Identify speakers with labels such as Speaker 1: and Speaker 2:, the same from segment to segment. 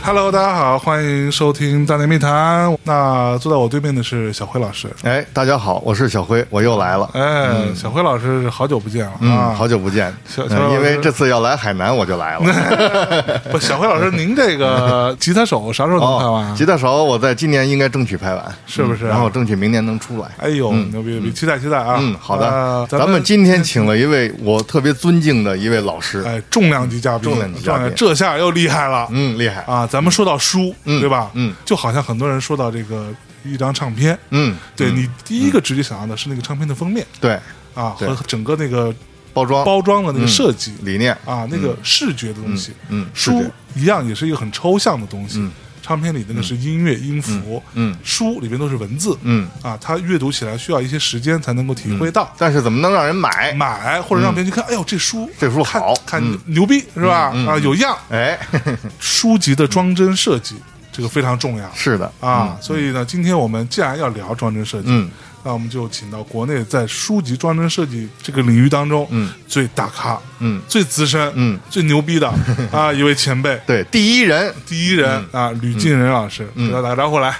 Speaker 1: Hello，大家好，欢迎收听《大内密谈》。那坐在我对面的是小辉老师。
Speaker 2: 哎，大家好，我是小辉，我又来了。
Speaker 1: 哎，小辉老师好久不见了、
Speaker 2: 嗯，
Speaker 1: 啊！
Speaker 2: 好久不见
Speaker 1: 小，小老
Speaker 2: 嗯
Speaker 1: 师
Speaker 2: 因为这次要来海南，我就来了。
Speaker 1: 不，小辉老师，您这 个吉他手啥时候能拍啊完？
Speaker 2: 哦，吉他手，我在今年应该争取拍完，嗯
Speaker 1: 是不是
Speaker 2: 然后争取明年能出来。
Speaker 1: 哎呦，牛逼牛逼！期待期待啊！
Speaker 2: 嗯，好的。
Speaker 1: 呃
Speaker 2: 咱
Speaker 1: 咱
Speaker 2: 们今天请了一位我特别尊敬的一位老师，
Speaker 1: 哎重量级嘉宾，
Speaker 2: 重量级嘉宾
Speaker 1: 这下又厉害了、
Speaker 2: 嗯，厉害，
Speaker 1: 啊！咱们说到书，
Speaker 2: 嗯
Speaker 1: 对吧？
Speaker 2: 嗯，
Speaker 1: 就好像很多人说到这个一张唱片，
Speaker 2: 嗯，
Speaker 1: 对你第一个直接想到的是那个唱片的封面
Speaker 2: 对，
Speaker 1: 啊，
Speaker 2: 对
Speaker 1: 和整个那个
Speaker 2: 包装
Speaker 1: 包装的那个设计
Speaker 2: 理念，
Speaker 1: 啊，那个视觉的东西。
Speaker 2: 嗯，是
Speaker 1: 书
Speaker 2: 这
Speaker 1: 一样也是一个很抽象的东西，唱片里那个是音乐音符，
Speaker 2: 嗯
Speaker 1: 书里边都是文字，
Speaker 2: 嗯，
Speaker 1: 啊，它阅读起来需要一些时间才能够体会到。
Speaker 2: 但是怎么能让人买？
Speaker 1: 买或者让别人去看，哎呦，这书
Speaker 2: 嗯这书
Speaker 1: 看
Speaker 2: 好嗯
Speaker 1: 看牛逼是吧？啊，有样。
Speaker 2: 哎，
Speaker 1: 书籍的装帧设计，这个非常重要
Speaker 2: 是的，
Speaker 1: 啊。所以呢，今天我们既然要聊装帧设计，
Speaker 2: 嗯，
Speaker 1: 那我们就请到国内在书籍装帧设计这个领域当中，
Speaker 2: 嗯，
Speaker 1: 最大咖，
Speaker 2: 嗯，
Speaker 1: 最资深，
Speaker 2: 嗯，
Speaker 1: 最牛逼 的啊一位前辈，
Speaker 2: 对，嗯第一人，
Speaker 1: 第一人啊，吕敬仁老师，给大家打招呼来，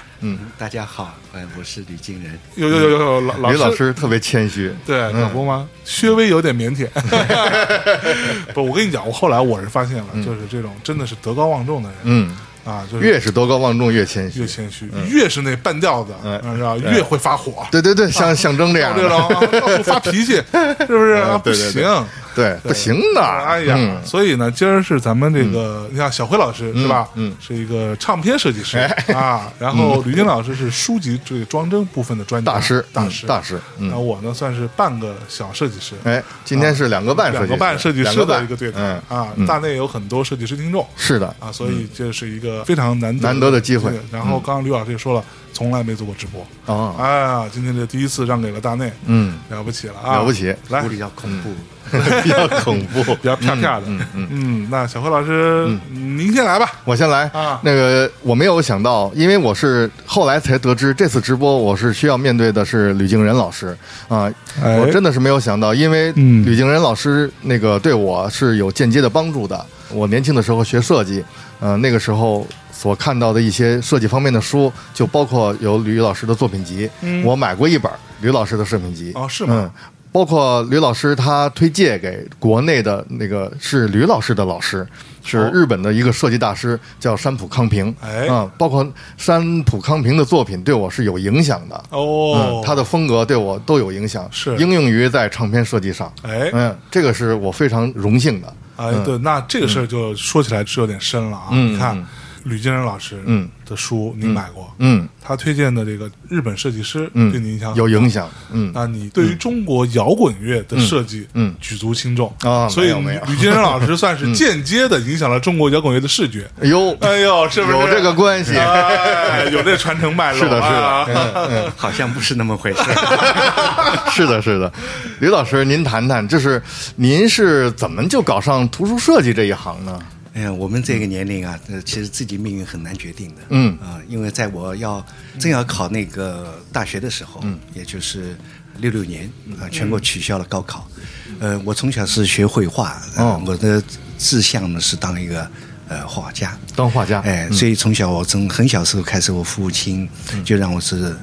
Speaker 3: 大家好，哎，我是吕敬仁。
Speaker 1: 有有有有有老
Speaker 2: 吕嗯老
Speaker 1: 师。
Speaker 2: 师特嗯别谦虚，
Speaker 1: 对，可不吗？稍微有点腼 腆，不，我跟你讲，我后来我是发现了，就是这种真的是德高望重的人，
Speaker 2: 嗯，
Speaker 1: 啊，就是
Speaker 2: 越是德高望重越谦虚
Speaker 1: 越，谦虚，越是那半吊子，
Speaker 2: 嗯
Speaker 1: 知道吧越会发火，
Speaker 2: 对对对，像象征这样
Speaker 1: 这
Speaker 2: 的，
Speaker 1: 种啊到 处发脾气，是不是啊？
Speaker 2: 嗯
Speaker 1: 不
Speaker 2: 对对
Speaker 1: 行
Speaker 2: 对，对，不行的，
Speaker 1: 哎呀
Speaker 2: 嗯，，
Speaker 1: 所以呢，今儿是咱们这个，你看小辉老师是吧？
Speaker 2: 嗯，哎
Speaker 1: 是一个唱片设计师啊，然后吕金老师是书籍这个装帧部分的专家
Speaker 2: 大师，
Speaker 1: 大
Speaker 2: 嗯
Speaker 1: 师，啊
Speaker 2: 大。师，
Speaker 1: 然后
Speaker 2: 嗯，
Speaker 1: 我呢，算是半个小设计师，
Speaker 2: 哎，今天是两个半设
Speaker 1: 两
Speaker 2: 计师，
Speaker 1: 个半设计
Speaker 2: 两
Speaker 1: 师的
Speaker 2: 半
Speaker 1: 一个对谈
Speaker 2: 嗯，
Speaker 1: 啊。大内有很多设计师听众，
Speaker 2: 是的，
Speaker 1: 啊，所以这是一个非常难
Speaker 2: 难得的机会嗯
Speaker 1: 对然后刚刚吕老师也说了，从来没做过直播，
Speaker 2: 哦，
Speaker 1: 啊，今天这第一次让给了大内，
Speaker 2: 嗯，
Speaker 1: 了不起了啊，
Speaker 2: 了不起
Speaker 1: 来
Speaker 3: 屋里要恐怖，
Speaker 2: 比较恐怖，
Speaker 1: 比较啪啪的，嗯那小何老师，
Speaker 2: 嗯
Speaker 1: 您先来吧，
Speaker 2: 我先来
Speaker 1: 啊
Speaker 2: 那个我没有想到，因为我是后来才得知，这次直播我是需要面对的是吕敬仁老师啊、
Speaker 1: 哎
Speaker 2: 我真的是没有想到，因为
Speaker 1: 嗯
Speaker 2: 吕敬仁老师那个对我是有间接的帮助的。我年轻的时候学设计，呃，那个时候所看到的一些设计方面的书，就包括有吕老师的作品集，
Speaker 1: 嗯
Speaker 2: 我买过一本吕老师的作品集。
Speaker 1: 哦是吗
Speaker 2: 嗯包括吕老师，他推荐给国内的那个是吕老师的老师，是日本的一个设计大师，叫山浦康平。
Speaker 1: 哎
Speaker 2: 嗯，包括山浦康平的作品对我是有影响的，
Speaker 1: 哦
Speaker 2: 嗯，，他的风格对我都有影响，
Speaker 1: 是
Speaker 2: 应用于在唱片设计上。
Speaker 1: 哎
Speaker 2: 嗯，这个是我非常荣幸的。
Speaker 1: 哎，对，那这个事儿就说起来是有点深了啊，
Speaker 2: 嗯
Speaker 1: 你看
Speaker 2: 嗯
Speaker 1: 吕金仁老师
Speaker 2: 嗯
Speaker 1: 的书你买过，
Speaker 2: 嗯
Speaker 1: 他推荐的这个日本设计师
Speaker 2: 嗯，
Speaker 1: 对你影响
Speaker 2: 有
Speaker 1: 响。
Speaker 2: 影响。嗯，
Speaker 1: 那你对于中国摇滚乐的设计，
Speaker 2: 嗯嗯
Speaker 1: 举足轻重
Speaker 2: 啊
Speaker 1: 所以
Speaker 2: 没有没有嗯
Speaker 1: 吕金仁老师 算是间接的影响了中国摇滚乐的视觉。
Speaker 2: 哎呦，
Speaker 1: 哎呦，是不是
Speaker 2: 有这个关系
Speaker 1: 哎，有这传承脉络，
Speaker 2: 是的， 是
Speaker 1: 啊
Speaker 2: 的， 嗯 嗯。
Speaker 3: 好像不是那么回事。
Speaker 2: 是的，是的，吕老师，您谈谈，就是您是怎么就搞上图书设计这一行呢？
Speaker 3: 哎呀，我们这个年龄啊，呃其实自己命运很难决定的。
Speaker 2: 嗯
Speaker 3: 啊、因为在我要正要考那个大学的时候，嗯，也就是六六年啊、全国取消了高考。呃，我从小是学绘画，呃
Speaker 2: 哦
Speaker 3: 我的志向呢是当一个呃画家。
Speaker 2: 当画家
Speaker 3: 哎，所以从小我从很小时候开始，我父亲就让我是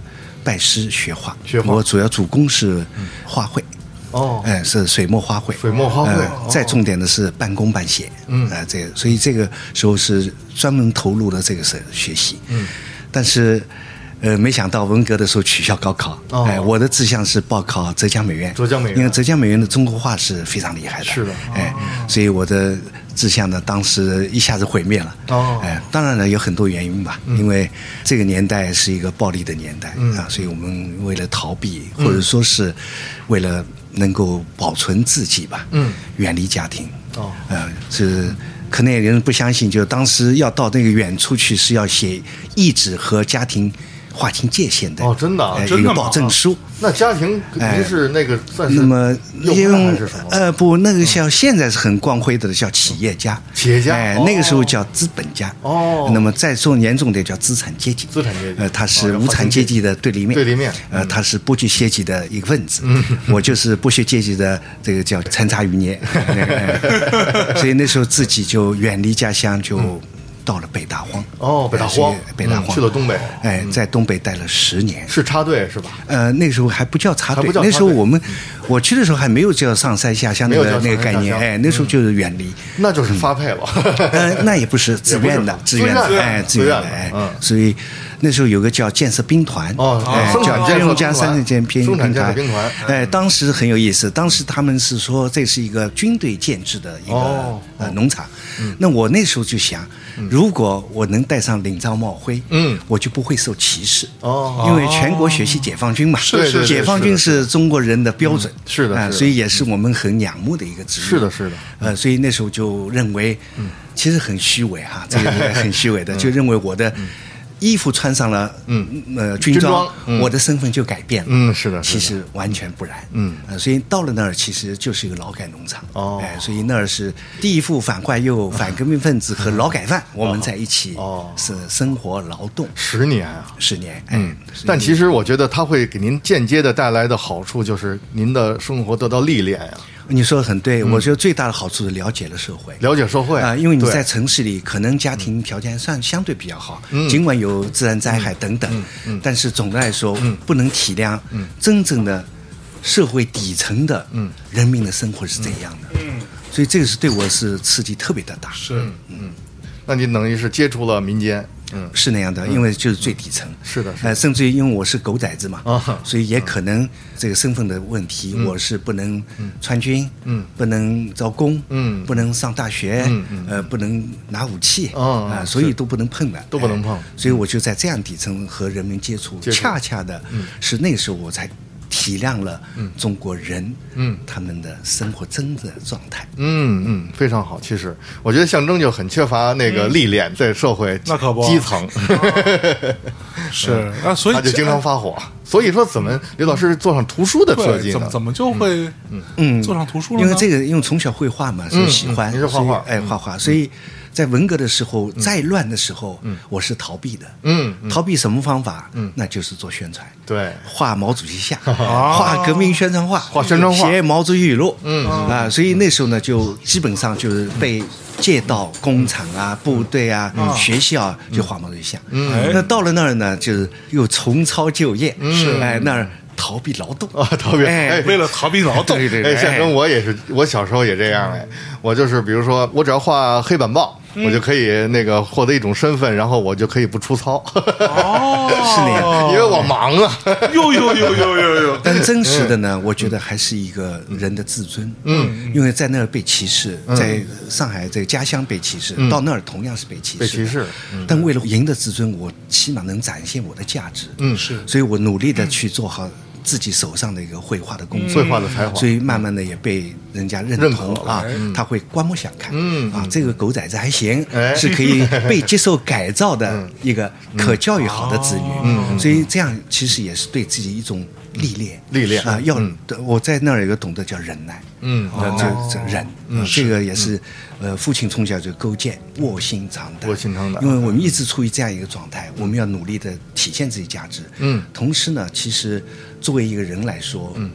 Speaker 3: 拜师嗯学画。嗯
Speaker 2: 学画
Speaker 3: 我主要主攻是画绘。
Speaker 2: 哦
Speaker 3: 哎，是水墨画绘，
Speaker 2: 水墨画绘
Speaker 3: 呃
Speaker 2: 哦
Speaker 3: 再重点的是半工半写，嗯，啊、这个，所以这个时候是专门投入了这个是学习，嗯，但是，呃，没想到文革的时候取消高考，
Speaker 2: 哦
Speaker 3: 哎、我的志向是报考浙江美院，
Speaker 2: 浙江美院
Speaker 3: 因为浙江美院的中国画是非常厉害的，
Speaker 2: 是的哦
Speaker 3: 哎、所以我的志向呢，当时一下子毁灭了，
Speaker 2: 哦
Speaker 3: 哎、当然了，有很多原因吧，
Speaker 2: 嗯
Speaker 3: 因为这个年代是一个暴力的年代、啊，所以我们为了逃避，或者说是为了能够保存自己吧，
Speaker 2: 嗯，
Speaker 3: 远离家庭，
Speaker 2: 哦
Speaker 3: 呃，是可能有人不相信，就是当时要到那个远处去是要写意志和家庭划清界限的，
Speaker 2: 哦真的啊
Speaker 3: 哎
Speaker 2: 真的
Speaker 3: 有
Speaker 2: 吗
Speaker 3: 保证书。
Speaker 2: 那家庭您是那个算是
Speaker 3: 那么，
Speaker 2: 右派
Speaker 3: 因
Speaker 2: 还
Speaker 3: 为
Speaker 2: 是什么？嗯
Speaker 3: 呃不，那个叫现在是很光辉的，叫企业家，
Speaker 2: 企业家
Speaker 3: 哎
Speaker 2: 哦，
Speaker 3: 那个时候叫资本家，呃
Speaker 2: 哦
Speaker 3: 那么再说严重点叫资产阶级，
Speaker 2: 资产阶级
Speaker 3: 呃，他
Speaker 2: 哦
Speaker 3: 是
Speaker 2: 要
Speaker 3: 无产阶级的对立面，
Speaker 2: 对立面嗯
Speaker 3: 呃，他是剥削阶级的一个分子， 我就是剥削阶级的这个叫 残渣余孽，哎所以那时候自己就远离家乡就。到了北大荒。
Speaker 2: 嗯哦，北大荒
Speaker 3: 哎，北大
Speaker 2: 嗯
Speaker 3: 荒
Speaker 2: 去了东北，嗯
Speaker 3: 哎，在东北待了十年。
Speaker 2: 是插队是吧？
Speaker 3: 呃，那时候还不叫插
Speaker 2: 还
Speaker 3: 队
Speaker 2: 不，叫
Speaker 3: 那时
Speaker 2: 插
Speaker 3: 候
Speaker 2: 队
Speaker 3: 我们我去的时候还没有叫上山下乡那
Speaker 2: 没有
Speaker 3: 个
Speaker 2: 叫
Speaker 3: 那
Speaker 2: 上
Speaker 3: 个
Speaker 2: 山
Speaker 3: 概
Speaker 2: 下
Speaker 3: 念，
Speaker 2: 乡嗯
Speaker 3: 哎，那时候就是远离。
Speaker 2: 那就是发配了。
Speaker 3: 呃，那也不是自愿的，
Speaker 2: 自
Speaker 3: 自
Speaker 2: 愿
Speaker 3: 愿的，
Speaker 2: 自愿
Speaker 3: 哎，
Speaker 2: 自
Speaker 3: 自
Speaker 2: 愿
Speaker 3: 愿
Speaker 2: 的
Speaker 3: 的，哎
Speaker 2: 嗯，
Speaker 3: 所以那时候有个叫建设兵团，
Speaker 2: 哦
Speaker 3: 哎
Speaker 2: 生产建
Speaker 3: 叫
Speaker 2: 设
Speaker 3: 黑龙
Speaker 2: 兵
Speaker 3: 江
Speaker 2: 团
Speaker 3: 三十建兵
Speaker 2: 生产
Speaker 3: 兵
Speaker 2: 建设
Speaker 3: 团
Speaker 2: 兵团，嗯
Speaker 3: 哎，当时很有意思，当时他们是说这是一个军队建制的一个
Speaker 2: 哦嗯
Speaker 3: 呃农场，那我那时候就想，如果我能戴上领章帽徽，
Speaker 2: 嗯
Speaker 3: 我就不会受歧视，
Speaker 2: 哦
Speaker 3: 因为全国学习解放军嘛，
Speaker 2: 是是是
Speaker 3: 解放军
Speaker 2: 是嗯
Speaker 3: 是中国人的标准，
Speaker 2: 是的
Speaker 3: 啊
Speaker 2: 是的
Speaker 3: 所以也是我们很仰慕的一个职业，
Speaker 2: 是的是的嗯
Speaker 3: 呃，所以那时候就认为，其实很虚伪 哈、这个很虚伪的，就认为我的衣服穿上了，
Speaker 2: 嗯
Speaker 3: 呃，军
Speaker 2: 军
Speaker 3: 装，
Speaker 2: 装嗯
Speaker 3: 我的身份就改变了。
Speaker 2: 嗯是的是
Speaker 3: 其
Speaker 2: 的
Speaker 3: 实完全不然。
Speaker 2: 嗯
Speaker 3: 呃，所以到了那儿其实就是一个劳改农场。
Speaker 2: 哦
Speaker 3: 哎，所以那儿是地富反怪右、反革命分子和劳改犯，我们在一起
Speaker 2: 嗯哦
Speaker 3: 是生活劳动
Speaker 2: 十年啊，
Speaker 3: 十年。哎
Speaker 2: 嗯，
Speaker 3: 所以
Speaker 2: 但其实我觉得它会给您间接的带来的好处就是您的生活得到历练呀、
Speaker 3: 你说的很对，我觉得最大的好处是了解了社会。
Speaker 2: 嗯了解社会
Speaker 3: 啊、因为你
Speaker 2: 对
Speaker 3: 在城市里，可能家庭条件算相对比较好，
Speaker 2: 嗯
Speaker 3: 尽管有自然灾害等等，但是总的来说，
Speaker 2: 嗯
Speaker 3: 不能体谅真正的社会底层的
Speaker 2: 嗯
Speaker 3: 人民的生活是怎样的。所以这个是对我是刺激特别的大，
Speaker 1: 是
Speaker 2: 那您等于是接触了民间，嗯，
Speaker 3: 是那样的，因为就是最底层。
Speaker 2: 是的是的
Speaker 3: 呃，甚至于因为我是狗崽子嘛，
Speaker 2: 啊
Speaker 3: 所以也可能这个身份的问题，我是不能穿军，
Speaker 2: 嗯
Speaker 3: 不能招工，
Speaker 2: 嗯
Speaker 3: 不能上大学，
Speaker 2: 嗯嗯
Speaker 3: 呃，不能拿武器，
Speaker 2: 哦
Speaker 3: 啊，
Speaker 2: 是
Speaker 3: 所以都不能碰的，
Speaker 2: 都不能碰嗯
Speaker 3: 哎所以我就在这样底层和人民接触，
Speaker 2: 接触
Speaker 3: 恰恰的是那时候我才体谅了中国人，
Speaker 2: 嗯
Speaker 3: 他们的生活真的状态。
Speaker 2: 嗯嗯，非常好。其实我觉得象征就很缺乏那
Speaker 3: 嗯
Speaker 2: 个历练，在社会
Speaker 1: 那可不啊
Speaker 2: 基 层，
Speaker 1: 是，嗯那所以
Speaker 2: 他就
Speaker 1: 这
Speaker 2: 经常发火。所以说，怎么刘老师做上图书的设
Speaker 1: 对，
Speaker 2: 计
Speaker 1: 怎么
Speaker 2: 呢？
Speaker 1: 怎么就会
Speaker 3: 嗯，
Speaker 1: 做上图书了呢？
Speaker 3: 因为这个，因为从小绘画嘛，所以喜欢。
Speaker 2: 嗯嗯您嗯是画画
Speaker 3: 所以哎，画画。所以在文革的时候，再乱的时候，我是逃避的。
Speaker 2: 嗯
Speaker 3: 逃避什么方法？那就是做宣传。
Speaker 2: 对
Speaker 3: 画毛主 席像，画革命宣传画，
Speaker 2: 啊画宣传画
Speaker 3: 写毛主席语录。嗯啊，所以那时候呢，就基本上就是被借到工厂
Speaker 2: 嗯
Speaker 3: 啊、部队啊、学校啊就画毛主席像。啊
Speaker 1: 哎
Speaker 3: 那到了那儿呢，就是又重操旧业。是哎，那儿逃避劳动
Speaker 2: 嗯啊，特别
Speaker 3: 哎
Speaker 1: 为了逃避劳动，
Speaker 3: 对对
Speaker 2: 哎，
Speaker 3: 对，
Speaker 2: 象征
Speaker 3: 哎
Speaker 2: 我也是，我小时候也这样哎，我就是比如说，我只要画黑板报，我就可以那个获得一种身份，然后我就可以不出操，
Speaker 1: 哦，
Speaker 3: 是那样
Speaker 2: 因为我忙 啊。
Speaker 1: 呦呦呦呦呦呦，
Speaker 3: 但真实的
Speaker 2: 嗯
Speaker 3: 呢，我觉得还是一个人的自尊。嗯，因为在那儿被歧视，
Speaker 2: 嗯
Speaker 3: 在上海这个家乡被歧视，到那儿同样是被歧视
Speaker 2: 被
Speaker 3: 的。
Speaker 2: 歧视嗯
Speaker 3: 但为了赢得自尊，我起码能展现我的价值。
Speaker 2: 嗯
Speaker 1: 是
Speaker 3: 所以我努力的去做好自己手上的一个绘画的工作，
Speaker 2: 嗯绘画的才华
Speaker 3: 所以慢慢的也被人家认
Speaker 2: 认可
Speaker 3: 同
Speaker 2: 了
Speaker 3: 啊
Speaker 1: 哎，
Speaker 3: 他会刮目相看。
Speaker 2: 嗯
Speaker 3: 啊，这个狗崽子还行
Speaker 2: 哎，
Speaker 3: 是可以被接受改造的一个可教育好的子女。
Speaker 1: 嗯
Speaker 3: 所以这样其实也是对自己一种历练，
Speaker 2: 历练
Speaker 3: 啊，要
Speaker 2: 嗯
Speaker 3: 我在那儿有个懂得叫忍耐，
Speaker 2: 嗯
Speaker 3: 呃，
Speaker 1: 哦
Speaker 3: 这这忍，这个也是呃，父亲从小就构建卧薪尝胆，
Speaker 2: 卧薪尝胆
Speaker 3: 因嗯为我们一直处于这样一个状态，我们要努力的体现自己价值，
Speaker 2: 嗯
Speaker 3: 同时呢，其实作为一个人来说，嗯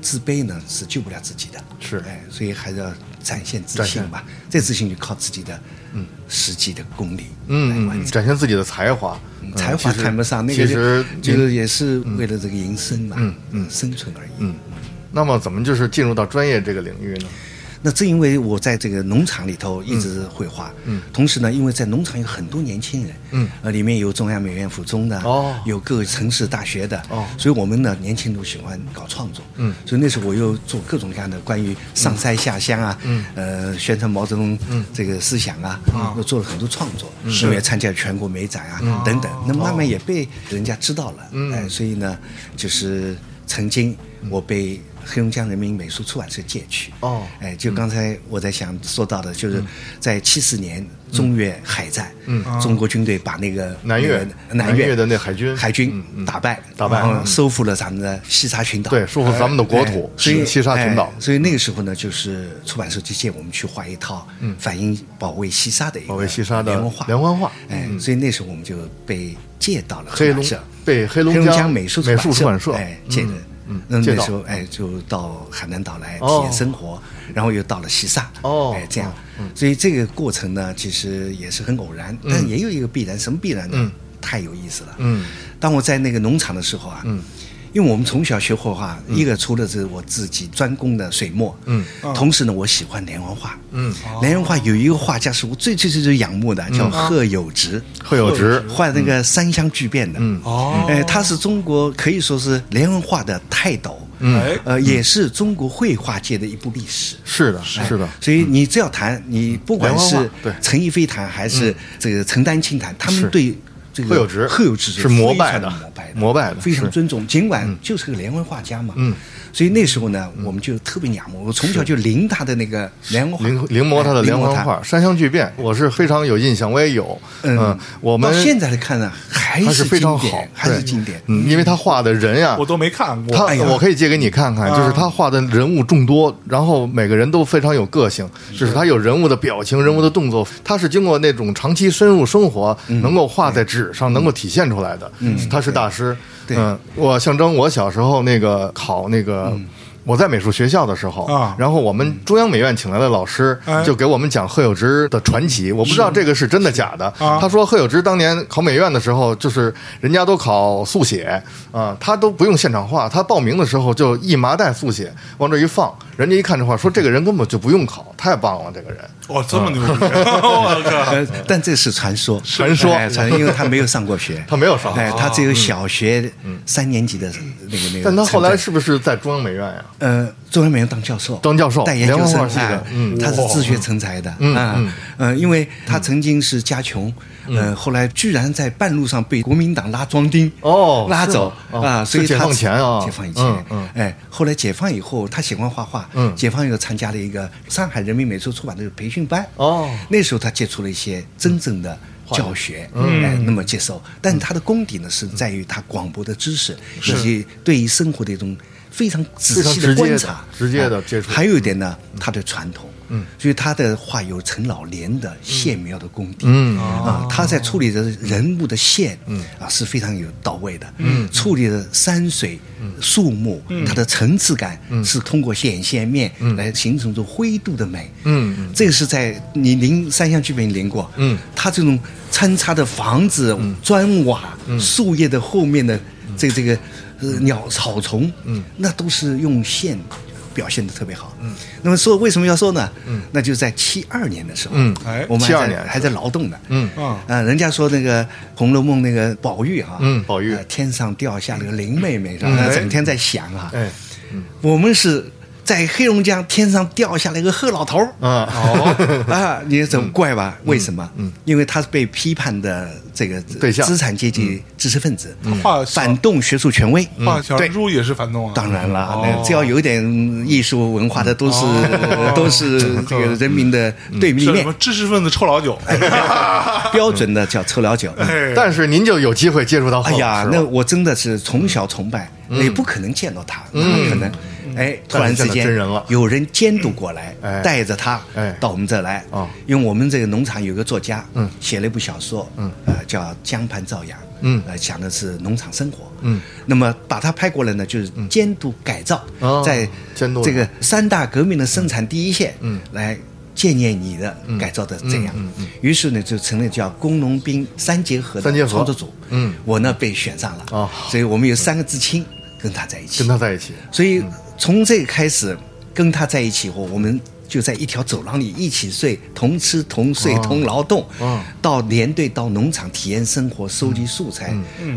Speaker 3: 自卑呢是救不了自己的，
Speaker 2: 是
Speaker 3: 哎，所以还是要展现自
Speaker 2: 展
Speaker 3: 信
Speaker 2: 现
Speaker 3: 吧，这自信就靠自己的嗯实际的功力，
Speaker 2: 嗯，嗯，展现自己的才华，嗯
Speaker 3: 哎才华
Speaker 2: 其实
Speaker 3: 谈不上，那
Speaker 2: 其
Speaker 3: 个
Speaker 2: 实
Speaker 3: 就
Speaker 2: 您嗯
Speaker 3: 就是也是为了这个营生嘛，嗯嗯，生存而已，嗯。
Speaker 2: 那么怎么就是进入到专业这个领域呢？
Speaker 3: 那正因为我在这个农场里头一直绘画，嗯，同时呢，因为在农场有很多年轻人，嗯，呃，里面有中央美院附中的，
Speaker 2: 哦
Speaker 3: 有各个城市大学的，
Speaker 2: 哦
Speaker 3: 所以我们呢，年轻人都喜欢搞创作，嗯，所以那时候我又做各种各样的关于上山下乡啊，嗯，呃，宣传毛泽东这个思想啊，又做了很多创作，是也参加了全国美展啊、等等，那慢慢也被人家知道了，嗯，哎，所以呢，就是曾经我被黑龙江人民美术出版社借去，
Speaker 2: 哦嗯
Speaker 3: 哎，就刚才我在想说到的，就是在七四年中越海战，嗯，中国军队把那个
Speaker 2: 南越
Speaker 3: 那个南
Speaker 2: 南越的那海军嗯
Speaker 3: 海军打败，
Speaker 2: 打败嗯
Speaker 3: 然后收复了咱们的西沙群岛，
Speaker 2: 对，收复咱们的国土，
Speaker 3: 哎所以
Speaker 2: 西沙群岛
Speaker 3: 哎，所以那个时候呢，就是出版社就借我们去画一套反映保卫西沙的一个
Speaker 2: 保卫西沙的
Speaker 3: 连环画，
Speaker 2: 连环画
Speaker 3: 哎，所以那时候我们就被借到了
Speaker 2: 黑龙
Speaker 3: 出版社
Speaker 2: 被黑龙
Speaker 3: 黑龙
Speaker 2: 江
Speaker 3: 江美术
Speaker 2: 美术出版社
Speaker 3: 哎，借的
Speaker 2: 嗯
Speaker 3: 那
Speaker 2: 借
Speaker 3: 那
Speaker 2: 道
Speaker 3: 时候哎，就到海南岛来体
Speaker 2: 哦
Speaker 3: 验生活，然后又到了西萨，
Speaker 2: 哦
Speaker 3: 哎，这样，所以这个过程呢，其实也是很偶然，但也有一个必然，什么必然呢？
Speaker 2: 嗯
Speaker 3: 太有意思了。
Speaker 2: 嗯，
Speaker 3: 当我在那个农场的时候啊，嗯，因为我们从小学绘画，一个除了是我自己专攻的水墨，
Speaker 2: 嗯，
Speaker 3: 同时呢，我喜欢连环画，
Speaker 2: 嗯，
Speaker 3: 连环画有一个画家是我最最最最仰慕的，叫贺友直，
Speaker 2: 贺友直，
Speaker 3: 画那个三湘巨变的，嗯
Speaker 1: 哦
Speaker 3: 哎，他是中国可以说是连环画的泰斗，
Speaker 2: 嗯
Speaker 1: 哎，
Speaker 3: 呃，也是中国绘画界的一部历史。
Speaker 2: 是的，是的，
Speaker 3: 所以你只要谈，你不管
Speaker 2: 连环
Speaker 3: 是
Speaker 2: 画对嗯
Speaker 3: 陈逸飞谈还是这个陈丹青谈，他
Speaker 2: 是
Speaker 3: 们对这个
Speaker 2: 贺友直
Speaker 3: 贺友直
Speaker 2: 是膜拜的
Speaker 3: 的，膜拜
Speaker 2: 膜拜的
Speaker 3: 非常
Speaker 2: 是嗯
Speaker 3: 尊重。尽管就是个连环画家嘛，嗯，所以那时候呢，我们就特别仰慕，我从小就临他的那个连环画，
Speaker 2: 临临摹他的
Speaker 3: 哎
Speaker 2: 连
Speaker 3: 临
Speaker 2: 环
Speaker 3: 摹他
Speaker 2: 画《山乡巨变》，我是非常有印象，我也有。嗯，我们
Speaker 3: 到现在来看呢，还
Speaker 2: 还
Speaker 3: 是
Speaker 2: 非常
Speaker 3: 经典
Speaker 2: 好，
Speaker 3: 还是
Speaker 2: 对
Speaker 3: 经典。
Speaker 2: 嗯，因为他画的人呀
Speaker 1: 我，都没看过。
Speaker 2: 他
Speaker 1: 哎呀
Speaker 2: 我可以借给你看
Speaker 3: 啊
Speaker 2: 看，就是他画的人物众多，然后每个人都非常有个性，就是他有人物的表情、人物的动作，他是经过那种长期深入生活，
Speaker 3: 嗯
Speaker 2: 能够画在纸上，能够体现出来的。他是大师。
Speaker 3: 对
Speaker 2: 嗯，我象征我小时候那个考那个。
Speaker 3: 嗯
Speaker 2: 我在美术学校的时候，
Speaker 1: 啊
Speaker 2: 然后我们中央美院请来的老师
Speaker 1: 哎
Speaker 2: 就给我们讲贺友之的传奇，我不知道这个是真的假的。
Speaker 1: 啊
Speaker 2: 他说贺友之当年考美院的时候，就是人家都考速写啊，他都不用现场画，他报名的时候就一麻袋速写往这一放，人家一看这画，说这个人根本就不用考，太棒了，这个人。
Speaker 1: 哇，这么牛逼！ 我靠，
Speaker 3: 呃，但这是传说，
Speaker 2: 传说，
Speaker 3: 哎传，因为他没有上过学
Speaker 2: 他没有上啊嗯
Speaker 3: 哎，他只有小学三年级的那个那个。
Speaker 2: 但他后来是不是在中央美院呀？
Speaker 3: 呃，中央美院当教授，
Speaker 2: 当教授
Speaker 3: 带研究
Speaker 2: 连
Speaker 3: 生
Speaker 2: 环画系的
Speaker 3: 哎
Speaker 2: 嗯
Speaker 3: 他是自学成才的啊，呃，因为他曾经是家穷，
Speaker 2: 嗯
Speaker 3: 呃，后来居然在半路上被国民党拉庄丁
Speaker 2: 哦
Speaker 3: 拉
Speaker 2: 是吗
Speaker 3: 走
Speaker 2: 哦
Speaker 3: 啊，所以
Speaker 2: 是解
Speaker 3: 他
Speaker 2: 放前啊
Speaker 3: 解放以
Speaker 2: 嗯
Speaker 3: 前
Speaker 2: 嗯，
Speaker 3: 哎，后来解放以后，他喜欢画画，
Speaker 2: 嗯
Speaker 3: 解放以后参加了一个上海人民美术出版的培训班，
Speaker 2: 哦嗯
Speaker 3: 那时候他接触了一些真正的。教学，哎，那么接受，但他的功底呢是在于他广博的知识，
Speaker 2: 嗯
Speaker 3: 以及对于生活的一种非常仔
Speaker 2: 非常
Speaker 3: 细
Speaker 2: 直
Speaker 3: 的
Speaker 2: 接
Speaker 3: 观
Speaker 2: 的
Speaker 3: 察，
Speaker 2: 直接的
Speaker 3: 啊
Speaker 2: 接触
Speaker 3: 还有一点呢，他的传统，嗯，所以他的画有陈老莲的线描的功底，
Speaker 2: 嗯
Speaker 3: 啊，他在处理的人物的线，嗯啊是非常有到位的，嗯，处理的山水、树木，
Speaker 2: 嗯
Speaker 3: 它的层次感是通过显现面来形成出灰度的美，
Speaker 2: 嗯嗯
Speaker 3: 这个是在你临三项剧本你临过，
Speaker 2: 嗯，
Speaker 3: 它这种参差的房子、砖瓦、
Speaker 2: 嗯
Speaker 3: 树叶的后面的这这个呃鸟草丛，嗯，那都是用线表现的特别好，嗯，那么说为什么要说呢？嗯，那就在七二年的时候，
Speaker 2: 嗯
Speaker 1: 哎
Speaker 3: 我们
Speaker 2: 72
Speaker 3: 还
Speaker 2: 年
Speaker 3: 在还在劳动呢，
Speaker 2: 嗯
Speaker 1: 嗯
Speaker 3: 呃，人家说那个《红楼梦》那个宝玉啊，
Speaker 2: 嗯宝玉
Speaker 3: 呃天上掉下那个林妹妹是吧？
Speaker 1: 哎
Speaker 3: 她整天在想啊，
Speaker 2: 哎，
Speaker 3: 我们是在黑龙江天上掉下来一个贺老头儿
Speaker 2: 啊，
Speaker 1: 嗯
Speaker 3: 啊，你怎么怪吧？为什么？嗯，因为他是被批判的这个
Speaker 2: 对象
Speaker 3: 资产阶级知识分子
Speaker 1: 画，小
Speaker 3: 反动学术权威，
Speaker 1: 画小
Speaker 3: 对
Speaker 1: 人猪也是反动啊！
Speaker 3: 当然了，那
Speaker 1: 嗯哦
Speaker 3: 只要有一点艺术文化的，都是
Speaker 1: 哦
Speaker 3: 都是这个人民的对立
Speaker 1: 是什
Speaker 3: 面
Speaker 1: 么，知识分子臭老九？
Speaker 3: 哎标准的叫臭老九。
Speaker 1: 哎
Speaker 2: 但是您就有机会接触到贺
Speaker 3: 哎
Speaker 2: 老师
Speaker 3: 呀
Speaker 2: 了，
Speaker 3: 那我真的是从小崇拜，
Speaker 2: 嗯
Speaker 3: 也不可能见到他，怎么可能？哎，突然
Speaker 2: 但是
Speaker 3: 之
Speaker 2: 见到
Speaker 3: 间
Speaker 2: 真人了
Speaker 3: 有人监督过来
Speaker 2: 哎，
Speaker 3: 带着他
Speaker 2: 哎
Speaker 3: 到我们这儿来
Speaker 2: 哦。
Speaker 3: 因为我们这个农场有个作家，写了一部小说，呃，叫《江畔朝阳》，
Speaker 2: 嗯
Speaker 3: 呃，讲的是农场生活，
Speaker 2: 嗯。
Speaker 3: 那么把他拍过来呢，就是监督改造
Speaker 2: 哦，
Speaker 3: 在
Speaker 2: 监督
Speaker 3: 这个三大革命的生产第一线，
Speaker 2: 嗯
Speaker 3: 来。建议你的改造的这样，于是呢就成立叫工农兵三结合的
Speaker 2: 三结合
Speaker 3: 创作组，
Speaker 2: 嗯
Speaker 3: 我呢被选上了
Speaker 2: 哦
Speaker 3: 所以我们有三个知青跟他在一起
Speaker 2: 跟，他在一起，
Speaker 3: 所以从这个开始跟他在一起后，我们就在一条走廊里一起睡，同吃同睡、同劳动，
Speaker 2: 哦
Speaker 3: 到连队到农场体验生活、收集素材，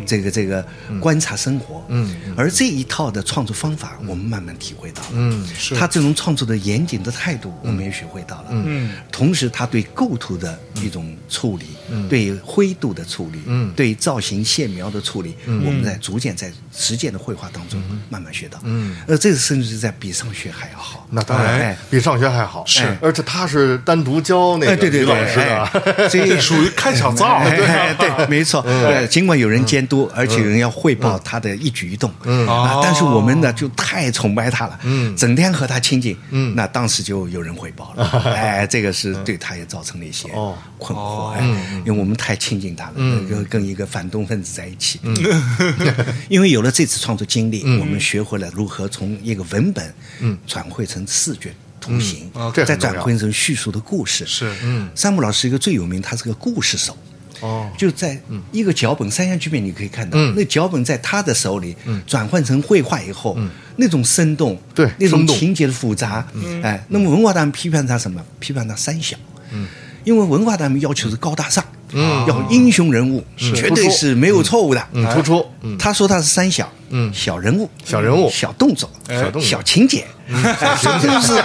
Speaker 3: 这个这个观察生活，
Speaker 2: 嗯
Speaker 3: 而这一套的创作方法，我们慢慢体会到了，
Speaker 2: 嗯
Speaker 1: 是
Speaker 3: 他这种创作的严谨的态度，我们也学会到了。
Speaker 1: 嗯，
Speaker 3: 同时他对构图的一种处理，对灰度的处理，
Speaker 2: 嗯
Speaker 3: 对造型线描的处理，我们在逐渐在实践的绘画当中慢慢学到。
Speaker 2: 嗯，
Speaker 3: 呃，这个甚至是在比上学还要好。
Speaker 2: 那当然
Speaker 3: 哎
Speaker 2: 比上学还太好，
Speaker 1: 是
Speaker 2: 而且他是单独教那
Speaker 3: 哎，
Speaker 2: 个
Speaker 3: 对对
Speaker 2: 于
Speaker 3: 对，
Speaker 2: 老师的，
Speaker 3: 哎所以
Speaker 1: 这属于开小灶，
Speaker 3: 哎
Speaker 1: 对
Speaker 3: 哎 对，没错。
Speaker 2: 嗯
Speaker 3: 呃尽管有人监督，而且有人要汇报他的一举一动，嗯
Speaker 1: 哦
Speaker 3: 啊，但是我们呢就太崇拜他了，
Speaker 2: 嗯
Speaker 3: 整天和他亲近，
Speaker 2: 嗯
Speaker 3: 那当时就有人汇报了， 哎，这个是对他也造成了一些
Speaker 2: 哦嗯
Speaker 3: 困惑
Speaker 1: 哦，
Speaker 3: 哎，因为我们太亲近他了，跟跟一个反动分子在一起，
Speaker 2: 嗯
Speaker 3: 因为有了这次创作经历，我们学会了如何从一个文本，转汇成视觉。图形
Speaker 1: 嗯哦，
Speaker 2: 嗯这很
Speaker 3: 再
Speaker 2: 重要
Speaker 3: 转换成叙述的故事。
Speaker 1: 是
Speaker 2: 嗯
Speaker 3: 山姆老师一个最有名，他是个故事手。
Speaker 2: 哦，
Speaker 3: 就在一个脚本三项剧本，你可以看到，
Speaker 2: 嗯
Speaker 3: 那脚本在他的手里转换成绘画以后，那种生动，
Speaker 2: 嗯对
Speaker 3: 那
Speaker 2: 生
Speaker 3: 种
Speaker 2: 动嗯
Speaker 3: 情节的复杂，哎，那么文化大革命批判他什么？批判他三小，
Speaker 2: 嗯
Speaker 3: 因为文化大革命要求是高大上，要英雄人物，绝
Speaker 2: 嗯突
Speaker 3: 对
Speaker 2: 出
Speaker 3: 是没有错误的，哎
Speaker 2: 嗯，突出，嗯，
Speaker 3: 他说他是三小，嗯，小人物，
Speaker 2: 小人物哎
Speaker 3: 小动作，
Speaker 2: 小动作嗯
Speaker 3: 小情节，这都是，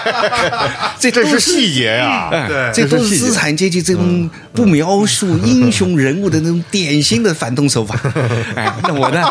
Speaker 3: 这
Speaker 2: 这
Speaker 3: 都
Speaker 2: 是
Speaker 3: 是
Speaker 2: 细节呀，
Speaker 1: 对
Speaker 3: 嗯哎这都
Speaker 2: 这是
Speaker 3: 是
Speaker 2: 细节
Speaker 3: 资产阶级这种不描述英雄人物的那种典型的反动手法。哎，那我 呢，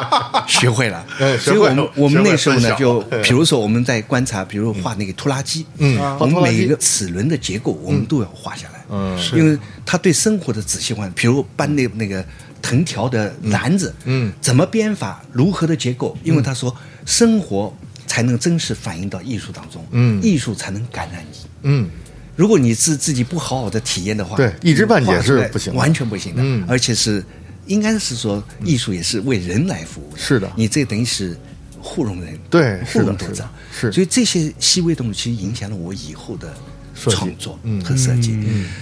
Speaker 3: 学会了
Speaker 2: 哎。学
Speaker 3: 所以
Speaker 2: 会
Speaker 3: 我
Speaker 2: 了
Speaker 3: 们我们那时候
Speaker 2: 学
Speaker 3: 呢，
Speaker 2: 会
Speaker 3: 就
Speaker 2: 了分晓
Speaker 3: 比如说我们在观察，比如画那个拖拉机，
Speaker 2: 嗯
Speaker 3: 我
Speaker 2: 画拖
Speaker 3: 们
Speaker 2: 拉机
Speaker 3: 每一个齿轮的结构，我们都要画下来，
Speaker 2: 嗯
Speaker 1: 是
Speaker 3: 因为他对生活的仔细观，比如搬那那个藤条的篮子，
Speaker 2: 嗯嗯嗯
Speaker 3: 怎么编法，如何的结构，因为他说生活才能真实反映到艺术当中，
Speaker 2: 嗯
Speaker 3: 艺术才能感染你，
Speaker 2: 嗯，
Speaker 3: 如果你自自己不好好的体验的话，
Speaker 2: 对一知半解是不行的
Speaker 3: 完全不行的，
Speaker 2: 嗯
Speaker 3: 而且是应该是说艺术也是为人来服务的，
Speaker 2: 是的
Speaker 3: 你这等于是糊弄人，
Speaker 2: 对是
Speaker 3: 糊
Speaker 2: 的
Speaker 3: 弄读
Speaker 2: 是
Speaker 3: 者
Speaker 2: 的，是
Speaker 3: 所以这些细微动西影响了我以后的
Speaker 2: 设计
Speaker 3: 创作
Speaker 2: 嗯
Speaker 3: 和设计，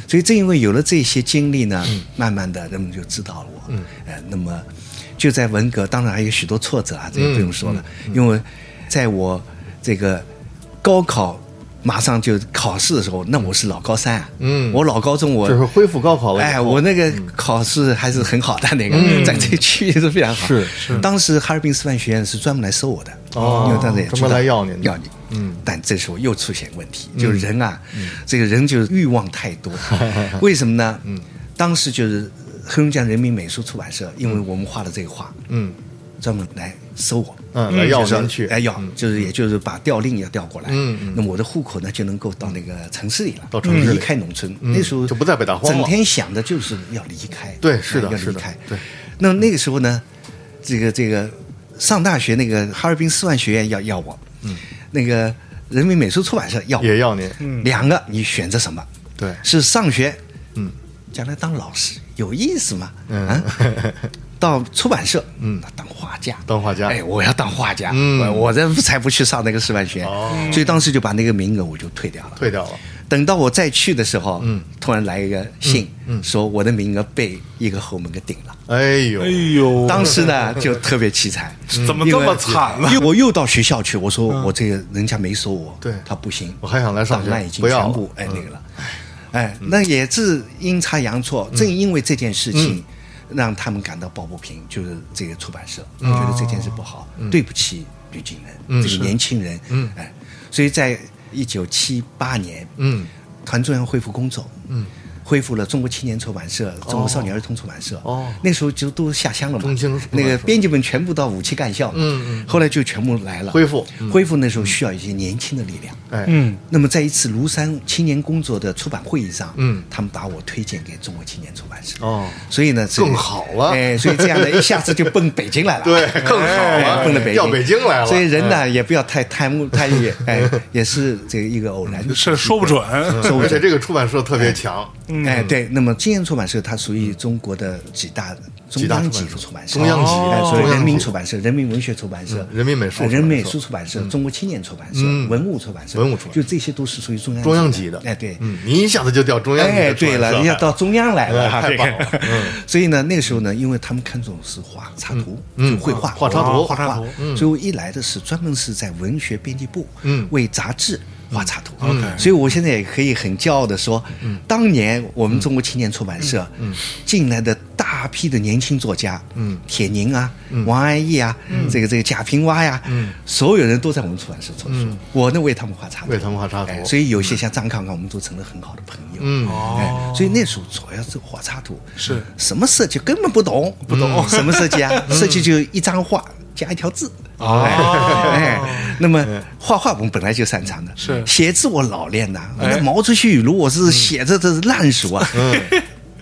Speaker 3: 所以正因为有了这些经历呢，慢慢的人们就知道了我，
Speaker 2: 嗯
Speaker 3: 呃，那么就在文革，当然还有许多挫折
Speaker 2: 嗯
Speaker 3: 啊，这个不用说了，因为在我这个高考。马上就考试的时候，那我是老高三啊，
Speaker 2: 嗯
Speaker 3: 我老高中我
Speaker 2: 就是恢复高考了以后
Speaker 3: 哎，我那个
Speaker 2: 嗯
Speaker 3: 考试还是很好的，那个、在这区域是非常好。
Speaker 2: 是
Speaker 3: 是，当时哈尔滨师范学院是专门来收我的，
Speaker 2: 哦
Speaker 3: 因为当时也知道
Speaker 2: 专门来要你的嗯
Speaker 3: 要你。嗯，但这时候又出现问题，就是人啊，这个人就是欲望太 多，为什么呢？嗯，当时就是黑龙江人民美术出版社，因为我们画的这个画，
Speaker 2: 嗯
Speaker 3: 专门来收我。
Speaker 2: 嗯，来要
Speaker 3: 就是
Speaker 2: 您去，
Speaker 3: 哎，要就是也就是把调令要调过来，
Speaker 2: 嗯嗯
Speaker 3: 那么我的户口呢就能够到那个城市里了，
Speaker 2: 到城市里
Speaker 3: 离开农村，
Speaker 2: 嗯
Speaker 3: 那时候
Speaker 2: 就不在北大荒了
Speaker 3: 整天想的就是要离开，啊
Speaker 2: 对是的
Speaker 3: 要
Speaker 2: 是
Speaker 3: 离
Speaker 2: 的
Speaker 3: 开，
Speaker 2: 对。
Speaker 3: 那那个时候呢，这个这个上大学那个哈尔滨师范学院要要我，嗯，那个人民美术出版社要我
Speaker 2: 也要您，
Speaker 3: 两个你选择什么？
Speaker 2: 对
Speaker 3: 是上学，
Speaker 2: 嗯，
Speaker 3: 将来当老师有意思吗？
Speaker 2: 嗯
Speaker 3: 啊到出版社，
Speaker 2: 嗯，
Speaker 3: 当画家，
Speaker 2: 当画家
Speaker 3: 哎，我要当画家，
Speaker 2: 嗯
Speaker 3: 我我这才不去上那个师范学院
Speaker 2: 哦，
Speaker 3: 所以当时就把那个名额我就退掉了。
Speaker 2: 退掉了，
Speaker 3: 等到我再去的时候，
Speaker 2: 嗯，
Speaker 3: 突然来一个信，
Speaker 2: 嗯嗯
Speaker 3: 说我的名额被一个后门给顶了。
Speaker 2: 哎呦
Speaker 1: 哎，呦，
Speaker 3: 当时呢，就特别凄惨，
Speaker 1: 怎么这么惨呢
Speaker 3: 因为我又到学校去，我说我这个人家没收我，
Speaker 2: 嗯对
Speaker 3: 他不行，
Speaker 2: 我还想来上学
Speaker 3: 档案已经
Speaker 2: 不要
Speaker 3: 全部
Speaker 2: 了嗯
Speaker 3: 哎那个了，哎，那也是阴差阳错，
Speaker 2: 嗯
Speaker 3: 正因为这件事情。让他们感到抱不平，就是这个出版社、
Speaker 2: 嗯
Speaker 3: 觉得这件事不好，对不起吕景仁、这个年轻人，
Speaker 2: 嗯
Speaker 3: 哎，所以在一九七八年，
Speaker 2: 嗯，
Speaker 3: 团中央恢复工作，嗯，恢复了中国青年出版社、中国少年儿童出版社，
Speaker 2: 哦
Speaker 3: 那时候就都下乡了嘛
Speaker 2: 中青出，版社
Speaker 3: 那个编辑们全部到五七干校，
Speaker 2: 嗯
Speaker 3: 后来就全部来了，
Speaker 2: 恢复嗯
Speaker 3: 恢复那时候需要一些年轻的力量，
Speaker 2: 哎，
Speaker 1: 嗯，
Speaker 3: 那么在一次庐山青年工作的出版会议上，
Speaker 2: 嗯
Speaker 3: 他们把我推荐给中国青年出版社，
Speaker 2: 哦
Speaker 3: 所以呢，这个
Speaker 2: 更好了
Speaker 3: 哎，所以这 样呢，一下子就奔北京来了，
Speaker 2: 对更好了
Speaker 3: 哎奔了北京，
Speaker 2: 调北京来了嗯
Speaker 3: 所以人呢也不要太贪慕贪欲，哎，也是这个一个偶然的
Speaker 1: 是说不准，
Speaker 3: 嗯 收
Speaker 2: 而且这个出版社特别强，
Speaker 3: 哎，对，那么金燕出版社它属于中国的几大中
Speaker 2: 几大
Speaker 3: 央
Speaker 2: 出
Speaker 3: 级
Speaker 2: 版社
Speaker 3: 的出版社，
Speaker 2: 中央级
Speaker 3: 哎
Speaker 1: 哦
Speaker 3: 所以
Speaker 2: 中央
Speaker 3: 人民
Speaker 2: 级嗯
Speaker 3: 出版社、人民文学出版社、
Speaker 2: 人民美术
Speaker 3: 呃
Speaker 2: 出
Speaker 3: 人
Speaker 2: 版
Speaker 3: 民美
Speaker 2: 社
Speaker 3: 术出版社、中国青年出版社、
Speaker 2: 嗯
Speaker 3: 文物出版社、
Speaker 2: 文物出版社
Speaker 3: 就这些都是属于中央
Speaker 2: 中央级
Speaker 3: 级
Speaker 2: 的，
Speaker 3: 哎，对，
Speaker 2: 嗯，您一下子就调中央级
Speaker 3: 哎，
Speaker 2: 的出版
Speaker 3: 对
Speaker 2: 社
Speaker 3: 了，
Speaker 2: 来
Speaker 3: 人家到中央来了，
Speaker 2: 哎太
Speaker 3: 这个
Speaker 2: 棒了嗯
Speaker 3: 所以呢，那个时候呢，因为他们看重是画插图，
Speaker 2: 嗯
Speaker 3: 就绘画、
Speaker 2: 画插图
Speaker 1: 画
Speaker 3: 画
Speaker 1: 插
Speaker 3: 画
Speaker 1: 图。
Speaker 3: 所以我一来的是专门是在文学编辑部，
Speaker 2: 嗯
Speaker 3: 为杂志画插图。所以我现在也可以很骄傲的说，
Speaker 2: 嗯
Speaker 3: 当年我们中国青年出版社进来的大批的年轻作家，
Speaker 2: 嗯嗯
Speaker 3: 铁凝啊，王安忆啊，这个这个贾平凹呀，所有人都在我们出版社做书。我呢为他们画插图，
Speaker 2: 为他们画插图
Speaker 3: 哎所以有些像张康康，我们都成了很好的朋友。
Speaker 2: 嗯
Speaker 1: 哦
Speaker 3: 哎，所以那时候主要是画插图，
Speaker 1: 是
Speaker 3: 嗯
Speaker 1: 嗯
Speaker 3: 什么设计根本不懂，不懂什么设计啊？设计就一张画加一条字，
Speaker 1: 哦啊，
Speaker 3: 哎，那么画画我们本来就擅长的，
Speaker 1: 是
Speaker 3: 写字我老练呐、我
Speaker 1: 哎嗯
Speaker 3: 那毛主席语录我是写着这是烂熟啊。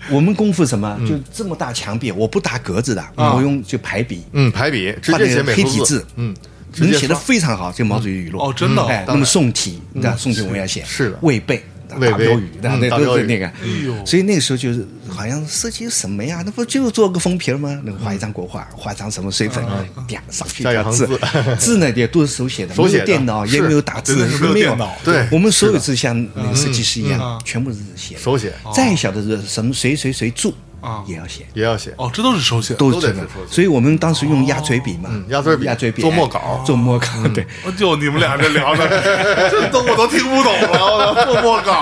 Speaker 3: 我们功夫什么？
Speaker 1: 嗯
Speaker 3: 就这么大墙壁，我不打格子的，
Speaker 1: 啊
Speaker 3: 我用就排笔，
Speaker 2: 嗯，排比直
Speaker 3: 画
Speaker 2: 接
Speaker 3: 那
Speaker 2: 写
Speaker 3: 个
Speaker 2: 美
Speaker 3: 黑
Speaker 2: 术
Speaker 3: 体字，
Speaker 2: 嗯，直
Speaker 3: 能
Speaker 2: 接
Speaker 3: 写的
Speaker 2: 刷
Speaker 3: 非常好，就毛主席语录
Speaker 1: 嗯哦真的哦
Speaker 3: 哎，
Speaker 2: 当
Speaker 3: 那
Speaker 2: 然嗯
Speaker 3: 么宋体，你知道宋体我们要写，
Speaker 2: 是的
Speaker 3: 魏备。
Speaker 2: 魏
Speaker 3: 大
Speaker 2: 备
Speaker 3: 标语，对吧
Speaker 2: 嗯
Speaker 3: 那
Speaker 2: 大
Speaker 3: 都
Speaker 2: 标
Speaker 3: 是
Speaker 2: 语
Speaker 3: 那个
Speaker 1: 呦，
Speaker 3: 所以那个时候就是好像设计什么呀？那不就做个封皮儿吗？那个画一张国画，画一张什么水粉，啪上去
Speaker 2: 加嗯一
Speaker 3: 打
Speaker 2: 行
Speaker 3: 字
Speaker 2: 字，
Speaker 3: 字呢也都是手写的，
Speaker 2: 手
Speaker 3: 没
Speaker 2: 写的
Speaker 3: 有电脑，也
Speaker 2: 是
Speaker 3: 没有打字
Speaker 1: 真的是，没有
Speaker 3: 没有
Speaker 1: 电脑
Speaker 2: 对
Speaker 3: 我们所有字像那个设计师
Speaker 1: 嗯
Speaker 3: 一
Speaker 1: 嗯
Speaker 3: 样，全部是写的
Speaker 2: 手写哦
Speaker 3: 再小的字，什么谁谁谁住
Speaker 1: 啊
Speaker 3: 也要写，
Speaker 2: 也要写，
Speaker 1: 哦，这都是手写的，
Speaker 3: 都
Speaker 2: 都
Speaker 3: 是
Speaker 2: 得
Speaker 3: 这
Speaker 2: 是
Speaker 3: 个
Speaker 2: 手，写
Speaker 3: 所以我们当时用鸭嘴笔嘛，
Speaker 2: 嗯鸭嘴笔
Speaker 3: 鸭嘴笔哎
Speaker 2: 做墨稿，嗯
Speaker 3: 做墨稿，对。
Speaker 1: 哦就你们俩这聊的， 这都我都听不懂了，我都做墨稿。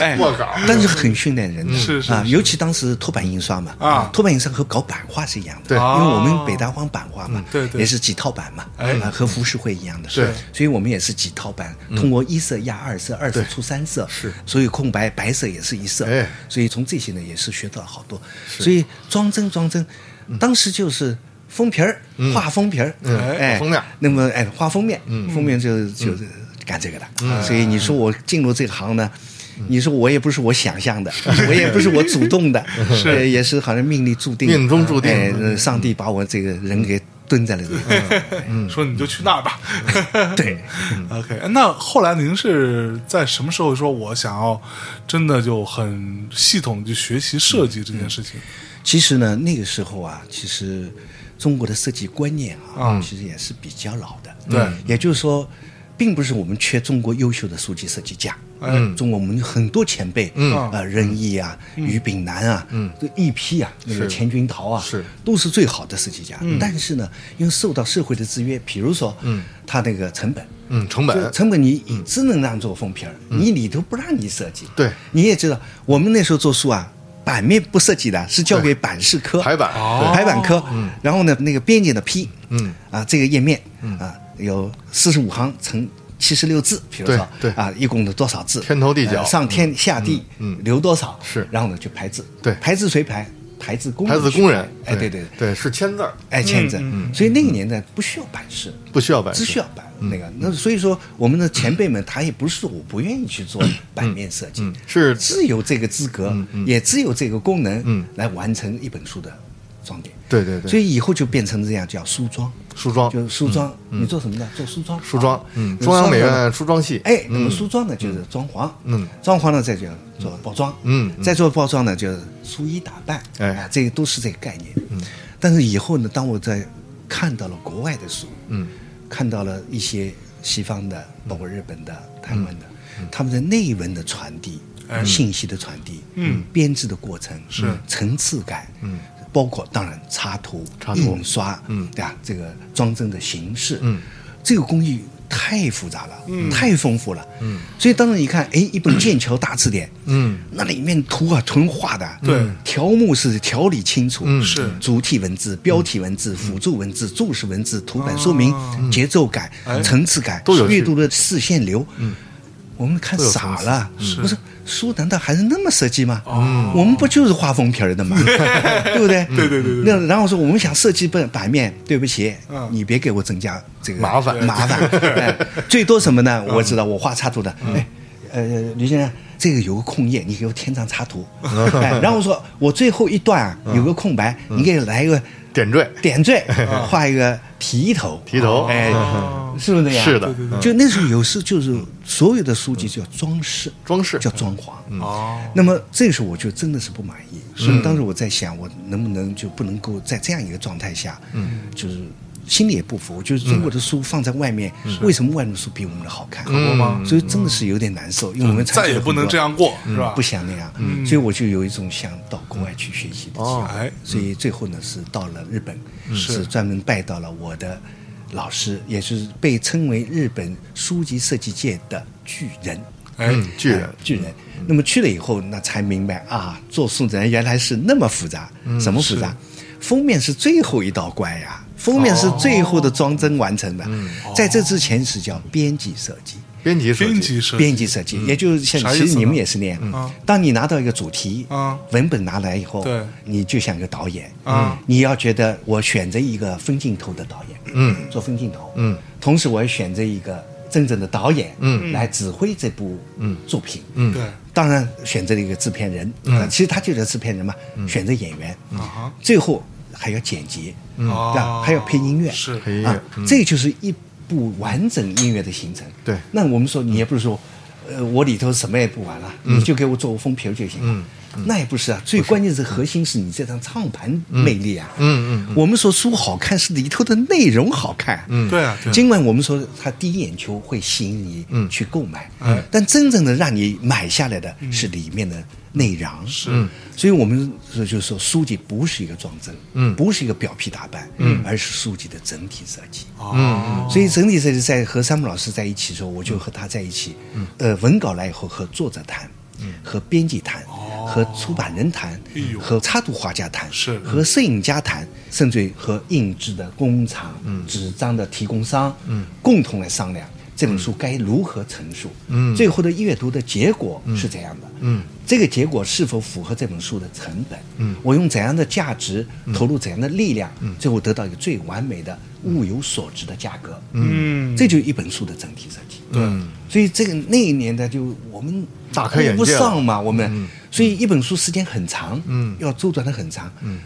Speaker 3: 哎
Speaker 2: 墨稿
Speaker 3: 但是很训练人的，
Speaker 1: 是是
Speaker 3: 啊，
Speaker 1: 是
Speaker 3: 尤其当时拓版印刷嘛，
Speaker 1: 啊
Speaker 3: 拓版印刷和搞版画是一样的，
Speaker 2: 对嗯
Speaker 3: 因为我
Speaker 1: 哦
Speaker 3: 们北大荒版画嘛，
Speaker 1: 对对
Speaker 3: 也是几套版嘛，
Speaker 1: 哎
Speaker 3: 啊，和浮世绘一样的，
Speaker 2: 是
Speaker 3: 所以我们也是几套版，通过一色压二色，二色出三色，
Speaker 2: 嗯是，
Speaker 3: 所以空白白色也是一色
Speaker 2: 哎，
Speaker 3: 所以从这些呢也是学到了好多，所以装帧装帧，当时就是。封皮儿，画封皮儿，
Speaker 2: 嗯
Speaker 3: 哎，
Speaker 2: 封面嗯
Speaker 3: 那么哎，画封面，封面就就是干这个的，所以你说我进入这个行呢，
Speaker 2: 嗯
Speaker 3: 你说我也不是我想 象的，我也不是我主动的，是也是好像命里注定，
Speaker 2: 命中注定
Speaker 3: 哎，呃上帝把我这个人给蹲在了
Speaker 2: 嗯
Speaker 3: 这里。
Speaker 1: 说你就去那儿吧。
Speaker 3: 对，
Speaker 1: OK，那后来您是在什么时候说我想要真的就很系统地去学习设计这件事情？
Speaker 3: 其实呢，那个时候啊，其实中国的设计观念啊，其实也是比较老的。
Speaker 1: 对
Speaker 3: 也就是说，并不是我们缺中国优秀的书籍设计家。呃
Speaker 1: 嗯，
Speaker 3: 中国我们很多前辈，嗯啊，任意啊，俞炳南啊，嗯，这一批啊，那个钱君陶啊，
Speaker 2: 是
Speaker 3: 都是最好的设计家。但是呢，因为受到社会的制约，比如说，嗯，他那个成本，
Speaker 2: 嗯，成本嗯
Speaker 3: 就成本你你只能让做封皮儿，你里头不让你设计。
Speaker 2: 对
Speaker 3: 你也知道，我们那时候做书啊，版面不设计的，是交给版式科
Speaker 2: 排版嗯
Speaker 1: 哦
Speaker 3: 排版科。然后呢，那个编辑呢批，嗯啊，这个页面啊有四十五行乘。七十六字，比如说，
Speaker 2: 对对
Speaker 3: 啊，一共有多少字？
Speaker 2: 天头地角
Speaker 3: 呃上天下地，
Speaker 2: 嗯嗯
Speaker 3: 留多少？
Speaker 2: 是
Speaker 3: 然后呢就排字，
Speaker 2: 对
Speaker 3: 排字谁排？排字工人
Speaker 2: 台
Speaker 3: 去排，
Speaker 2: 子工人，
Speaker 3: 哎，对对对，
Speaker 2: 对，是签字儿，
Speaker 3: 哎，签字
Speaker 1: 嗯。
Speaker 3: 所以那个年代不需要版式，
Speaker 2: 不需要版嗯
Speaker 3: 只
Speaker 2: 式，
Speaker 3: 需要版那个。那所以说，我们的前辈们他也不是说我不愿意去做版面设计，
Speaker 2: 嗯是嗯
Speaker 3: 自有这个资格，也只有这个功能来完成一本书的装点。
Speaker 2: 对对对
Speaker 3: 所以以后就变成这样，叫梳妆。
Speaker 2: 梳妆
Speaker 3: 就是梳妆，你做什么的？做梳妆。
Speaker 2: 梳妆
Speaker 3: 啊，
Speaker 2: 嗯，
Speaker 3: 那
Speaker 2: 中央
Speaker 3: 上
Speaker 2: 美
Speaker 3: 面
Speaker 2: 院梳妆系，
Speaker 3: 哎，那么梳妆呢就是装潢，
Speaker 2: 嗯，
Speaker 3: 装潢呢再就做包装，
Speaker 2: 嗯
Speaker 3: 再做包装呢就是梳衣打扮，
Speaker 2: 哎
Speaker 3: 啊，这个都是这个概念，嗯。但是以后呢，当我在看到了国外的书，嗯，看到了一些西方的，包括日本的、台湾的，
Speaker 2: 嗯
Speaker 3: 他们的内文的传递、
Speaker 2: 哎
Speaker 3: 信息的传递，
Speaker 1: 嗯，
Speaker 3: 编制的过程
Speaker 1: 是
Speaker 3: 层次感，嗯。包括当然插图、
Speaker 2: 插图
Speaker 3: 印刷，嗯，对吧？这个装帧的形式，
Speaker 2: 嗯，
Speaker 3: 这个工艺太复杂了，太丰富了，嗯，所以当时你看，哎，一本《剑桥大字典》，
Speaker 2: 嗯，
Speaker 3: 那里面图啊，纯画的，
Speaker 1: 对
Speaker 3: 条目是条理清楚，
Speaker 2: 嗯
Speaker 1: 是
Speaker 3: 主体文字、标题文字、辅助文字、注释文字、图本说明、节奏感、层次感、
Speaker 2: 啊哎都有
Speaker 3: 阅
Speaker 2: 趣嗯
Speaker 3: 读的视线流，我们看
Speaker 2: 都有
Speaker 3: 傻
Speaker 2: 层
Speaker 3: 了，不是书难道还是那么设计吗？
Speaker 1: 哦
Speaker 3: 我们不就是画封皮儿的吗？对不对？
Speaker 1: 对对对对
Speaker 3: 那然后说我们想设计版版面，对不起
Speaker 1: 嗯，
Speaker 3: 你别给我增加这个
Speaker 2: 麻烦
Speaker 3: 麻烦。哎，最多什么呢？我知道我画插图的，哎，呃，吕先生。这个有个空页，你给我添张插图。哎，然后说，我最后一段啊有个空白，你给我来一个
Speaker 2: 点缀，
Speaker 3: 点缀，画一个提头。
Speaker 2: 提啊头啊
Speaker 3: 哎
Speaker 1: 哦，
Speaker 3: 是不是那样？
Speaker 2: 是的
Speaker 1: 对对
Speaker 3: 就那时候有时就是所有的书籍叫装饰，
Speaker 2: 装饰嗯
Speaker 3: 叫装潢。
Speaker 1: 哦，
Speaker 3: 那么这个时候我就真的是不满意，所以当时我在想，我能不能就不能够在这样一个状态下，嗯，就是心里也不服，
Speaker 2: 嗯
Speaker 3: 就是中国的书放在外面，为什么外面的书比我们的好看？
Speaker 2: 嗯
Speaker 1: 吗
Speaker 3: 所以真的是有点难受，因为我们
Speaker 1: 嗯再也不能这
Speaker 3: 样，
Speaker 1: 样过，是吧？
Speaker 3: 嗯不想那样，
Speaker 2: 嗯
Speaker 3: 所以我就有一种想到国外去学习的机
Speaker 2: 哦
Speaker 3: 会。
Speaker 1: 哎，
Speaker 3: 所以最后呢是到了日本，
Speaker 1: 是
Speaker 3: 是专门拜到了我的老师，也是被称为日本书籍设计界的巨人。
Speaker 1: 哎，
Speaker 2: 嗯，巨人
Speaker 3: 哎，巨人。那么去了以后，那才明白啊，做书人原来是那么复杂，什么复杂？封面是最后一道啊关呀，封面是最后的装帧完成的，在这之前是叫编辑设计。
Speaker 2: 编辑设计
Speaker 1: 编辑设计嗯
Speaker 3: 编辑设计，也就是像
Speaker 1: 啥意思
Speaker 3: 其实你们
Speaker 1: 呢
Speaker 3: 也是那样。
Speaker 1: 啊
Speaker 3: 当你拿到一个主题，
Speaker 1: 啊
Speaker 3: 文本拿来以后，
Speaker 1: 对
Speaker 3: 你就像一个导演，
Speaker 1: 啊
Speaker 3: 你要觉得我选择一个分镜头的导演，嗯，做分镜头，
Speaker 2: 嗯，
Speaker 3: 同时我要选择一个真正的导演，
Speaker 2: 嗯，
Speaker 3: 来指挥这部嗯作品，
Speaker 2: 嗯
Speaker 1: 对，
Speaker 3: 当然选择了一个制片人，嗯，其实他就叫制片人嘛，选择演员，
Speaker 1: 啊哈，
Speaker 3: 最后还要剪辑，嗯对吧？
Speaker 1: 哦
Speaker 3: 还要配音乐，
Speaker 1: 是
Speaker 2: 配音乐嗯
Speaker 3: 啊，这就是一部完整音乐的形成。
Speaker 2: 对
Speaker 3: 那我们说你也不是说，呃，我里头什么也不玩了，
Speaker 2: 嗯
Speaker 3: 你就给我做个封皮儿就行了。那也不是啊，最关键是核心是你这张唱盘魅力啊。
Speaker 2: 嗯
Speaker 3: 我们说书好看是里头的内容好看。嗯
Speaker 1: 对啊对啊
Speaker 3: 尽管我们说它第一眼球会吸引你去购买，
Speaker 1: 嗯
Speaker 3: 但真正的让你买下来的是里面的内瓤。是
Speaker 1: 嗯
Speaker 3: 所以我们说就是说，书籍不是一个装帧，
Speaker 2: 嗯
Speaker 3: 不是一个表皮打扮，嗯，而是书籍的整体设计。
Speaker 1: 哦，
Speaker 3: 所以整体设计在和山姆老师在一起的时候，我就和他在一起，
Speaker 1: 嗯
Speaker 3: 呃，文稿来以后和作者谈，和编辑谈，和出版人谈
Speaker 1: 哦哎，呦
Speaker 3: 和插图画家谈，
Speaker 1: 是
Speaker 3: 和摄影家谈，甚至于和印制的工厂、
Speaker 1: 嗯
Speaker 3: 纸张的提供商，共同来商量这
Speaker 1: 嗯
Speaker 3: 本书该如何陈述，最后的阅读的结果
Speaker 1: 嗯
Speaker 3: 是怎样的，这个结果是否符合这本书的成本？
Speaker 1: 嗯
Speaker 3: 我用怎样的价值投入怎样的力量，最后得到一个最完美的物有所值的价格。
Speaker 1: 嗯，
Speaker 3: 这就是一本书的整体设计。
Speaker 1: 对，
Speaker 3: 所以这个那一年的就我们
Speaker 2: 大开眼界
Speaker 3: 顾不上
Speaker 2: 了嗯
Speaker 3: 嘛，我们、所以一本书时间很长，嗯，要周转的很长，嗯，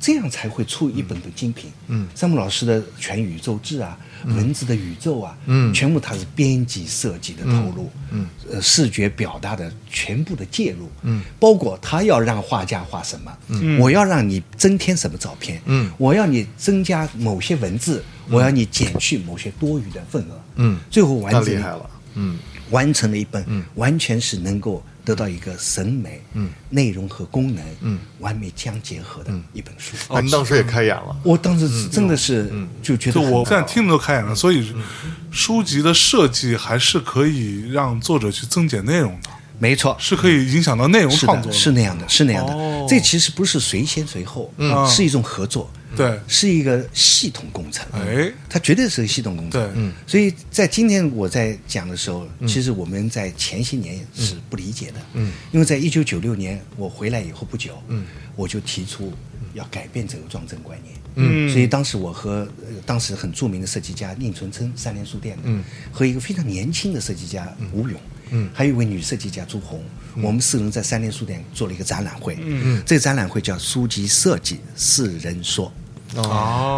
Speaker 3: 这样才会出一本本精品。嗯，山姆老师的《全宇宙志》啊，
Speaker 2: 嗯
Speaker 3: 文字的宇宙》啊，嗯，全部他是编辑设计的投入，嗯，呃，视觉表达的全部的介入，嗯，包括他要让画家画什么，嗯，我要让你增添什么照片，
Speaker 2: 嗯
Speaker 3: 我要你增加某些文字，我要你减去某些多余的份额，
Speaker 2: 嗯
Speaker 3: 最后完
Speaker 2: 那
Speaker 3: 成
Speaker 2: 厉
Speaker 3: 一
Speaker 2: 害了，嗯
Speaker 3: 完成了一本，
Speaker 1: 嗯
Speaker 3: 完全是能够得到一个审美、内容和功能、
Speaker 1: 嗯
Speaker 3: 完美相结合的一本书。
Speaker 1: 哦
Speaker 2: 那你当时也开眼了，
Speaker 3: 我当时是真的是就觉得
Speaker 1: 嗯就
Speaker 3: 很
Speaker 1: 我现在
Speaker 3: 棒
Speaker 1: 听着都开眼了，所以书籍的设计还是可以让作者去增减内容的，
Speaker 3: 没错，
Speaker 1: 是可以影响到内容
Speaker 3: 是
Speaker 1: 创作
Speaker 3: 的，是那样的，是那样
Speaker 1: 哦嗯
Speaker 3: 的。这其实不是谁先谁后，是一种合作，
Speaker 1: 对
Speaker 3: 是一个系统工程。
Speaker 1: 哎
Speaker 3: 它绝对是个系统工程。
Speaker 1: 对嗯，
Speaker 3: 所以在今天我在讲的时候，其实我们在前些年是不理解的，嗯，因为在一九九六年我回来以后不久，嗯，我就提出要改变这个装帧观念，嗯，所以当时我和、呃当时很著名的设计家宁存琛三联书店的，嗯，和一个非常年轻的设计家吴勇。嗯，还有一位女设计家朱红，我们四人在三联书店做了一个展览会。嗯嗯，这个展览会叫“书籍设计是人说”。
Speaker 1: 哦
Speaker 3: 嗯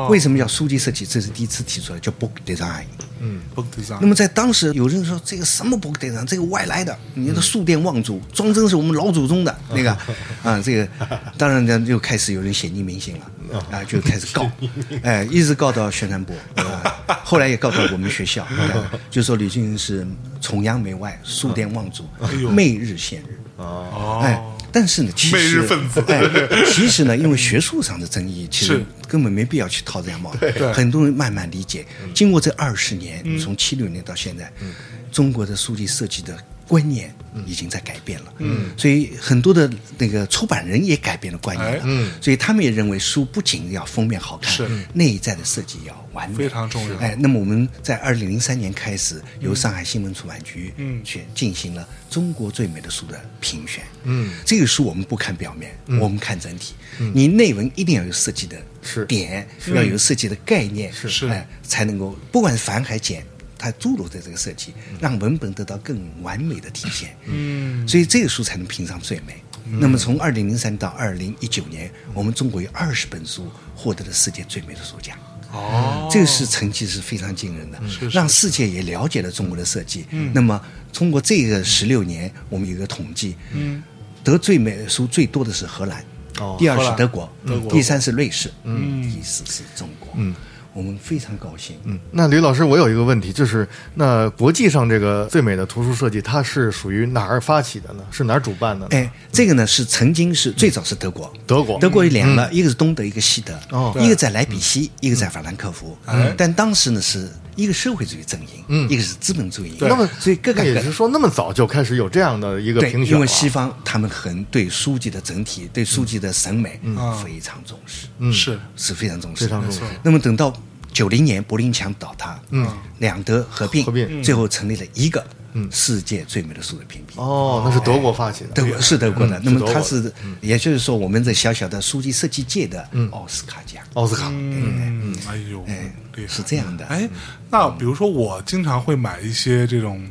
Speaker 3: 为什么叫书籍设计？这是第一次提出来，叫 book design。
Speaker 1: 嗯，book design，
Speaker 3: 那么在当时，有人说这个什么 book design，这个外来的，你的数典忘祖，装帧是我们老祖宗的那个啊，这个当然呢就开始有人写匿名信了啊，就开始告，哎，一直告到宣传部，啊后来也告到我们学校，啊就说李俊是崇洋媚外、数典忘祖、媚日献日。哎
Speaker 1: 哦，，
Speaker 3: 但是呢，其实
Speaker 1: 媚日分子
Speaker 3: 哎，其实呢，因为学术上的争议，其 实
Speaker 1: 是
Speaker 3: 根本没必要去套这样帽子
Speaker 1: 对。嗯
Speaker 3: 很多人慢慢理解，经过这二十年，从七六年到现在，中国的书籍设计的观念已经在改变了。嗯，所以很多的那个出版人也改变了观念
Speaker 1: 哎
Speaker 3: 了。嗯，所以他们也认为书不仅要封面好看
Speaker 1: 是，
Speaker 3: 内在的设计要完美，
Speaker 1: 非常重要
Speaker 3: 哎，那么我们在二零零三年开始，由上海新闻出版局
Speaker 1: 嗯
Speaker 3: 去进行了中国最美的书的评选。嗯，这个书我们不看表面，
Speaker 1: 嗯
Speaker 3: 我们看整体。你内文一定要有设计的
Speaker 2: 是
Speaker 3: 点，要有设计的概念，
Speaker 1: 是
Speaker 3: 哎，才能够不管是繁还简，它注入在这个设计，让文本得到更完美的体现。
Speaker 1: 嗯，
Speaker 3: 所以这个书才能评上最美。那么从二零零三到二零一九年，我们中国有二十本书获得了世界最美的书奖。
Speaker 1: 哦，
Speaker 3: 这个是成绩是非常惊人的，
Speaker 1: 是是
Speaker 3: 让世界也了解了中国的设计。那么通过这个十六年，我们有一个统计，嗯，得最美的书最多的是荷兰，
Speaker 2: 哦
Speaker 3: 第二
Speaker 1: 荷
Speaker 3: 是
Speaker 1: 兰
Speaker 3: 德国，
Speaker 1: 德国
Speaker 3: 第三是瑞士，
Speaker 1: 嗯
Speaker 3: 第四是中国。嗯，我们非常高兴。嗯，
Speaker 2: 那吕老师，我有一个问题，就是那国际上这个最美的图书设计，它是属于哪儿发起的呢？是哪儿主办的呢？
Speaker 3: 哎，这个呢是曾经是最早是德国，
Speaker 2: 德国
Speaker 3: 德国有两个，一个是东德，一个西德
Speaker 2: 哦，
Speaker 3: 一个在莱比锡，一个在法兰克福
Speaker 1: 哎。
Speaker 3: 但当时呢是一个社会主义阵营，一个是资本主义，
Speaker 2: 那么
Speaker 3: 所以各
Speaker 2: 那
Speaker 3: 干
Speaker 2: 也
Speaker 3: 各
Speaker 2: 就是说，那么早就开始有这样的一个
Speaker 3: 对，
Speaker 2: 评选啊嗯
Speaker 3: 因
Speaker 2: 了
Speaker 3: 为西方他们很对书籍的整体、对书籍的审美非常重视，
Speaker 1: 嗯是
Speaker 3: 是非常重视，嗯
Speaker 2: 非常重视
Speaker 1: 没错
Speaker 3: 那么等到九零年柏林墙倒塌，嗯，两德合并，
Speaker 2: 合并嗯
Speaker 3: 最后成立了一个世界最美的数字评比。
Speaker 2: 哦，那是德国发起的，
Speaker 3: 德国是德国的，
Speaker 2: 是
Speaker 3: 那
Speaker 2: 德
Speaker 3: 么
Speaker 2: 国嗯
Speaker 3: 它
Speaker 2: 的
Speaker 3: 是，也就是说，我们这小小的书籍设计界的奥斯卡奖，
Speaker 2: 奥斯卡，
Speaker 1: 嗯，哎呦，厉害
Speaker 3: 是这样的。
Speaker 1: 哎，那比如说我经常会买一些这种，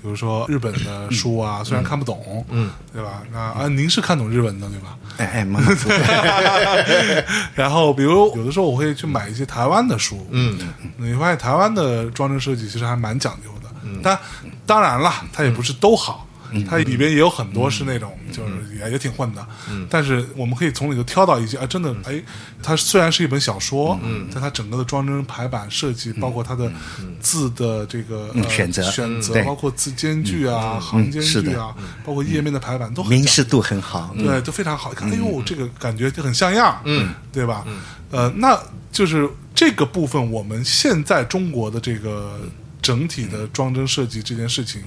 Speaker 1: 比如说日本的书啊，虽然看不懂，嗯，对吧？那啊，您是看懂日文的对吧？
Speaker 3: 哎哎，妈妈不会
Speaker 1: 然后比如有的时候我会去买一些台湾的书，嗯，你会发现台湾的装帧设计其实还蛮讲究的，但当然了，它也不是都好。它里边也有很多是那种，就是也也挺混的，但是我们可以从里头挑到一些啊，真的，哎，它虽然是一本小说，但它整个的装帧排版设计，包括它的字的这个
Speaker 3: 嗯
Speaker 1: 呃
Speaker 3: 选择
Speaker 1: 选择，
Speaker 3: 对
Speaker 1: 包括字间距啊、行间
Speaker 3: 是
Speaker 1: 距
Speaker 3: 的
Speaker 1: 啊，包括页面的排版 都很
Speaker 3: 明
Speaker 1: 讲
Speaker 3: 视度很好，
Speaker 1: 对，都非常好
Speaker 3: 嗯
Speaker 1: 看。哎呦，这个感觉就很像样，嗯，对吧？呃，那就是这个部分，我们现在中国的这个整体的装帧设计这件事情，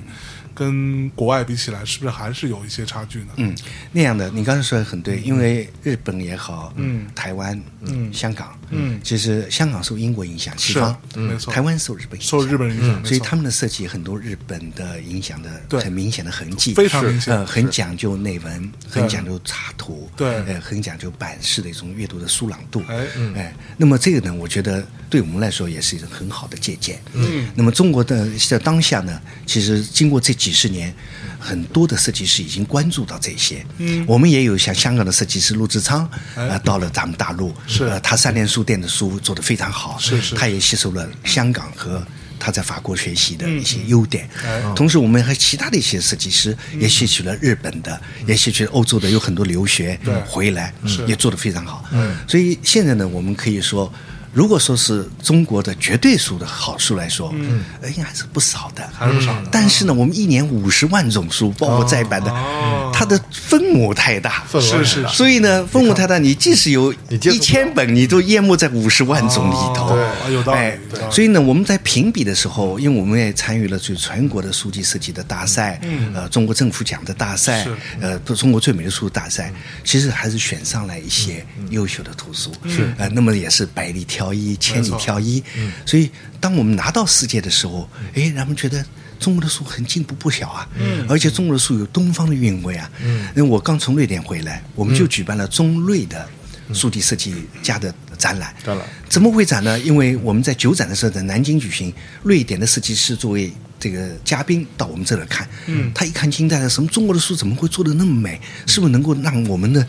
Speaker 1: 跟国外比起来，是不是还是有一些差距呢？
Speaker 3: 嗯，那样的，你刚才说的很对，因为日本也好，嗯，台湾，嗯，香港，
Speaker 1: 嗯嗯
Speaker 3: 其实香港受英国影响，西
Speaker 1: 是
Speaker 3: 方，
Speaker 1: 嗯没错
Speaker 3: 台湾受日本影响，
Speaker 1: 受日本人影嗯响，没
Speaker 3: 嗯所以
Speaker 1: 错
Speaker 3: 他们的设计很多日本的影响
Speaker 1: 对
Speaker 3: 的很明显的痕迹，
Speaker 1: 非常明显
Speaker 3: 呃，很讲究内文，
Speaker 1: 对
Speaker 3: 很讲究插图，
Speaker 1: 对
Speaker 3: 呃，很讲究版式的一种阅读的舒朗度，
Speaker 1: 哎
Speaker 3: 哎，那么这个呢，我觉得对我们来说也是一种很好的借鉴，嗯，那么中国的在当下呢，其实经过这几十年，很多的设计师已经关注到这些，嗯，我们也有像香港的设计师陆志昌，
Speaker 1: 哎
Speaker 3: 呃，到了咱们大陆，
Speaker 1: 是
Speaker 3: 呃他三联书店的书做得非常好，
Speaker 1: 是是
Speaker 3: 他也吸收了
Speaker 1: 嗯
Speaker 3: 香港和他在法国学习的一些优点。
Speaker 1: 哎嗯
Speaker 3: 同时，我们和其他的一些设计师也吸取了日本的，也吸取了欧洲的，有很多留学
Speaker 1: 对
Speaker 3: 回来
Speaker 1: 是，嗯
Speaker 3: 也做得非常好。所以现在呢，我们可以说。如果说是中国的绝对数的好书来说，嗯，应该还是不少的，
Speaker 1: 还是不少的嗯
Speaker 3: 但是呢，我们一年五十万种书，包括再版的，
Speaker 1: 哦
Speaker 3: 它的分母太大，
Speaker 2: 氛
Speaker 1: 是
Speaker 2: 围
Speaker 1: 是
Speaker 3: 所以呢，分母太大，你即使有
Speaker 2: 你接触
Speaker 3: 一
Speaker 2: 不
Speaker 3: 千本，你都淹没在五十万种里头。
Speaker 1: 哦对有道理
Speaker 3: 哎
Speaker 1: 有道理
Speaker 3: 所以呢，我们在评比的时候，因为我们也参与了就全国的书籍设计的大赛，呃，中国政府奖的大
Speaker 1: 嗯
Speaker 3: 赛
Speaker 1: 是，
Speaker 3: 呃，中国最美的书大赛，其实还是选上来一些
Speaker 1: 嗯
Speaker 3: 优秀的图书。是，呃，那么也是百里挑一，千里挑一。
Speaker 1: 嗯
Speaker 3: 所以，当我们拿到世界的时候，哎，人们觉得。中国的书很进步不小啊，嗯，而且中国的书有东方的韵味啊，嗯，因为我刚从瑞典回来，我们就
Speaker 1: 嗯
Speaker 3: 举办了中瑞的书籍设计家的展览，
Speaker 2: 展览
Speaker 3: 怎么会展呢？因为我们在九展的时候在南京举行，瑞典的设计师作为这个嘉宾到我们这儿来看，嗯，他一看惊呆了，什么中国的书怎么会做的那么美？是不是能够让我们的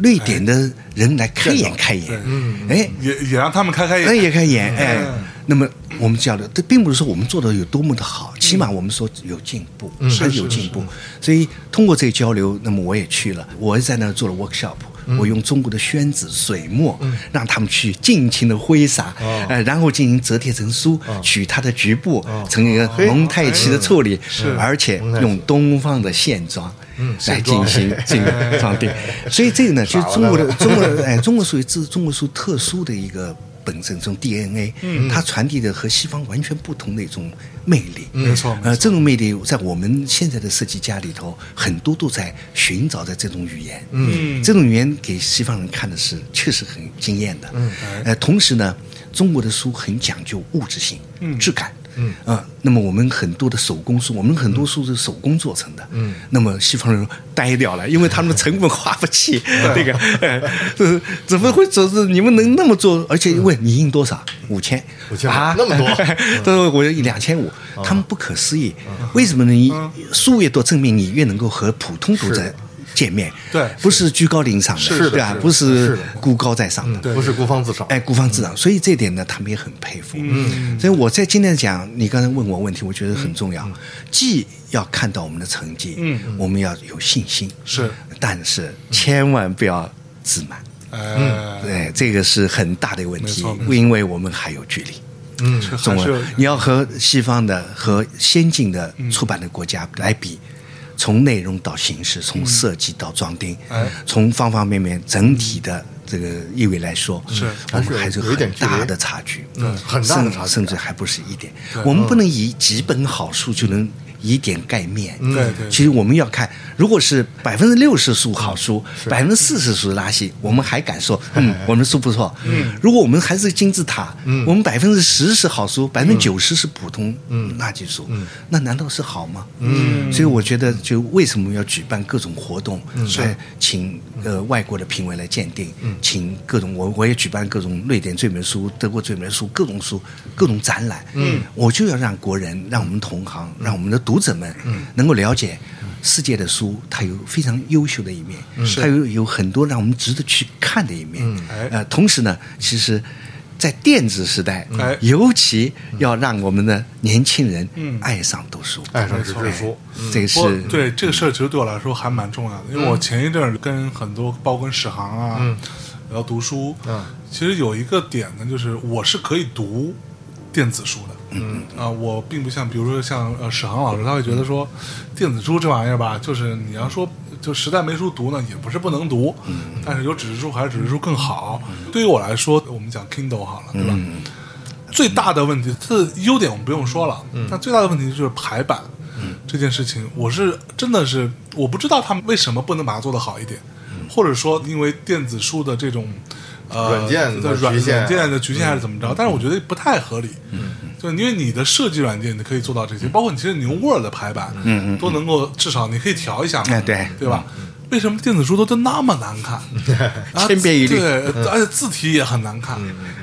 Speaker 3: 瑞典的人来开眼开眼？嗯，哎，
Speaker 1: 也也让他们开开
Speaker 3: 那
Speaker 1: 眼，嗯
Speaker 3: 也开眼，哎，那么我们讲的，这并不是说我们做的有多么的好，起码我们说有进步，还
Speaker 1: 嗯是
Speaker 3: 有进步。所以通过这个交流，那么我也去了，我也在那儿做了 workshop。我
Speaker 1: 嗯
Speaker 3: 用中国的宣纸、水墨，让他们去尽情的挥洒，
Speaker 1: 哦
Speaker 3: 呃，然后进行折叠成书，取它的局部，成一个蒙太奇
Speaker 1: 哎
Speaker 3: 的处理，而且用东方的线装
Speaker 1: 嗯
Speaker 3: 来进 行进行装订。所以这个呢，就是中国的中国的哎，中国属于自中国属于特殊的一个本身这种 DNA，它
Speaker 1: 嗯
Speaker 3: 传递的和西方完全不同的一种魅力。
Speaker 1: 嗯没错没
Speaker 3: 呃，
Speaker 1: 错，
Speaker 3: 这种魅力在我们现在的设计家里头，很多都在寻找着这种语言。
Speaker 1: 嗯
Speaker 3: 这种语言给西方人看的是确实很惊艳的。嗯呃，同时呢，中国的书很讲究物质性、
Speaker 1: 嗯
Speaker 3: 质感。嗯啊，那么我们很多的手工书，我们很多书是手工做成的。嗯，那么西方人呆掉了，因为他们的成本花不起那个，呃这怎么会总是你们能那么做？而且问你印多少？五千，
Speaker 2: 五千
Speaker 3: 啊，
Speaker 2: 那么 多
Speaker 3: 他说我两千五，他们不可思议，为什么呢？你书越多，证明你越能够和普通读者
Speaker 2: 是
Speaker 3: 见面，
Speaker 1: 对
Speaker 3: 不是居高临上的，
Speaker 2: 是的
Speaker 3: 对吧
Speaker 2: 是？的
Speaker 3: 不
Speaker 2: 是
Speaker 3: 是
Speaker 2: 的嗯
Speaker 3: 孤高在上的，
Speaker 1: 对
Speaker 2: 不是孤芳自赏，
Speaker 3: 哎，孤芳自赏，所以这点呢，他们也很佩服。嗯，所以我在今天讲，你刚才问我问题，我觉得很重要，既要看到我们的成绩，
Speaker 1: 嗯，
Speaker 3: 我们要有信心，
Speaker 1: 是，
Speaker 3: 但是千万不要自满，
Speaker 1: 哎，
Speaker 3: 嗯对，这个是很大的问
Speaker 1: 没
Speaker 3: 题
Speaker 1: 错没，错
Speaker 3: 因为我们还有距离。
Speaker 1: 嗯，还
Speaker 3: 中
Speaker 1: 是有
Speaker 3: 文，你要和西方的、和先进的
Speaker 2: 嗯
Speaker 3: 出版的国家来比，从内容到形式，从设计到装订，
Speaker 2: 嗯
Speaker 1: 哎
Speaker 3: 从方方面面整体的这个意味来说，
Speaker 1: 是
Speaker 3: 我们
Speaker 2: 还
Speaker 3: 还
Speaker 2: 是
Speaker 3: 是
Speaker 2: 有有一点
Speaker 3: 很大
Speaker 2: 距离
Speaker 3: 的差距，
Speaker 2: 嗯很大的
Speaker 3: 甚
Speaker 2: 差距
Speaker 3: 嗯甚至还不是一点。我们不能以几本好书就能以点盖面。
Speaker 1: 对对
Speaker 3: 其实我们要看，如果是百分之六十书好书，百分之四十书垃圾，我们还敢 说，嗯，我们书不错。嗯，如果我们还是金字塔，嗯，我们百分之十是好书，百分之九十是普通垃圾书，嗯，那难道是好吗？嗯，所以我觉得，就为什么要举办各种活动，来请呃外国的评委来鉴定，
Speaker 1: 嗯
Speaker 3: 请各种我我也举办各种瑞典最美书、德国最美书、各种书、各种展览，嗯，我就要让国人，让我们同行，
Speaker 1: 嗯
Speaker 3: 让我们的读者们，能够了解。世界的书，它有非常优秀的一面，
Speaker 1: 嗯
Speaker 3: 它有有很多让我们值得去看的一面。
Speaker 1: 哎
Speaker 3: 呃，同时呢，其实，在电子时代，
Speaker 1: 哎
Speaker 3: 尤其要让我们的年轻人
Speaker 1: 嗯
Speaker 3: 爱上读书。
Speaker 2: 爱上
Speaker 1: 没
Speaker 2: 纸
Speaker 1: 错
Speaker 2: 质书，
Speaker 3: 这个
Speaker 1: 不过
Speaker 3: 是嗯
Speaker 1: 对这个事儿，其实对我来说还蛮重要的，因为我前一阵儿跟很多，包括跟史航啊，然后读书，
Speaker 2: 嗯
Speaker 1: 其实有一个点呢，就是我是可以读电子书的，嗯啊，我并不像，比如说像呃史航老师，他会觉
Speaker 3: 嗯
Speaker 1: 得说，电子书这玩意儿吧，就是你要说就实在没书读呢，也不是不能读，
Speaker 3: 嗯
Speaker 1: 但是有纸质书还是纸质书更好。对于我来说，我们讲 Kindle 好了，对
Speaker 3: 嗯
Speaker 1: 吧？最大的问题，它的优点我们不用说了，但最大的问题就是排版、这件事情，我是真的是我不知道他们为什么不能把它做得好一点，或者说因为电子书的这种呃
Speaker 2: 软件的
Speaker 1: 对软
Speaker 2: 局限
Speaker 1: 软件的局限还是怎么着，但是我觉得不太合理。就因为你的设计软件，你可以做到这些，包括你其实你用 Word 的排版，嗯嗯，都能够至少你可以调一下嘛，
Speaker 3: 哎对
Speaker 1: 对吧？为什么电子书都都那么难看？啊
Speaker 3: 千篇一律
Speaker 1: 对，而且字体也很难看，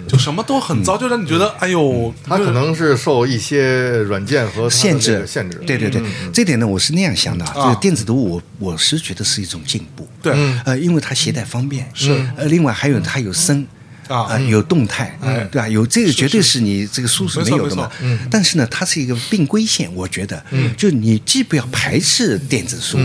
Speaker 1: 就什么都很糟，就让你觉得哎呦，
Speaker 2: 它可能是受一些软件和它的
Speaker 3: 限
Speaker 2: 那
Speaker 3: 制
Speaker 2: 个限制，嗯
Speaker 3: 对对对，这点呢，我是那样想的啊，
Speaker 1: 啊
Speaker 3: 这个电子读物我我是觉得是一种进步，
Speaker 1: 对嗯
Speaker 3: 呃，因为它携带方便，是，呃，另外还有它有声。
Speaker 1: 啊
Speaker 3: 呃有动态，
Speaker 1: 哎
Speaker 3: 对吧？有这个绝对是你这个书是没有
Speaker 1: 没
Speaker 3: 的
Speaker 1: 错
Speaker 3: 嘛。但是呢，它是一个并归线，我觉得，就你既不要排斥电子书，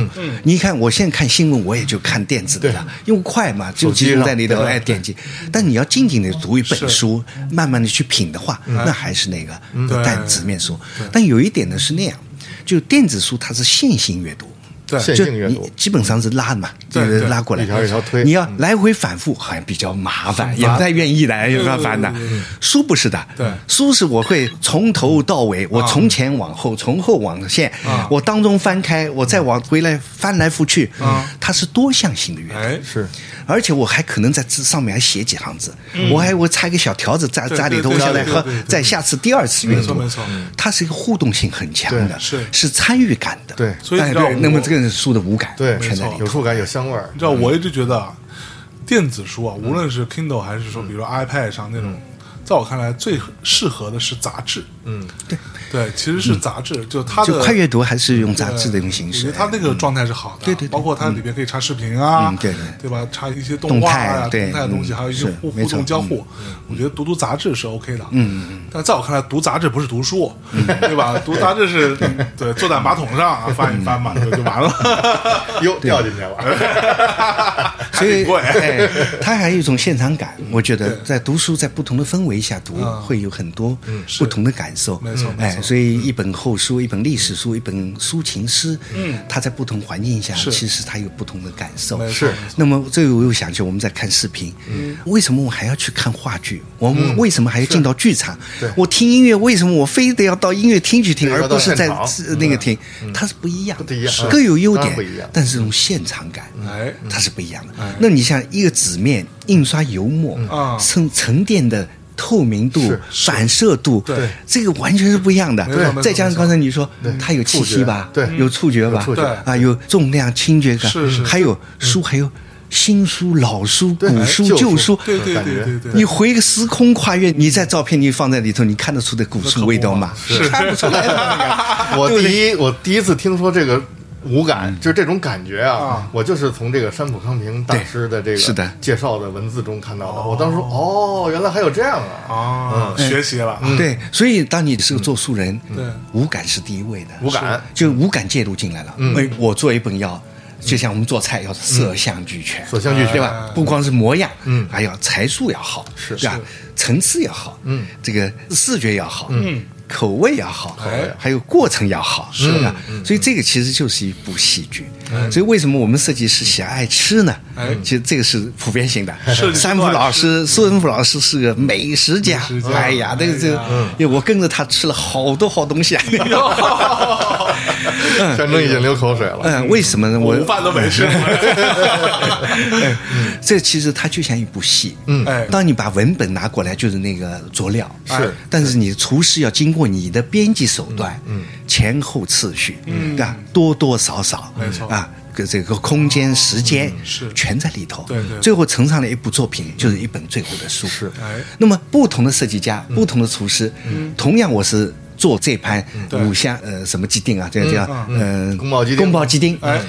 Speaker 3: 你看我现在看新闻，我也就看电子的了，因为快嘛，就
Speaker 2: 手机
Speaker 3: 集中
Speaker 2: 上
Speaker 3: 在你的
Speaker 2: 对
Speaker 3: 哎点击。但你要静静的读一本书，慢慢的去品的话，那还是那个
Speaker 1: 对
Speaker 3: 单纸面书。但有一点呢是那样，就电子书它是线性阅读，
Speaker 1: 对，
Speaker 2: 线
Speaker 3: 就
Speaker 2: 性阅
Speaker 3: 你
Speaker 2: 读
Speaker 3: 基本上是拉嘛，
Speaker 1: 对
Speaker 3: 就是
Speaker 1: 对
Speaker 3: 拉过来，
Speaker 2: 一条一条推嗯
Speaker 3: 你要来回反复，好像比较麻烦，也不太愿意来，也不太烦的
Speaker 1: 对
Speaker 2: 嗯
Speaker 1: 对对对。
Speaker 3: 书不是的，
Speaker 1: 对
Speaker 3: 书是我会从头到尾，我
Speaker 1: 啊
Speaker 3: 从前往后，从后往前
Speaker 1: 啊，
Speaker 3: 我当中翻开，我再往回来翻来覆去
Speaker 1: 啊，
Speaker 3: 它是多项性的阅读。
Speaker 1: 哎，
Speaker 2: 是
Speaker 3: 而且我还可能在这上面还写几行字，我还我插一个小条子扎
Speaker 1: 嗯对
Speaker 3: 扎里头，
Speaker 1: 对对
Speaker 3: 我再
Speaker 1: 对
Speaker 3: 喝
Speaker 1: 对对，对
Speaker 3: 在下次第二次阅
Speaker 1: 没错
Speaker 3: 读，
Speaker 1: 没错嗯
Speaker 3: 它是一个互动性很强的，
Speaker 2: 对
Speaker 1: 是
Speaker 3: 是参与感的，
Speaker 2: 对
Speaker 1: 所以
Speaker 3: 哎
Speaker 1: 你知道
Speaker 3: 对
Speaker 1: 我
Speaker 3: 那么这个书的无感
Speaker 2: 对，
Speaker 3: 全在里
Speaker 2: 有
Speaker 3: 头，
Speaker 2: 触感，有香味儿
Speaker 1: 你，知道，我一直觉得啊，电子书啊，无论是 Kindle 还是说，比如说 iPad 上那种，在我看来最适合的是杂志。嗯，
Speaker 3: 对
Speaker 1: 对，其实是杂志，就它
Speaker 3: 就
Speaker 1: 的
Speaker 3: 快阅读还是用杂
Speaker 1: 呃
Speaker 3: 志的一种形
Speaker 1: 我
Speaker 3: 式，
Speaker 1: 觉得它那个状态是好的。
Speaker 3: 嗯
Speaker 1: 啊
Speaker 3: 对对对
Speaker 1: 包括它里边可以插视频啊，
Speaker 3: 嗯对对
Speaker 1: 对吧？插一些
Speaker 3: 动
Speaker 1: 画啊、
Speaker 3: 态对
Speaker 1: 动态的东西，
Speaker 3: 嗯
Speaker 1: 还有一些
Speaker 3: 是
Speaker 1: 互
Speaker 3: 没
Speaker 1: 互
Speaker 3: 错嗯
Speaker 1: 动交互。我觉得读读杂志是 OK 的。嗯嗯。但在我看来，读杂志不是读书，对
Speaker 3: 嗯
Speaker 1: 吧？读杂志是对坐在马桶上啊翻一翻嘛，就就完 了。
Speaker 2: 哟，掉进去了，
Speaker 3: 所
Speaker 1: 还
Speaker 3: 以
Speaker 1: 挺贵
Speaker 3: 哎， 它还有一种现场感。我觉得在读书，在不同的氛围下读，会有很多不同的感
Speaker 1: 嗯
Speaker 3: 受。
Speaker 1: 没错没
Speaker 3: 哎
Speaker 1: 错，嗯
Speaker 3: 所以一本厚书，一本历史书，一本抒情诗，嗯，它在不同环境下，其实它有不同的感受
Speaker 1: 没。错没错
Speaker 3: 那么这个我又想起我们在看视频，嗯，为什么我还要去看话剧？我
Speaker 2: 嗯
Speaker 3: 们为什么还要进到剧场？我听音乐，为什么我非得要到音乐厅去听，
Speaker 2: 对
Speaker 3: 而
Speaker 2: 要到
Speaker 3: 不是
Speaker 2: 现
Speaker 3: 在
Speaker 2: 场嗯
Speaker 3: 自那个听？它是不一样，
Speaker 2: 不一样是
Speaker 3: 各有优
Speaker 2: 当然
Speaker 3: 点
Speaker 2: 不一样，嗯
Speaker 3: 但是这种现场感，
Speaker 1: 哎，
Speaker 3: 它是不一样的。那你像一个纸面印刷油墨
Speaker 1: 啊
Speaker 3: 沉沉淀的。透明度
Speaker 2: 是、
Speaker 3: 反射度，
Speaker 1: 对
Speaker 3: 这个完全是不一样的。
Speaker 1: 没错没错
Speaker 3: 再加上刚才你说，它有气息吧，
Speaker 2: 触觉对
Speaker 3: 有触觉吧，
Speaker 2: 有触觉
Speaker 3: 啊，有重量、轻觉感，
Speaker 1: 是是嗯哎
Speaker 3: 还有书，还有新书、老书、
Speaker 2: 对
Speaker 3: 古书、
Speaker 2: 旧
Speaker 3: 旧
Speaker 2: 书
Speaker 3: 书，
Speaker 1: 对对
Speaker 2: 感
Speaker 1: 对
Speaker 2: 觉
Speaker 1: 对对。
Speaker 3: 你回个时空跨越，你在照片你放在里头，你看得出的古书味道吗？是看不出 来的那个。
Speaker 2: 我第一我第一次听说这个。无
Speaker 3: 嗯
Speaker 2: 感就是这种感觉啊！我就是从这个山浦康平大师的这个
Speaker 3: 对是的
Speaker 2: 介绍的文字中看到的。我当时说哦，原来还有这样啊！
Speaker 1: 啊，
Speaker 3: 嗯
Speaker 1: 学习了，
Speaker 3: 对，所以当你是个做书人，
Speaker 1: 对
Speaker 3: 无感是第一位的，
Speaker 2: 无感
Speaker 3: 就无感介入进来了。哎，我做一本要，就像我们做菜要色香俱全，
Speaker 2: 色香俱全
Speaker 3: 对吧？不光是模样，嗯，还要材素要好，
Speaker 2: 是
Speaker 3: 对吧？层次要好，嗯，这个视觉要好，嗯。口味要好
Speaker 1: 哎，
Speaker 3: 还有过程要好，是吧？所以这个其实就是一部戏剧。所以为什么我们设计师喜爱吃呢
Speaker 1: 哎？
Speaker 3: 其实这个是普遍性的。
Speaker 1: 设计师
Speaker 3: 三浦
Speaker 1: 都爱
Speaker 3: 老
Speaker 1: 吃
Speaker 3: 师，苏文甫老师是个美食家
Speaker 1: 美食家，
Speaker 3: 哎呀，这个这
Speaker 1: 哎呀
Speaker 3: 个，因为我跟着他吃了好多好东西啊。
Speaker 1: 哟
Speaker 2: 全程已经流口水了。
Speaker 3: 嗯，为什么呢？我哎
Speaker 1: 午饭都没 吃。
Speaker 3: 这其实它就像一部戏。
Speaker 2: 嗯
Speaker 1: 哎
Speaker 3: 当你把文本拿过来，就是那个佐料。哎
Speaker 2: 是
Speaker 3: 但是你厨师要经过你的编辑手段，嗯，前后次序，嗯啊，多多少少，
Speaker 1: 没错哦嗯
Speaker 3: 啊。个这个空间、时间
Speaker 1: 是
Speaker 3: 全在里头，
Speaker 1: 对对
Speaker 3: 最后呈上了一部作品，就是一本最后的书。
Speaker 2: 是
Speaker 1: 哎
Speaker 3: 那么不同的设计家、不同的厨师，同样我是做这盘
Speaker 1: 对
Speaker 3: 五香呃什么鸡丁啊，这个叫嗯
Speaker 2: 宫保鸡丁
Speaker 3: 宫保鸡丁嗯
Speaker 1: 哎，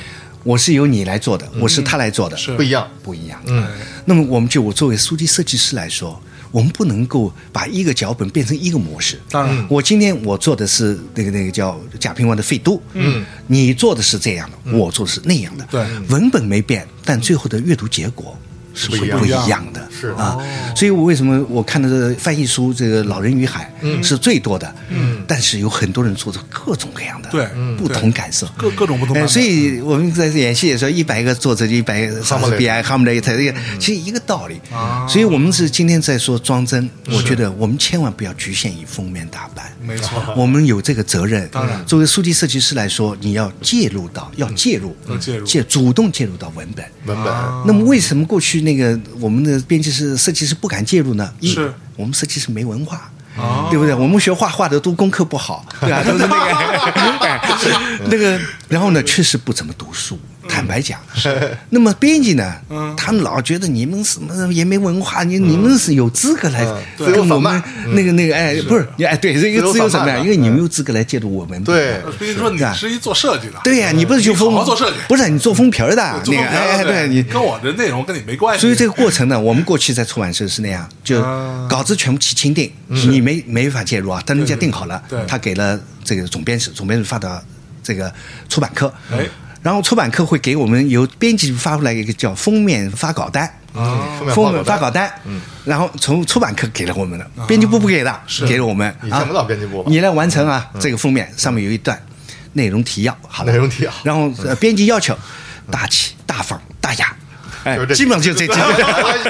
Speaker 3: 我是由你来做的，我是他来做的，
Speaker 1: 是
Speaker 2: 不一样，
Speaker 3: 不一样。
Speaker 1: 嗯，
Speaker 3: 那么我们就我作为书籍设计师来说，我们不能够把一个脚本变成一个模式。
Speaker 1: 当然
Speaker 3: 我今天我做的是那个那个叫贾平凹的《废都》，嗯，你做的是这样的，我做的是那样的。
Speaker 1: 对
Speaker 3: 文本没变，但最后的阅读结果。是
Speaker 2: 不一样
Speaker 3: 不一样的，
Speaker 2: 是
Speaker 3: 啊，所以我为什么我看到这个翻译书《这个老人与海》是最多的，嗯，但是有很多人做出各种各样的，
Speaker 1: 对嗯
Speaker 3: 不同感受，
Speaker 1: 各各种不同版嗯
Speaker 3: 哎，
Speaker 1: 本
Speaker 3: 所以我们在演戏的时候，一百个作者就一百个莎士比亚、哈姆雷特，这个其实一个道理。
Speaker 1: 嗯啊
Speaker 3: 所以我们是今天在说装帧，我觉得我们千万不要局限于封面打扮。
Speaker 1: 没错
Speaker 3: 我们有这个责任。
Speaker 1: 嗯当然
Speaker 3: 作为书籍设计师来说，你要介入到，要介入，
Speaker 1: 嗯要介入
Speaker 3: 主动介入到文本。
Speaker 2: 文本
Speaker 1: 啊
Speaker 3: 那么为什么过去那个我们的编辑师、设计师不敢介入呢？一
Speaker 1: 是
Speaker 3: 我们设计师没文化。
Speaker 1: 哦
Speaker 3: 对不对？我们学画画的都功课不好，对吧？都是那个哎那个，然后呢，确实不怎么读书。坦白讲，那么编辑呢，他们老觉得你们什么也没文化，你你们是有资格来
Speaker 2: 对自
Speaker 3: 跟
Speaker 2: 由
Speaker 3: 我
Speaker 2: 反
Speaker 3: 们
Speaker 2: 骂
Speaker 3: 那个那个哎，不是哎，对，这个
Speaker 2: 自由
Speaker 3: 自由
Speaker 2: 反
Speaker 3: 什么
Speaker 2: 叛
Speaker 3: 呀？
Speaker 2: 的
Speaker 3: 因为你没有资格来介入我们。
Speaker 2: 对
Speaker 1: 啊毕竟说你是一做设计的，
Speaker 3: 对呀，你不是
Speaker 1: 你
Speaker 3: 学
Speaker 1: 好
Speaker 3: 风
Speaker 1: 好做设计，
Speaker 3: 不是你做封皮儿的，
Speaker 1: 做风
Speaker 3: 那个
Speaker 1: 格
Speaker 3: 哎哎，对你
Speaker 1: 跟我的内容跟你没关系。
Speaker 3: 所以这个过程呢，我们过去在出版社是那样，就
Speaker 1: 啊
Speaker 3: 稿子全部起钦定，
Speaker 2: 嗯
Speaker 3: 你没没法介入啊，但人家定好了
Speaker 1: 对对，
Speaker 3: 他给了这个总编室，总编室发到这个出版科，
Speaker 1: 哎
Speaker 3: 然后出版科会给我们由编辑部发出来一个叫封面发稿单。
Speaker 2: 啊，
Speaker 3: 封
Speaker 2: 封面
Speaker 3: 面发
Speaker 2: 发
Speaker 3: 稿
Speaker 2: 稿单，嗯
Speaker 3: 单，然后从出版科给了我们的，编辑部不给的，给了我们，
Speaker 2: 啊你见不到
Speaker 3: 啊
Speaker 2: 编辑部吧嗯
Speaker 3: 你来完成啊，这个封面上面有一段内容提要，好了，
Speaker 2: 内容啊提要
Speaker 3: 然后呃编辑要求大气、大方、大雅，哎
Speaker 2: 就是，这
Speaker 3: 基本上就 这几个。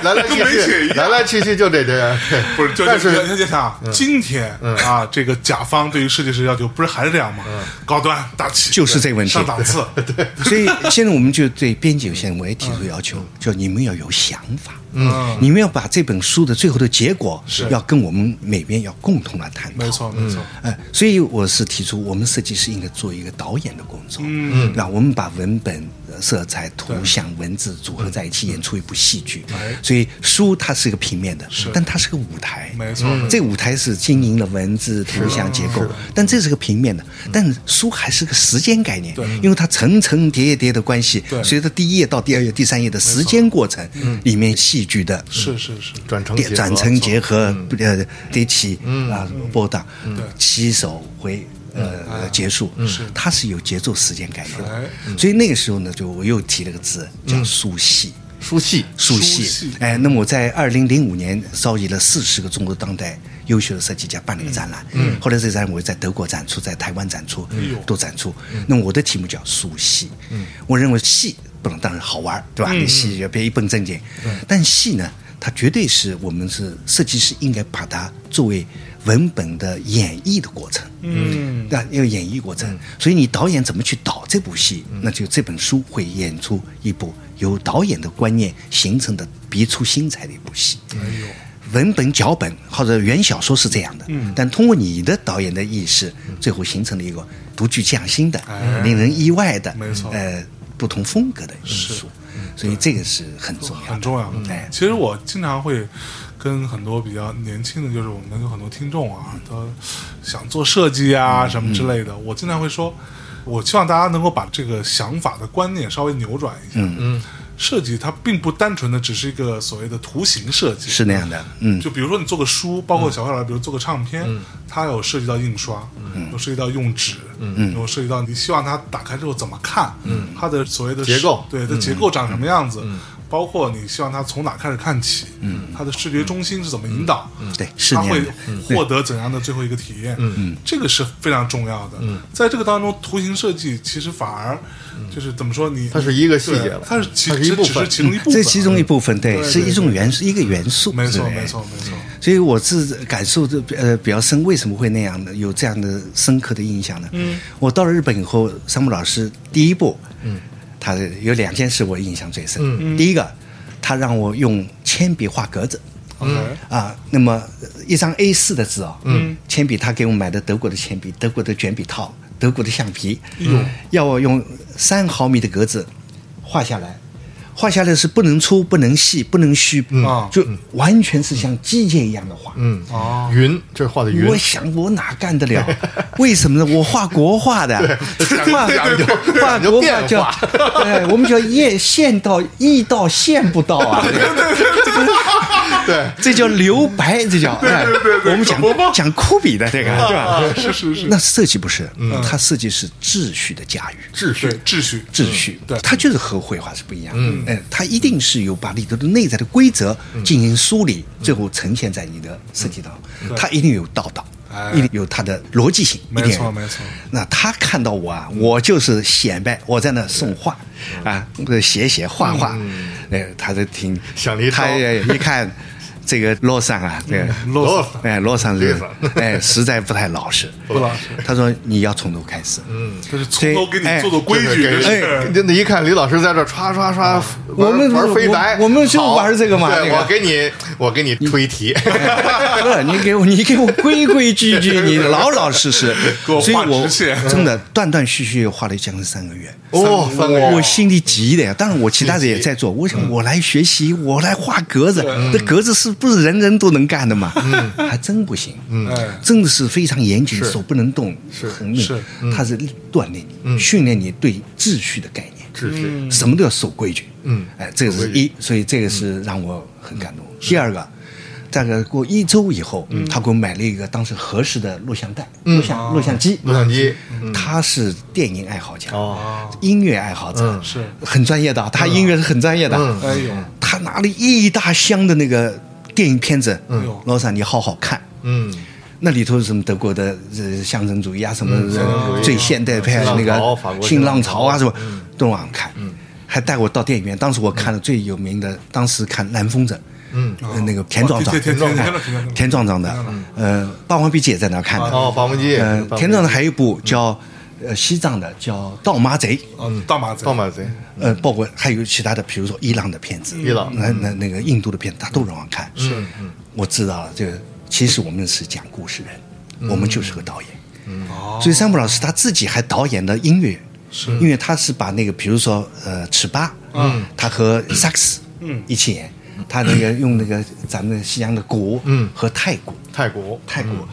Speaker 2: 来来来去去，来来去去就这这样，
Speaker 1: 不是，就
Speaker 2: 但
Speaker 1: 就是嗯就就像今天啊，这个甲方对于设计师要求不是还是这样吗？高端大气
Speaker 3: 就是这问题
Speaker 1: 上档次，
Speaker 3: 所以现在我们就对编辑有些我也提出要求，就你们要有想法，
Speaker 1: 嗯
Speaker 3: 你们要把这本书的最后的结果
Speaker 1: 是
Speaker 3: 要跟我们每边要共同来探讨，
Speaker 1: 没错没错，
Speaker 3: 哎，所以我是提出，我们设计师应该做一个导演的工作。嗯，那我们把文本、呃色彩、图像、文字组合在一起，演出一部戏剧
Speaker 1: 嗯哎。
Speaker 3: 所以书它是个平面的，但它是个舞台。
Speaker 1: 没错
Speaker 3: 嗯这舞台是经营了文字、图像结构，但这是个平面的。但书还是个时间概念
Speaker 1: 嗯对，
Speaker 3: 因为它层层叠叠叠的关系
Speaker 1: 对，嗯
Speaker 3: 随着第一页到第二页、第三页的时间过程里面，戏剧的
Speaker 1: 是是是，
Speaker 2: 转成
Speaker 3: 电
Speaker 2: 结
Speaker 3: 转
Speaker 2: 合
Speaker 3: 成结合，呃，迭起啊波荡
Speaker 1: 对，
Speaker 3: 起手回呃结束，它是有节奏时间概念
Speaker 1: 哎
Speaker 3: 的，所以那个时候呢，就我又提了个字叫书系。
Speaker 2: 书系
Speaker 3: 书
Speaker 1: 书
Speaker 3: 系
Speaker 1: 系，
Speaker 3: 哎，那么我在二零零五年召集了四十个中国当代优秀的设计家办了一个展览，嗯，后来这个展览我在德国展出，在台湾展出，
Speaker 1: 呦
Speaker 3: 都展出。那么我的题目叫书系，嗯，我认为戏不能当然好玩，对吧？你戏也别一本正经，但戏呢，它绝对是我们是设计师应该把它作为文本的演绎的过程，
Speaker 1: 嗯，
Speaker 3: 那要演绎过程，所以你导演怎么去导这部戏，
Speaker 1: 嗯
Speaker 3: 那就这本书会演出一部由导演的观念形成的别出心裁的一部戏。
Speaker 1: 哎
Speaker 3: 文本脚本或者原小说是这样的，
Speaker 1: 嗯
Speaker 3: 但通过你的导演的意识，最后形成了一个独具匠心的、
Speaker 1: 哎
Speaker 3: 令人意外的、
Speaker 1: 没错嗯
Speaker 3: 呃不同风格的艺术。所以这个是很重要的，
Speaker 1: 很重要
Speaker 3: 嗯哎
Speaker 1: 其实我经常会跟很多比较年轻的，就是我们有很多听众啊，他想做设计啊什么之类的，我经常会说，我希望大家能够把这个想法的观念稍微扭转一下。嗯，设计它并不单纯的只是一个所谓的图形设计，
Speaker 3: 是那样的，嗯，
Speaker 1: 就比如说你做个书，包括小黑老师，比如做个唱片，它有涉及到印刷，有涉及到用纸，
Speaker 2: 嗯
Speaker 1: 有涉及到你希望它打开之后怎么看，它的所谓的
Speaker 2: 结构
Speaker 1: 对它结构长什么样子，包括你希望它从哪开始看起，它的视觉中心是怎么引导，
Speaker 3: 对，是
Speaker 1: 它
Speaker 3: 那样
Speaker 1: 会
Speaker 3: 的。
Speaker 1: 获得怎样的最后一个体验？嗯，这个是非常重要的。在这个当中，图形设计其实反而就是怎么说你，
Speaker 2: 它是一个细节
Speaker 1: 对
Speaker 2: 了
Speaker 1: 它是其
Speaker 2: 它是一
Speaker 1: 实
Speaker 2: 部
Speaker 1: 只是
Speaker 2: 分
Speaker 1: 其中一部分，啊
Speaker 3: 嗯这其中一部分，对，
Speaker 1: 对
Speaker 3: 是
Speaker 1: 对
Speaker 3: 一种元素，一个元素，
Speaker 1: 没错
Speaker 3: 对
Speaker 1: 没错没错。
Speaker 3: 所所以我是感受的呃比较深，为什么会那样的有这样的深刻的印象呢？嗯，我到了日本以后，山木老师第一部，嗯，他有两件事我印象最深。嗯，第一个，他让我用铅笔画格子。
Speaker 1: 嗯
Speaker 3: 啊，那么一张 A 四的纸哦，嗯，铅笔他给我买的德国的铅笔，德国的卷笔套，德国的橡皮，嗯，要我用三毫米的格子画下来，画下来是不能粗、不能细、不能虚，
Speaker 1: 啊
Speaker 3: 就完全是像机械一样的画，
Speaker 2: 嗯，
Speaker 1: 哦
Speaker 2: 云，这是画的云
Speaker 3: 我，想我哪干得了？ 为什么呢？我画国画的，画
Speaker 2: 讲究
Speaker 3: 画
Speaker 2: 讲究
Speaker 3: 国
Speaker 2: 变
Speaker 3: 画
Speaker 2: 化
Speaker 3: 叫，哎，我们叫业线到意到线不到啊。
Speaker 2: 对，
Speaker 3: 这叫 留白，这叫对
Speaker 1: 对对对
Speaker 3: 我们讲
Speaker 1: 可不嘛
Speaker 3: 讲酷比的这个，对吧？
Speaker 1: 啊， 是是是，
Speaker 3: 那设计不是，它设计是秩序的驾驭。
Speaker 2: 秩
Speaker 1: 对
Speaker 2: 序，
Speaker 1: 秩序，
Speaker 3: 秩序，
Speaker 1: 嗯对
Speaker 3: 它就是和绘画是不一样的。嗯，哎，它一定是有把里头的内在的规则
Speaker 1: 嗯
Speaker 3: 进行梳理，最后呈现在你的设计当中。它一定有道道
Speaker 1: 嗯哎，
Speaker 3: 一定有它的逻辑性，
Speaker 1: 没
Speaker 3: 一定
Speaker 1: 错
Speaker 3: 有
Speaker 1: 没错。嗯
Speaker 3: 那他看到我啊，我就是显摆，我在那送画啊，写写画画，
Speaker 1: 嗯
Speaker 3: 哎，他就挺
Speaker 2: 想了一招
Speaker 3: 他也一看这个洛桑啊，
Speaker 1: 嗯
Speaker 3: 这个
Speaker 1: 啰嗦
Speaker 2: 嗦
Speaker 3: 哎，洛桑这
Speaker 2: 绿色
Speaker 3: 个哎，实在不太老实。
Speaker 1: 不老实，
Speaker 3: 他说你要从头开始，嗯，
Speaker 1: 这是从头给你做做规矩，
Speaker 2: 给
Speaker 1: 这是
Speaker 2: 哎，那一看李老师在这歘歘歘，
Speaker 3: 我们
Speaker 2: 玩玩飞白，
Speaker 3: 我我们就
Speaker 2: 好
Speaker 3: 玩这个嘛
Speaker 2: 对，
Speaker 3: 那个
Speaker 2: 我给你，我给你出一 题，
Speaker 3: 不是你给我，你给我规规矩矩，你老老实实，
Speaker 1: 给我画
Speaker 3: 所以我
Speaker 1: 直线
Speaker 3: 真的断断续续画了将近三个月。
Speaker 2: 哦，三个月
Speaker 3: 我，心里急的呀，当然我其他人也在做，我想我来学习，我来画格子，这格子是不是人人都能干的嘛？还真不行，
Speaker 1: 哎
Speaker 3: 真的是非常严谨，手不能动，是很那
Speaker 1: 是
Speaker 3: 它是锻炼你，训练你对秩序的概念，
Speaker 2: 秩序，
Speaker 3: 什么都要守规矩。
Speaker 2: 嗯
Speaker 3: 哎，这个是一，所以这个是让我很感动。第二个，大概过一周以后，
Speaker 2: 嗯
Speaker 3: 他给我买了一个当时合适的录像带、录
Speaker 2: 啊
Speaker 3: 像录像机。
Speaker 2: 录像机，
Speaker 3: 他是电影爱好家，
Speaker 2: 嗯哦
Speaker 3: 音乐爱好者，
Speaker 1: 是
Speaker 3: 很专业的啊，他音乐是很专业的。
Speaker 2: 嗯
Speaker 1: 哎呦，
Speaker 3: 他拿了一大箱的那个电影片子，
Speaker 1: 嗯
Speaker 3: 老闪你好好看。
Speaker 2: 嗯，
Speaker 3: 那里头是什么德国的呃象征主义啊，什么
Speaker 2: 象征主义
Speaker 3: 最现代派
Speaker 2: 新浪
Speaker 3: 那
Speaker 2: 潮法国
Speaker 3: 个新浪潮啊，
Speaker 2: 新
Speaker 3: 什
Speaker 2: 浪
Speaker 3: 么都往看，还带我到电影院。当时我看了最有名的，当时看《蓝风筝》，
Speaker 2: 嗯
Speaker 3: 呃，那个田壮壮
Speaker 1: 哦，田田 田
Speaker 3: 哎
Speaker 1: 田壮壮
Speaker 3: 田壮壮的
Speaker 1: 田壮壮，
Speaker 3: 呃，《霸王别姬》也在那儿看的。
Speaker 2: 哦，防风机
Speaker 3: 呃，，
Speaker 2: 防
Speaker 3: 田
Speaker 2: 风
Speaker 3: 壮壮
Speaker 2: 机
Speaker 3: 还有一部叫呃西藏的叫《盗麻贼》，
Speaker 1: 哦，大马贼，
Speaker 2: 放马贼，
Speaker 3: 呃，包括还有其他的，比如说伊朗的片子，
Speaker 2: 伊朗
Speaker 3: 那那那个印度的片子，他都让我看。是，我知道了，这个其实我们是讲故事人，我们就是个导演。
Speaker 1: 哦，
Speaker 3: 所以山姆老师他自己还导演了音乐，
Speaker 1: 是
Speaker 3: 因为他是把那个比如说呃尺八，嗯，他和萨克斯，
Speaker 1: 嗯
Speaker 3: 一起演，他那个用那个咱们西洋的鼓，
Speaker 2: 嗯
Speaker 3: 和太鼓，
Speaker 2: 泰国，
Speaker 3: 泰国，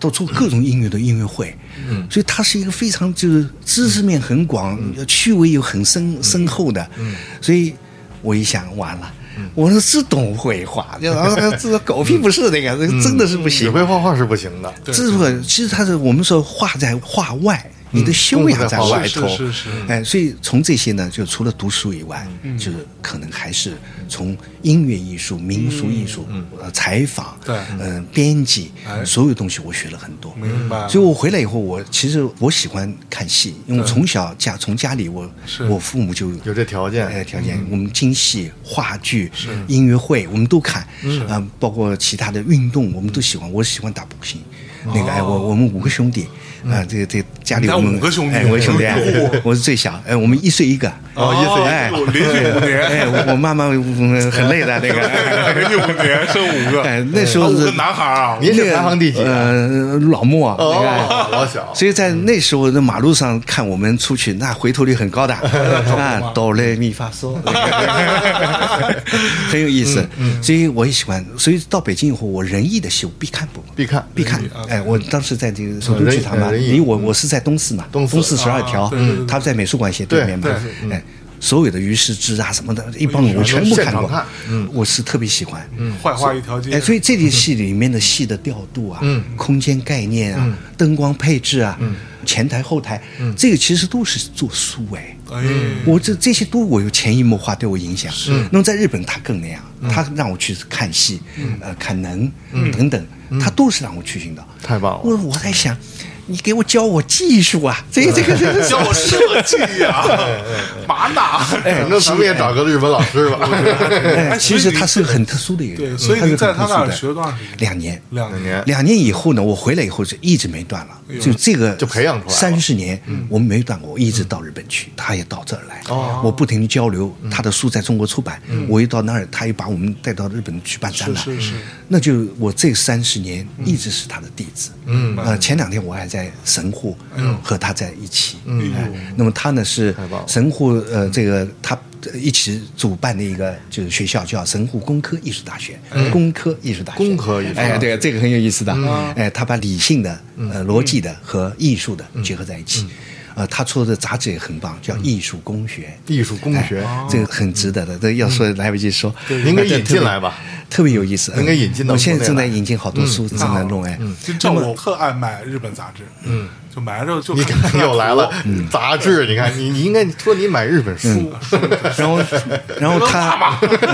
Speaker 3: 都做各种音乐的音乐会，嗯，所以它是一个非常就是知识面很广，趣味又很深深厚的，嗯，所以我一想完了，我说是懂绘画，然后 这个狗屁不是那个，这个真的是不
Speaker 2: 只
Speaker 3: 行。
Speaker 2: 会画画是不行的，
Speaker 1: 对嗯
Speaker 3: 这个其实它是我们说画在画外，你的修养在外头，
Speaker 1: 是是是是
Speaker 3: 哎，所以从这些呢，就除了读书以外，
Speaker 1: 嗯
Speaker 3: 就是可能还是从音乐艺术、民俗艺术、呃采访、
Speaker 1: 嗯对
Speaker 3: 嗯编辑
Speaker 1: 哎，
Speaker 3: 所有东西我学了很多，
Speaker 1: 明白了
Speaker 3: 所以我回来以后，我其实我喜欢看戏，因为我从小家从家里我
Speaker 1: 嗯是
Speaker 3: 我父母就
Speaker 2: 有这条件
Speaker 3: 哎，条件，我们京戏、话剧、音乐会，我们都看，嗯、包括其他的运动，我们都喜欢。我喜欢打 boxing，、那个哎，我我们五个兄弟，啊、这个这个家里
Speaker 1: 哦嗯你家
Speaker 3: 我们
Speaker 1: 五个兄弟
Speaker 3: 哎，我兄弟哎
Speaker 1: 哦，
Speaker 3: 我是最小，哎，我们一岁一个，
Speaker 1: 哦一岁一个
Speaker 3: 哎
Speaker 1: 哦连续五年
Speaker 3: 哎，我我妈妈嗯很累的那 个，哎
Speaker 1: 人家五年生五个，
Speaker 3: 哎，那时候
Speaker 1: 五
Speaker 3: 是
Speaker 1: 个男孩啊，
Speaker 2: 您是排行第几？
Speaker 3: 呃，老莫，那个
Speaker 2: 哦，老小，
Speaker 3: 所以在那时候的马路上看我们出去，那回头率很高 的，
Speaker 2: 嗯
Speaker 3: 啊，哆来咪发嗦，很有意思。
Speaker 2: 嗯
Speaker 3: 所以我也喜欢。所以到北京以后，我仁义的戏我必看不
Speaker 2: 必看
Speaker 3: 必看
Speaker 1: 仁义啊。
Speaker 3: 哎，我当时在这个首都剧场嘛，
Speaker 2: 嗯仁义仁义
Speaker 3: 因为我我是在东四嘛，
Speaker 2: 东四
Speaker 3: 四十二
Speaker 1: 啊
Speaker 3: 条
Speaker 1: 对对对，
Speaker 3: 他们在美术馆斜对面嘛
Speaker 1: 对对，
Speaker 2: 嗯
Speaker 3: 哎。所有的于世之啊什么的，一帮人我全部看
Speaker 2: 现场
Speaker 3: 过
Speaker 2: 看，嗯
Speaker 3: 我是特别喜欢。
Speaker 1: 坏话一条街，
Speaker 3: 哎，所以这里戏里面的戏的调度啊，
Speaker 1: 嗯
Speaker 3: 空间概念啊，灯光配置啊，前台后台，
Speaker 1: 嗯
Speaker 3: 这个其实都是做书哎。
Speaker 1: 哎，
Speaker 3: 我这这些都我有潜移默化对我影响。是，那么在日本他更那样，
Speaker 1: 嗯
Speaker 3: 他让我去看
Speaker 1: 嗯
Speaker 3: 戏，呃，看能等等，他都是让我去寻到。
Speaker 2: 太棒了
Speaker 3: 我我在想，你给我教我技 术啊，这个这个这个
Speaker 1: 教我设计啊， 嘛呢？
Speaker 2: 哎，那咱们也找个日本老师吧。
Speaker 1: 哎
Speaker 3: 哎，其实他是很特殊的一个人，嗯
Speaker 1: 对，所以
Speaker 3: 他
Speaker 1: 你
Speaker 3: 是
Speaker 1: 在
Speaker 3: 很
Speaker 1: 他
Speaker 3: 特
Speaker 1: 那
Speaker 3: 殊
Speaker 1: 儿
Speaker 3: 的。
Speaker 1: 学多长时间？
Speaker 3: 两年，
Speaker 1: 两
Speaker 2: 两年哎
Speaker 3: 两年以后呢，我回来以后就一直没断了，就这个
Speaker 2: 就培养出来了嗯
Speaker 3: 三十年，我们没断过，我一直到日本去，他也到这儿来，
Speaker 2: 哦
Speaker 3: 我不停的交流，
Speaker 2: 嗯
Speaker 3: 他的书在中国出版，我一到那儿，他又把我们带到日本去办展览，
Speaker 1: 是是是
Speaker 3: 那就我这三十年一直是他的弟子，嗯，呃，前两天我还在神户
Speaker 2: 哎
Speaker 3: 和他在一起，嗯
Speaker 1: 哎呦
Speaker 3: 那么他呢是
Speaker 2: 棒了嗯
Speaker 3: 神户呃这个他。呃一起主办的一个就是学校叫神户工科艺术大学，工科艺术大
Speaker 2: 哎
Speaker 3: 学，
Speaker 2: 工科艺术大学嗯
Speaker 3: 哎，对，这个很有意思的，哎，他把理性的、呃逻辑的和艺术的
Speaker 2: 嗯
Speaker 3: 结合在一起，呃，他出的杂志也很棒，叫《艺术工学》。
Speaker 2: 艺术工学，
Speaker 3: 哎这个很值得的，这要说来不及说，
Speaker 2: 哦嗯您给
Speaker 3: 哎
Speaker 2: 引进来吧，
Speaker 3: 特别特别有意思，嗯
Speaker 2: 您给嗯引进到
Speaker 3: 我现
Speaker 2: 国内
Speaker 3: 在正在
Speaker 2: 来嗯
Speaker 3: 引进好多书，正在弄哎，
Speaker 1: 就这我特爱买日本杂志，嗯，就买了之后就
Speaker 2: 你看 又来了
Speaker 1: 看，
Speaker 3: 嗯
Speaker 2: 杂志，你看你你应该说你买日本书，
Speaker 3: 然后，然后他，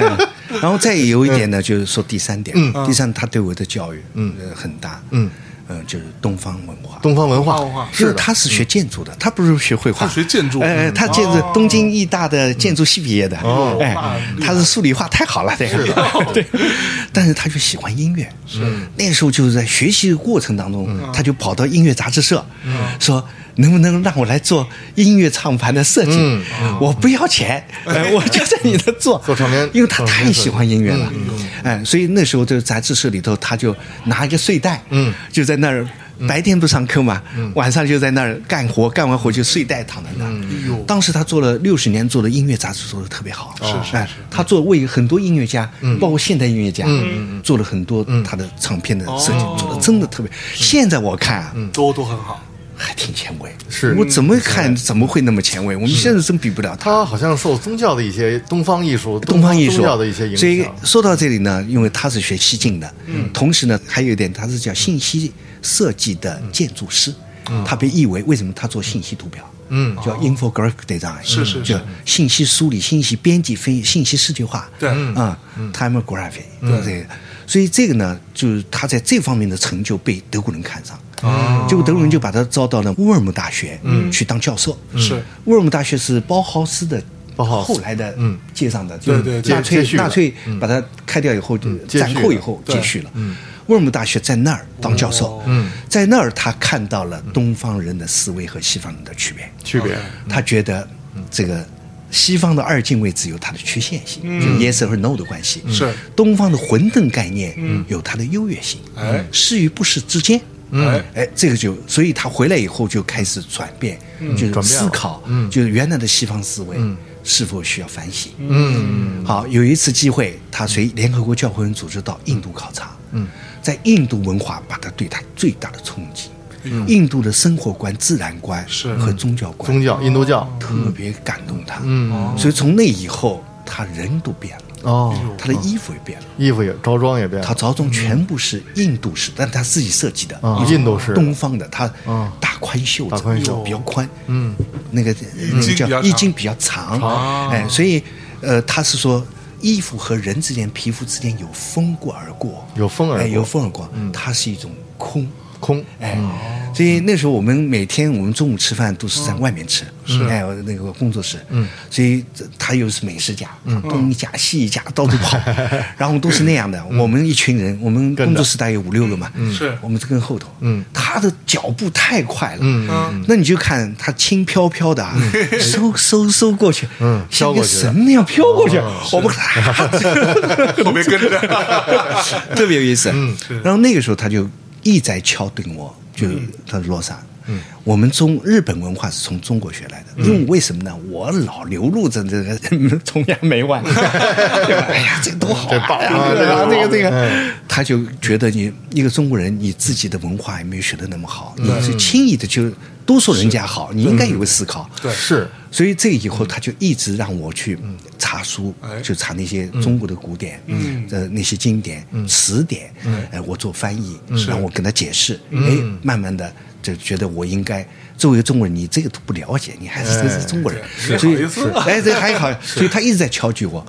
Speaker 3: 嗯然后再有一点呢，就是说第三点，
Speaker 2: 嗯
Speaker 3: 第三他对我的教育，嗯，很大，嗯，嗯，就是东方文化，
Speaker 2: 东方文化，
Speaker 1: 东方文化
Speaker 3: 因为他是学建筑的，他不是学绘画，
Speaker 1: 他学建筑
Speaker 3: 哎，
Speaker 1: 嗯
Speaker 3: 他建筑
Speaker 1: 哦
Speaker 3: 东京艺大的建筑系毕业的，
Speaker 2: 哦
Speaker 3: 哎
Speaker 1: 那，
Speaker 3: 他是数理化太好了，对， 对，但是他就喜欢音乐，是那时候就是在学习的过程当中，他就跑到音乐杂志社，说。能不能让我来做音乐唱盘的设计？
Speaker 2: 嗯
Speaker 3: 我不要钱，哎我就在你那做
Speaker 2: 做唱片
Speaker 3: 因为他
Speaker 2: 唱片设嗯
Speaker 3: 太
Speaker 2: 计
Speaker 3: 喜欢音乐了。哎，所以那时候就杂志社里头，他就拿一个睡袋，
Speaker 2: 嗯
Speaker 3: 就在那儿。白天不上课嘛，晚上就在那儿干活，干完活就睡袋躺在那
Speaker 2: 嗯
Speaker 3: 儿。当时他做了六十年，做的音乐杂志做的特别好，
Speaker 2: 哦
Speaker 3: 是是他做为很多音乐家，
Speaker 2: 嗯
Speaker 3: 包括现代音乐家，做了很多他的唱片的设计，
Speaker 2: 哦
Speaker 3: 做的真的特别。现在我看啊，
Speaker 1: 都都很好，
Speaker 3: 还挺前卫，
Speaker 2: 嗯是
Speaker 3: 我怎么看怎么会那么前卫？我们现在真比不了他。
Speaker 2: 它好像受宗教的一些东方艺术、
Speaker 3: 东方艺术
Speaker 2: 宗教的一些影
Speaker 3: 所以
Speaker 2: 响，嗯
Speaker 3: 说到这里呢，因为他是学西晋的，同时呢，还有一点他是叫信息设计的建筑师，他被译为为什么他做信息图表？
Speaker 2: 嗯
Speaker 3: 叫 infographic design，
Speaker 1: 是是
Speaker 3: 就是信息梳理、信息编辑、分信息视觉化，
Speaker 1: 对嗯
Speaker 3: 啊，timography，这个，所以这个呢，就是他在这方面的成就被德国人看上，
Speaker 2: 哦
Speaker 3: 结果德国人就把他招到了乌尔姆大学
Speaker 2: 嗯
Speaker 3: 去当教授，
Speaker 1: 是
Speaker 3: 乌尔姆大学是包豪斯的。
Speaker 2: 包豪斯
Speaker 3: 后来的
Speaker 2: 嗯
Speaker 3: 接上的，
Speaker 1: 对对
Speaker 3: 纳
Speaker 2: 接接
Speaker 3: 粹
Speaker 2: 续了
Speaker 3: 纳粹把它开掉以后，
Speaker 2: 接续
Speaker 3: 暂
Speaker 2: 了
Speaker 3: 扣以后
Speaker 1: 对
Speaker 3: 继嗯续了。威尔姆大学在那儿当教授，哦嗯在那儿他看到了东方人的思维和西方人的区别，
Speaker 2: 区别
Speaker 1: OK
Speaker 3: 他觉得这个。西方的二进位只有它的局限性，就是 yes 和 no 的关系。嗯
Speaker 1: 是
Speaker 3: 嗯东方的混沌概念有它的优越性，
Speaker 1: 哎
Speaker 3: 是与不是之间，
Speaker 1: 哎
Speaker 3: 哎，这个就，所以他回来以后就开始嗯转变，嗯就是
Speaker 2: 转变了
Speaker 3: 思考，就是原来的西方思维是否需要反省。嗯，好，有一次机会，他随联合国教会人组织到印度考察，嗯，在印度文化把他对他最大的冲击，印度的生活观、自然观
Speaker 1: 是
Speaker 3: 和宗教观，
Speaker 2: 宗
Speaker 1: 哦
Speaker 2: 教、印度教，
Speaker 3: 特别感动他。嗯，所以从那以后，他人都变了，
Speaker 2: 哦，
Speaker 3: 他的衣服也变了。
Speaker 2: 衣服也着装也变了，
Speaker 3: 他着装全部是印度式，但他自己设计的，
Speaker 2: 啊
Speaker 3: 就是
Speaker 2: 印度式的
Speaker 3: 东方的，他
Speaker 2: 啊
Speaker 3: 大宽袖子，
Speaker 2: 大宽袖
Speaker 3: 比较宽，嗯，那个那
Speaker 1: 经比
Speaker 3: 个
Speaker 1: 较
Speaker 3: 叫
Speaker 1: 长
Speaker 3: 衣襟比较
Speaker 2: 啊
Speaker 3: 长，哎，所以呃，他是说衣服和人之间、皮肤之间有风过而过，
Speaker 2: 有风而
Speaker 3: 哎，
Speaker 2: 过嗯
Speaker 3: 有风而过，它是一种空，
Speaker 2: 空，
Speaker 3: 哎，所以那时候我们每天我们中午吃饭都是
Speaker 2: 嗯
Speaker 3: 在外面吃，是哎我那个工作室，嗯，所以这他又是美食家，
Speaker 2: 嗯
Speaker 3: 东一家西一家到处 跑，然后都是那样的。我们一群人，我们
Speaker 2: 嗯跟着
Speaker 3: 工作室大概有五六个嘛，
Speaker 1: 是
Speaker 3: 我们是跟后头，
Speaker 2: 嗯，
Speaker 3: 他的脚步太快了，
Speaker 2: 嗯
Speaker 1: 嗯
Speaker 3: 那你就看他轻飘飘的啊， 嗖嗖嗖过去，
Speaker 2: 嗯
Speaker 3: 像
Speaker 2: 飘
Speaker 3: 个
Speaker 2: 过去的哦
Speaker 3: 神那样飘过去，我们
Speaker 1: 后面跟着，
Speaker 3: 特别有意思。然后那个时候他就一再敲定我，就是他罗萨。嗯，我们中日本文化是从中国学来的，因为为什么呢？我老流露着这个崇洋媚外，对吧？哎呀，这个多好
Speaker 2: 这棒
Speaker 3: 啊！
Speaker 2: 啊
Speaker 3: 这个啊
Speaker 2: 这个
Speaker 3: 这个
Speaker 2: 棒
Speaker 3: 这个
Speaker 2: 哎，
Speaker 3: 他就觉得你一个中国人，你自己的文化也没有学得那么好，你是轻易的就都说人家好，你应该有个思考。
Speaker 1: 对
Speaker 2: 是
Speaker 3: 所以这个以后他就一直让我去查书
Speaker 1: 嗯哎，
Speaker 3: 就查那些中国的古典，
Speaker 1: 嗯
Speaker 3: 呃那些经典、词典，哎，我做翻译，
Speaker 1: 嗯
Speaker 3: 然后我跟他解释，哎，慢慢的就觉得我应该作为中国人，你这个都不了解，你还是
Speaker 2: 哎
Speaker 3: 中国人
Speaker 1: 是，
Speaker 3: 所
Speaker 1: 没好
Speaker 3: 以
Speaker 1: 意思嗯
Speaker 3: 哎，这还 好，所以他一直在敲击我，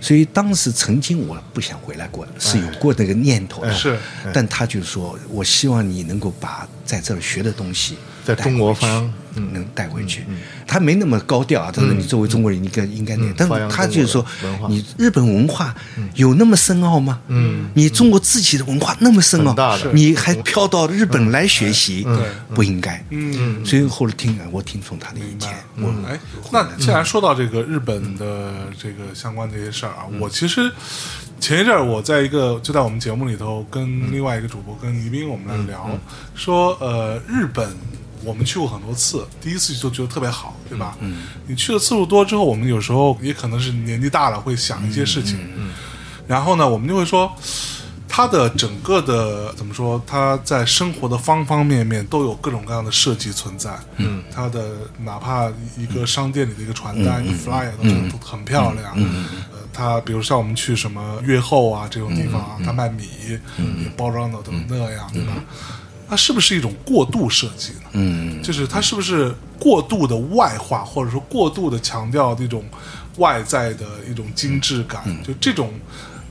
Speaker 3: 所以当时曾经我不想回来过，是有过那个念头的，
Speaker 1: 哎是
Speaker 3: 但他就说，我希望你能够把在这儿学的东西
Speaker 2: 在
Speaker 3: 带回去，
Speaker 2: 中国嗯发扬
Speaker 3: 能带回去。他没那么高调啊，但是你作为中国人，你应该应该那样。
Speaker 2: 嗯
Speaker 3: 但
Speaker 2: 发扬
Speaker 3: 是他
Speaker 2: 中
Speaker 3: 就是
Speaker 2: 国
Speaker 3: 说
Speaker 2: 的文化，嗯
Speaker 3: 你日本文化有那么深奥吗？嗯，你中国自己的文化那么深
Speaker 2: 很大
Speaker 3: 奥
Speaker 2: 的是，
Speaker 3: 你还飘到日本来学习，不应该。
Speaker 1: 嗯，
Speaker 3: 所以后来听我听从他的意
Speaker 1: 明
Speaker 3: 见
Speaker 1: 白，。我哎，那既然说到这个日本的这个相关的一些事儿啊，我其实前一阵儿我在一个就在我们节目里头跟另外一个主播跟宜宾我们来聊，说呃日本。我们去过很多次，第一次就觉得特别好，对吧？嗯，你去的次数多之后，我们有时候也可能是年纪大了，会想一些事情。嗯，然后呢，我们就会说，它的整个的怎么说？它在生活的方方面面都有各种各样的设计存在。嗯，它的哪怕一个商店里的一个传单、一个 flyer 都很都很漂亮。嗯，呃，它比如像我们去什么越后啊这种地方啊，它卖米，也包装的都那样，对吧？它是不是一种过度设计呢？嗯，就是它是不是过度的外化，或者说过度的强调那种外在的一种精致感？就这种，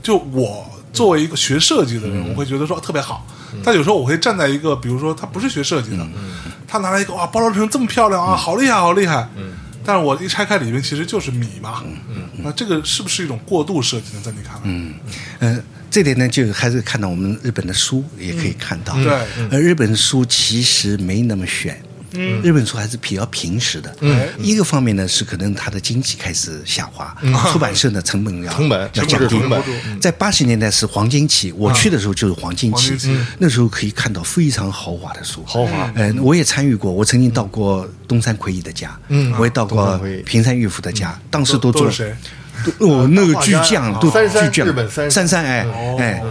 Speaker 1: 就我作为一个学设计的人，我会觉得说特别好。但有时候我会站在一个，比如说他不是学设计的，他拿来一个哇，包装成这么漂亮啊，好厉害，好厉害。嗯，但是我一拆开里面其实就是米嘛。嗯，那这个是不是一种过度设计呢？在你看来，嗯，
Speaker 3: 嗯，这点呢，就还是看到我们日本的书也可以看到，
Speaker 1: 嗯对
Speaker 3: 而日本书其实没那么选。嗯，日本书还是比较平实的。
Speaker 1: 嗯嗯
Speaker 3: 一个方面呢是可能它的经济开始下滑，出版社呢成本要
Speaker 2: 成本
Speaker 3: 要
Speaker 2: 成
Speaker 3: 降
Speaker 2: 本
Speaker 3: 低
Speaker 2: 成本。嗯
Speaker 3: 在八十年代是黄金期，我去的时候就是黄金期
Speaker 1: 黄金，期嗯
Speaker 3: 那时候可以看到非常豪华的书。
Speaker 2: 豪华
Speaker 3: 嗯，我也参与过，我曾经到过东山魁一的家，嗯，我也到
Speaker 2: 东山
Speaker 3: 过
Speaker 2: 魁一
Speaker 3: 平山玉夫的家，当时
Speaker 1: 嗯都
Speaker 3: 都做
Speaker 1: 是谁？
Speaker 3: 都哦，那个巨匠
Speaker 2: 大画家
Speaker 3: 都
Speaker 2: 啊三山
Speaker 3: 巨匠，
Speaker 2: 日本三山
Speaker 3: 三山哎
Speaker 1: 哦
Speaker 3: 哎，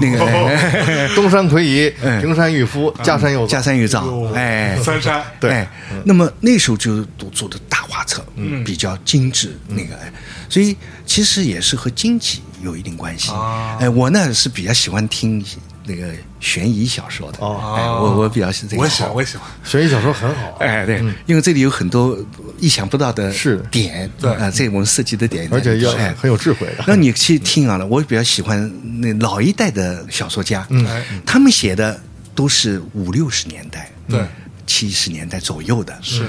Speaker 3: 那个哎
Speaker 2: 东山魁夷、
Speaker 3: 嗯
Speaker 2: 平山裕夫、加山有
Speaker 3: 哎加山裕藏
Speaker 1: 哟
Speaker 3: 哎。
Speaker 1: 三山，
Speaker 2: 对
Speaker 3: 哎，那么那时候就都做的大画册，
Speaker 1: 嗯
Speaker 3: 比较精致那个，哎所以其实也是和经济有一定关系
Speaker 1: 啊。
Speaker 3: 哎，我呢是比较喜欢听那个悬疑小说的，
Speaker 2: 哦
Speaker 3: 哎，我我比较是这个，
Speaker 1: 我也喜欢，我嗯也喜欢。
Speaker 2: 悬疑小说很好，
Speaker 3: 哎，对，因为这里有很多意想不到的
Speaker 2: 是
Speaker 3: 点，
Speaker 1: 对
Speaker 3: 啊，这我们涉及的点，
Speaker 2: 而且要
Speaker 3: 哎
Speaker 2: 很有智慧的
Speaker 3: 那你去听啊，我比较喜欢那老一代的小说家，嗯
Speaker 1: 哎
Speaker 3: 他们写的都是五六十年代，
Speaker 1: 对，
Speaker 3: 七十年代左右的，
Speaker 1: 是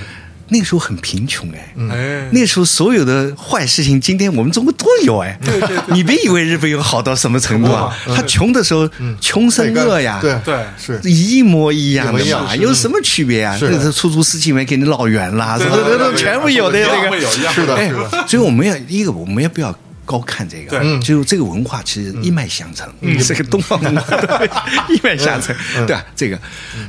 Speaker 3: 那个时候很贫穷哎，
Speaker 1: 哎，
Speaker 3: 那时候所有的坏事情，今天我们中国都有哎。
Speaker 1: 对对对
Speaker 3: 你别以为日本有好到什么程度啊，
Speaker 1: 嗯
Speaker 3: 他穷的时候穷生恶呀，
Speaker 2: 嗯对
Speaker 1: 对
Speaker 2: 是
Speaker 3: 一模一样的
Speaker 2: 一模一样
Speaker 3: 嘛，
Speaker 2: 是
Speaker 3: 有什么区别啊？
Speaker 2: 是
Speaker 3: 这是出租司机员给你绕远啦，什
Speaker 1: 对
Speaker 3: 么
Speaker 1: 对对
Speaker 3: 的都
Speaker 1: 对
Speaker 3: 全部有的
Speaker 1: 一
Speaker 3: 呀
Speaker 1: 样
Speaker 3: 这
Speaker 1: 会有
Speaker 3: 个。
Speaker 1: 一样
Speaker 2: 是的
Speaker 1: 哎
Speaker 3: 哎， 所以我们要一个，我们也不要高看这个，啊
Speaker 1: 对嗯
Speaker 3: 就这个文化其实一脉相承，
Speaker 2: 嗯
Speaker 3: 这个东方文 化一脉相承，对吧？这个，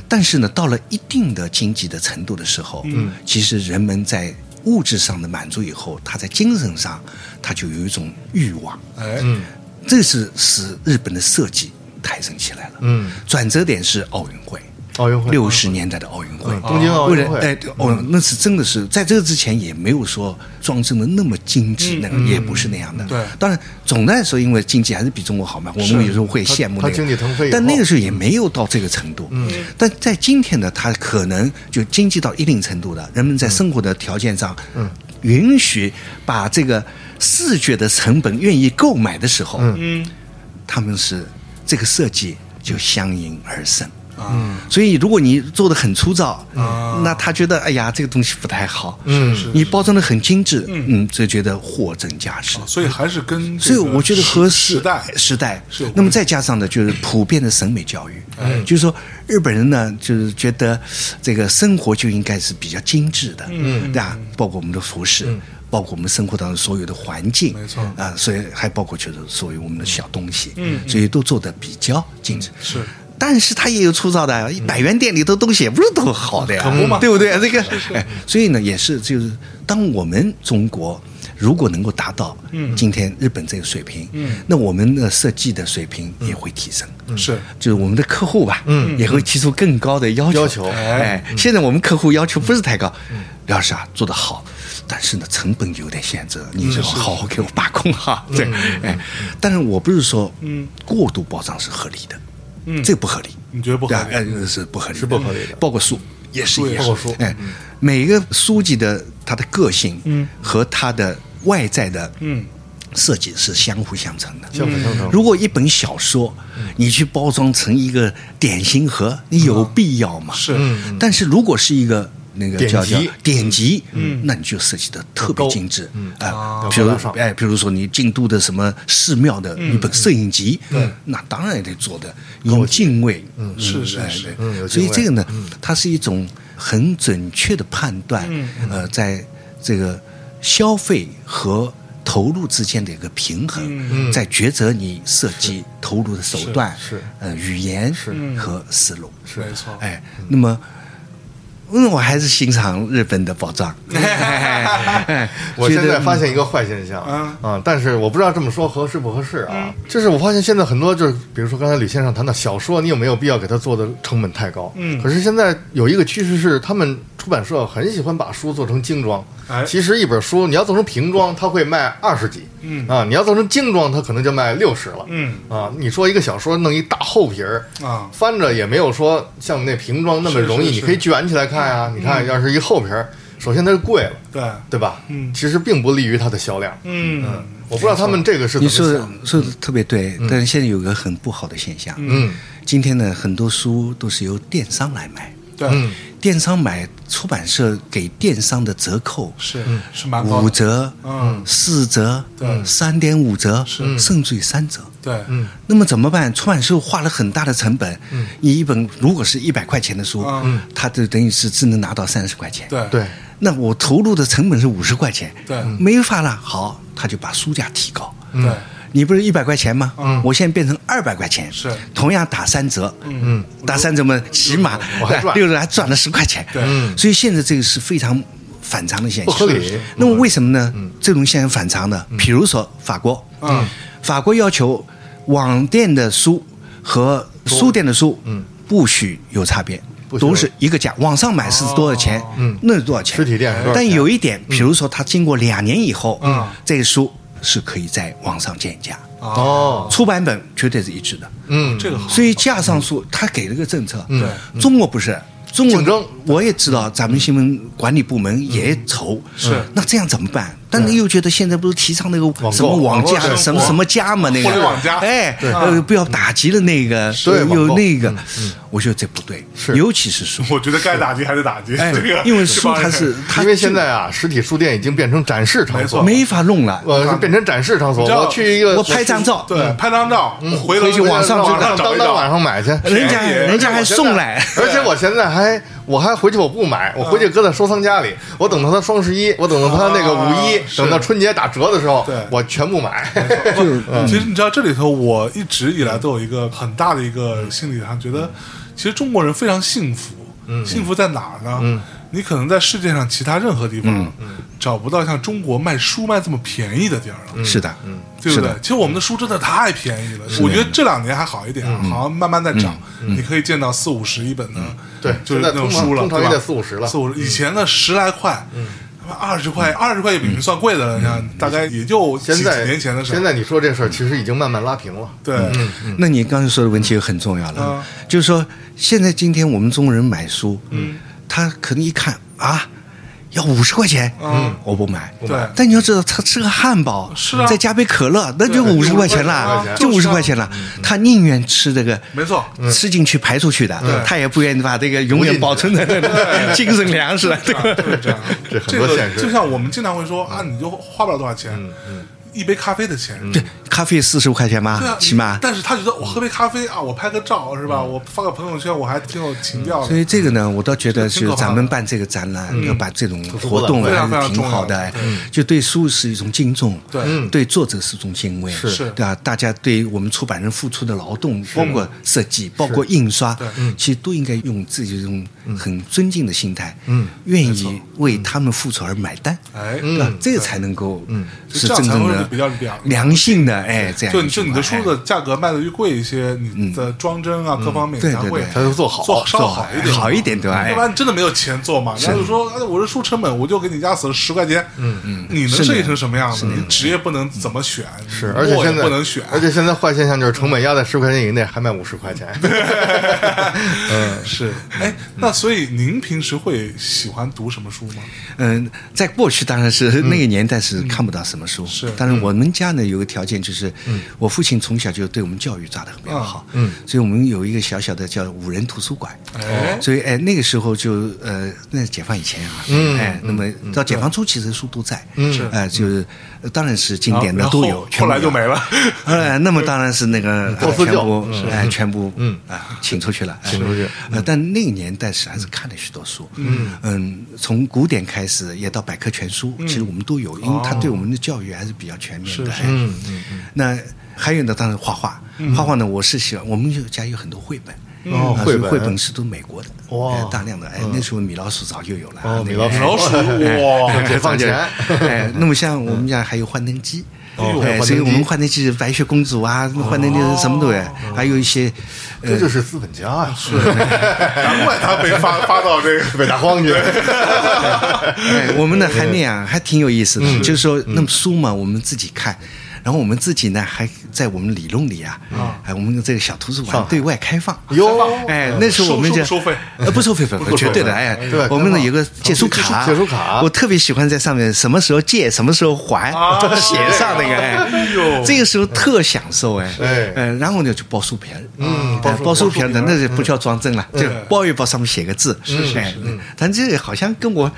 Speaker 3: 但是呢，到了一定的经济的程度的时候，嗯，其实人们在物质上的满足以后，他在精神上他就有一种欲望，
Speaker 1: 哎，
Speaker 3: 嗯这是使日本的设计抬升起来了。
Speaker 2: 嗯，
Speaker 3: 转折点是奥运会。
Speaker 2: 奥运会
Speaker 3: 六十年代的奥运会，
Speaker 2: 嗯东京奥运会嗯
Speaker 3: 为了哎，对哦，那是真的是在这之前也没有说装帧的那么精
Speaker 2: 嗯
Speaker 3: 致，那个也不是那样的。
Speaker 1: 对
Speaker 3: 当然总的来说，因为经济还是比中国好嘛，我们有时候会羡慕
Speaker 2: 它它
Speaker 3: 那个
Speaker 2: 经济腾飞以后
Speaker 3: 但那个时候也没有到这个程度。嗯，但在今天呢，它可能就经济到一定程度了，人们在生活的条件上，嗯，允许把这个视觉的成本愿意购买的时候，嗯，他们是这个设计就相应而生。
Speaker 1: 嗯，
Speaker 3: 所以，如果你做的很粗糙，
Speaker 1: 啊
Speaker 3: 那他觉得哎呀，这个东西不太好。
Speaker 2: 嗯
Speaker 1: 是
Speaker 3: 你包装的很精致，嗯，就觉得货真价实。
Speaker 1: 所以还是跟这
Speaker 3: 所以
Speaker 1: 个
Speaker 3: 我觉得和
Speaker 1: 时时代
Speaker 3: 时代
Speaker 1: 是有关系
Speaker 3: 那么再加上呢，就是普遍的审美教育，
Speaker 1: 哎
Speaker 3: 就是说日本人呢，就是觉得这个生活就应该是比较精致的，嗯，对吧？包括我们的服饰。包括我们生活当中所有的环境，
Speaker 1: 嗯没错
Speaker 3: 啊，所以还包括就是所谓我们的小东西，嗯，所以都做的比较精致，
Speaker 1: 是
Speaker 3: 但是它也有粗糙的，啊百元店里的东西也不是都好的呀，
Speaker 1: 嗯
Speaker 3: 嗯
Speaker 1: 可不嘛
Speaker 3: 对不对？这个，哎，所以呢，也是就是，当我们中国如果能够达到
Speaker 1: 嗯
Speaker 3: 今天日本这个水平，嗯，那我们的设计的水平也会提升，
Speaker 1: 是
Speaker 3: 就是我们的客户吧，嗯，也会提出更高的要求。
Speaker 2: 要求
Speaker 3: 哎，现在我们客户要求不是太高，廖老师啊，做得好，但是呢，成本有点限制，你就好好给我把控哈。 对，哎，但是我不是说，嗯，过度包装是合理的，嗯这不合理，
Speaker 1: 你觉得不合理
Speaker 3: 对啊呃是不合理，是嗯
Speaker 2: 不合理的
Speaker 3: 包括书也是
Speaker 1: 对
Speaker 3: 一样，
Speaker 1: 包括
Speaker 2: 书
Speaker 3: 哎，每一个书籍的他的个性，嗯，和他的外在的，
Speaker 1: 嗯。
Speaker 3: 设计是相互相成的。
Speaker 2: 相辅相成。
Speaker 3: 如果一本小说，你去包装成一个点心盒，你有必要吗？
Speaker 1: 是
Speaker 3: 但是如果是一个那个
Speaker 2: 典
Speaker 3: 叫叫
Speaker 2: 籍
Speaker 3: 典籍，嗯，那你就设计的特别精致，嗯啊，比如
Speaker 2: 高大上
Speaker 3: 哎，比如说你京都的什么寺庙的一本摄影集，嗯，那当然也得做的有敬畏，嗯，
Speaker 1: 是是
Speaker 3: 哎
Speaker 1: 是
Speaker 3: 对
Speaker 2: 嗯有
Speaker 3: 所
Speaker 2: 敬
Speaker 3: 以
Speaker 2: 畏
Speaker 3: 这个呢，它是一种很准确的判断，
Speaker 2: 嗯
Speaker 3: 呃，在这个消费和。投入之间的一个平衡，在抉择你设计投入的手段、
Speaker 2: 嗯是
Speaker 3: 呃语言和思路。
Speaker 1: 没错，
Speaker 3: 哎，那么，嗯，我还是欣赏日本的 宝藏。 哎
Speaker 2: 我现在发，
Speaker 3: 觉得
Speaker 2: 现一个坏现象
Speaker 1: 啊
Speaker 2: 啊，但是我不知道这么说合适不合适啊。就是我发现现在很多就是，比如说刚才吕先生谈到小说，你有没有必要给它做的成本太高？
Speaker 1: 嗯
Speaker 2: 可是现在有一个趋势是，他们出版社很喜欢把书做成精装。
Speaker 1: 哎
Speaker 2: 其实一本书你要做成平装，它会卖二十几。
Speaker 1: 嗯
Speaker 2: 啊，你要做成精装，它可能就卖六十了。
Speaker 1: 嗯
Speaker 2: 啊，你说一个小说弄一大厚皮儿
Speaker 1: 啊
Speaker 2: 翻着也没有说像那平装那么
Speaker 1: 是是
Speaker 2: 容易，你
Speaker 1: 是
Speaker 2: 可以卷起来看呀。你看，要是一厚皮儿，首先它是贵了。
Speaker 1: 对，
Speaker 2: 对吧？
Speaker 1: 嗯
Speaker 2: 其实并不利于它的销量。
Speaker 1: 嗯，
Speaker 2: 我不知道他们这个是怎
Speaker 3: 你
Speaker 2: 么
Speaker 3: 说的
Speaker 2: 想的。
Speaker 3: 说的特别对，但是现在有个很不好的现象。
Speaker 2: 嗯，
Speaker 3: 今天呢，很多书都是由电商来买，
Speaker 1: 对，
Speaker 2: 嗯
Speaker 3: 电商买出版社给电商的折扣
Speaker 1: 是是蛮高
Speaker 3: 嗯
Speaker 1: 的，
Speaker 3: 五折、
Speaker 1: 嗯
Speaker 3: 四折、
Speaker 1: 对
Speaker 3: 三点五折，甚至于三折。
Speaker 1: 对，
Speaker 2: 嗯
Speaker 3: 那么怎么办？出版社花了很大的成本，你一本如果是一百块钱的书
Speaker 1: 嗯，
Speaker 3: 它就等于是只能拿到三十块钱。
Speaker 1: 对
Speaker 2: 对，
Speaker 3: 那我投入的成本是五十块钱，
Speaker 1: 对嗯
Speaker 3: 没法了。好，他就把书价提高。
Speaker 1: 对，
Speaker 3: 你不是一百块钱吗？
Speaker 1: 嗯
Speaker 3: 我现在变成二百块钱，
Speaker 1: 是
Speaker 3: 同样打三折，
Speaker 1: 嗯，
Speaker 3: 打三折嘛，起码
Speaker 2: 我还赚
Speaker 3: 六折还赚了十块钱，
Speaker 1: 对嗯
Speaker 3: 所以现在这个是非常反常的现象，
Speaker 2: 不合理嗯
Speaker 3: 是那么为什么呢？这种现象反常呢？比如说法国，
Speaker 1: 嗯，
Speaker 3: 法国要求网店的书和书店的书，
Speaker 2: 嗯，
Speaker 3: 不许有差别
Speaker 2: 不。许有
Speaker 3: 都是一个价，网上买是多少钱，
Speaker 2: 嗯
Speaker 3: 那是多少钱？
Speaker 2: 实体店是多少钱
Speaker 3: 哎但有一点，比如说他经过两年以后，
Speaker 1: 嗯
Speaker 3: 这个书是可以在网上见价，
Speaker 1: 啊，
Speaker 2: 哦，
Speaker 3: 出版本绝对是一致的。
Speaker 2: 嗯，
Speaker 1: 这个好，
Speaker 3: 所以架上书，他给了个政策。
Speaker 2: 嗯
Speaker 1: 对
Speaker 3: 中国不是中国
Speaker 2: 竞争
Speaker 3: 我也知道咱们新闻管理部门也愁，
Speaker 2: 嗯
Speaker 1: 是
Speaker 3: 那这样怎么办？但你又觉得现在不是提倡那
Speaker 2: 购
Speaker 3: 个什么
Speaker 1: 网
Speaker 3: 网
Speaker 1: 络生
Speaker 3: 加
Speaker 1: 活
Speaker 3: 什么什么加嘛那
Speaker 1: 互
Speaker 3: 个
Speaker 1: 联网加
Speaker 3: 哎，
Speaker 1: 对
Speaker 3: 呃，不要打击了那个，
Speaker 2: 嗯对网
Speaker 3: 有
Speaker 2: 购嗯
Speaker 3: 那个，我觉得这不对，
Speaker 2: 是
Speaker 3: 尤其是 书，
Speaker 1: 我觉得该打击还是打击，
Speaker 3: 哎
Speaker 1: 这个，
Speaker 3: 因为
Speaker 1: 这
Speaker 3: 书
Speaker 1: 帮人
Speaker 3: 它是它
Speaker 2: 因为现在啊，实体书店已经变成展示场
Speaker 1: 没
Speaker 2: 所
Speaker 1: 错，
Speaker 3: 没法弄了，
Speaker 2: 呃，是变成展示场所。
Speaker 1: 你知道
Speaker 2: 我去一个，
Speaker 3: 我拍张照
Speaker 1: 对拍张照，我回头
Speaker 3: 嗯回去
Speaker 1: 我
Speaker 3: 网上
Speaker 2: 网
Speaker 1: 网
Speaker 2: 上
Speaker 1: 上找
Speaker 2: 当
Speaker 1: 一
Speaker 2: 当
Speaker 1: 找
Speaker 2: 晚，上买去。
Speaker 3: 人家
Speaker 1: 便宜
Speaker 2: 哎
Speaker 3: 人家还送来，
Speaker 2: 而且我现在还，我还回去我不买，我回去搁在收藏家里，我等到它双十一，我等到它那个五一
Speaker 1: 啊，是
Speaker 2: 等到春节打折的时候
Speaker 1: 对，
Speaker 2: 我全部买。 嗯
Speaker 1: 其实你知道，这里头我一直以来都有一个很大的一个心理上觉得，其实中国人非常幸福。
Speaker 2: 嗯
Speaker 1: 幸福在哪儿呢？你可能在世界上其他任何地方、
Speaker 2: 嗯
Speaker 1: 找不到像中国卖书卖这么便宜的地儿
Speaker 2: 嗯
Speaker 1: 了。
Speaker 3: 是的，
Speaker 1: 嗯
Speaker 3: 嗯
Speaker 1: 对不
Speaker 3: 是
Speaker 1: 对
Speaker 3: 的？
Speaker 1: 其实我们的书真的太便宜了，我觉得这两年还好一点，
Speaker 2: 嗯
Speaker 1: 啊，好像慢慢在涨，你可以见到四五十一本的，
Speaker 2: 对
Speaker 1: 就是
Speaker 2: 现在
Speaker 1: 那种
Speaker 2: 通常
Speaker 1: 书了，
Speaker 2: 通常也
Speaker 1: 对吧
Speaker 2: 得四五十了嗯
Speaker 1: 四五十以前的十来块，他妈二十块，二十块也已经算贵的了，你看大概也就几
Speaker 2: 嗯现
Speaker 1: 几
Speaker 2: 在
Speaker 1: 年前的事儿，
Speaker 2: 现在你嗯说这事儿，其实已经慢慢拉平了。
Speaker 1: 对，嗯
Speaker 3: 那你刚才说的问题又很重要了，嗯
Speaker 1: 啊
Speaker 3: 就是说现在今天我们中国人买书，嗯，他可能一看啊，要五十块钱，
Speaker 1: 嗯，
Speaker 3: 我不买，
Speaker 1: 对
Speaker 3: 但你要知道，他吃个汉堡，
Speaker 1: 是啊
Speaker 3: 再加杯可乐，那就
Speaker 1: 对
Speaker 3: 五十块钱
Speaker 2: 50块
Speaker 3: 啦
Speaker 2: 钱，
Speaker 3: 就五
Speaker 1: 就是
Speaker 3: 十
Speaker 1: 啊
Speaker 3: 块钱了，他宁愿吃这个，
Speaker 1: 没嗯错，
Speaker 3: 吃进去排出去的，他也不愿意把这个永远保存在那里，精神粮食了，对吧？
Speaker 1: 就是啊这样，
Speaker 2: 这很多
Speaker 1: 个
Speaker 2: 现实嗯
Speaker 1: 就像我们经常会说啊，你就花不了多少钱，一杯咖啡的钱，对。
Speaker 3: 咖啡四十五块钱
Speaker 1: 对啊
Speaker 3: 嗯吗？，起码，
Speaker 1: 但是他觉得我喝杯咖啡啊，我拍个照是
Speaker 2: 嗯
Speaker 1: 吧？我发个朋友圈，我还挺有情调的。
Speaker 3: 嗯所以这个呢，我倒觉得是
Speaker 1: 挺可怕的嗯
Speaker 3: 咱们办这个展览，要把这种活动
Speaker 1: 非
Speaker 3: 啊还
Speaker 1: 常非
Speaker 3: 是
Speaker 1: 常
Speaker 3: 挺好
Speaker 1: 重要嗯
Speaker 3: 的，哎就对书是一种敬重，
Speaker 1: 对
Speaker 3: 对作者是一种敬畏，
Speaker 1: 是
Speaker 3: 对吧？大家对我们出版人付出的劳动，包括设计，包括印刷
Speaker 1: 对，嗯
Speaker 3: 其实都应该用自己这种很尊敬的心态，愿意为他们付出而买单，
Speaker 1: 哎，
Speaker 2: 嗯
Speaker 3: 对吧？这个才能够是
Speaker 1: 嗯
Speaker 3: 真
Speaker 1: 这样
Speaker 3: 正
Speaker 1: 才会
Speaker 3: 的
Speaker 1: 比较良
Speaker 3: 良性的，哎，这样
Speaker 1: 就
Speaker 3: 一
Speaker 1: 你
Speaker 3: 句
Speaker 1: 就你的
Speaker 3: 话
Speaker 1: 书
Speaker 3: 哎
Speaker 1: 的价格卖的越贵一些，你的装帧啊各方面
Speaker 3: 嗯对
Speaker 1: 才
Speaker 3: 对
Speaker 1: 会
Speaker 3: 对
Speaker 2: 才能嗯做好
Speaker 1: 做稍
Speaker 3: 做
Speaker 1: 好
Speaker 3: 好
Speaker 1: 一点，
Speaker 3: 好一点对吧哎
Speaker 1: 要不然真的没有钱做嘛。人家就说，哎，我这书成本我就给你压死了十块钱，嗯嗯，你能
Speaker 3: 是的
Speaker 1: 设计成什么样子？你职业不能怎么选，是
Speaker 2: 而且现在
Speaker 1: 不能选，
Speaker 2: 而且现在坏现象就是成本压在十块钱以内，还卖五十 块钱。
Speaker 1: 嗯是。 哎，那所以您平时会喜欢读什么书吗？
Speaker 3: 嗯，在过去当然是那个年代是看不到什么么书。
Speaker 1: 是
Speaker 3: 但是我们家呢有个条件就是，我父亲从小就对我们教育抓得很比较好，嗯，所以我们有一个小小的叫五人图书馆，
Speaker 1: 哎
Speaker 3: 所以哎那个时候就呃那是解放以前啊，嗯，哎，那么到解放初其实书都在，嗯，哎就是呃当然是经典的
Speaker 1: 然后
Speaker 3: 都有，全
Speaker 1: 后
Speaker 3: 部
Speaker 1: 来就
Speaker 3: 有
Speaker 1: 没了。
Speaker 3: 呃，那么当然是那 个
Speaker 2: 破
Speaker 3: 呃
Speaker 2: 四
Speaker 3: 全
Speaker 2: 旧
Speaker 3: 部哎，全部
Speaker 2: 嗯
Speaker 3: 啊，请出去了，哎
Speaker 2: 请出去。
Speaker 3: 呃，但那个年代是还是看了许多书，嗯从古典开始，也到百科全书，
Speaker 2: 嗯
Speaker 3: 其实我们都有，因为他对我们的教育还是比较全面的。
Speaker 1: 哦
Speaker 3: 嗯嗯那还有呢，当然画画，画画呢，我是喜欢，我们有家有很多绘本。
Speaker 2: 嗯哦
Speaker 3: 啊
Speaker 2: 绘
Speaker 3: 所以
Speaker 2: 本
Speaker 3: 绘本是都美国的，
Speaker 2: 哇嗯
Speaker 3: 哎大量的，哎，那时候米老鼠早就有了，
Speaker 2: 哦
Speaker 3: 那个
Speaker 2: 米老鼠
Speaker 1: 老鼠
Speaker 3: 哦
Speaker 1: 哇，
Speaker 2: 解放前，
Speaker 3: 哎，那么像我们家还有幻灯机，
Speaker 2: 哦
Speaker 3: 哎，所以我们幻灯机是白雪公主啊，幻灯机是什么都有，还有一些，
Speaker 2: 这
Speaker 3: 呃，
Speaker 2: 就是资本家呀，
Speaker 1: 难怪他被发发到这个。
Speaker 2: 北大荒去。
Speaker 3: 哎，嗯我们呢还那样，还挺有意思的。就是说，那么书嘛，我们自己看，然后我们自己呢还在我们理论里啊，哎，我们这个小图书
Speaker 2: 上
Speaker 3: 馆
Speaker 2: 海
Speaker 3: 对外开放。
Speaker 2: 哟，
Speaker 3: 哎，那时候我们就
Speaker 1: 收收收费
Speaker 3: 呃，不收费，不收费绝对的。哎
Speaker 2: 对，
Speaker 3: 我们
Speaker 2: 开
Speaker 3: 呢
Speaker 2: 放
Speaker 3: 有个借书卡，
Speaker 2: 借书卡
Speaker 3: 我特别喜欢在上面什么时候借，什么时候还
Speaker 1: 啊，
Speaker 3: 写上那个。哎
Speaker 1: 哎呦
Speaker 3: 这个时候特享受哎
Speaker 2: 哎，
Speaker 3: 嗯，然后呢就包书皮儿，嗯
Speaker 2: 包书
Speaker 3: 包书皮儿
Speaker 2: 包
Speaker 3: 呢
Speaker 2: 书皮儿
Speaker 3: 那就不叫装帧了，就包一包上面写个字，是是是，但这个好像跟我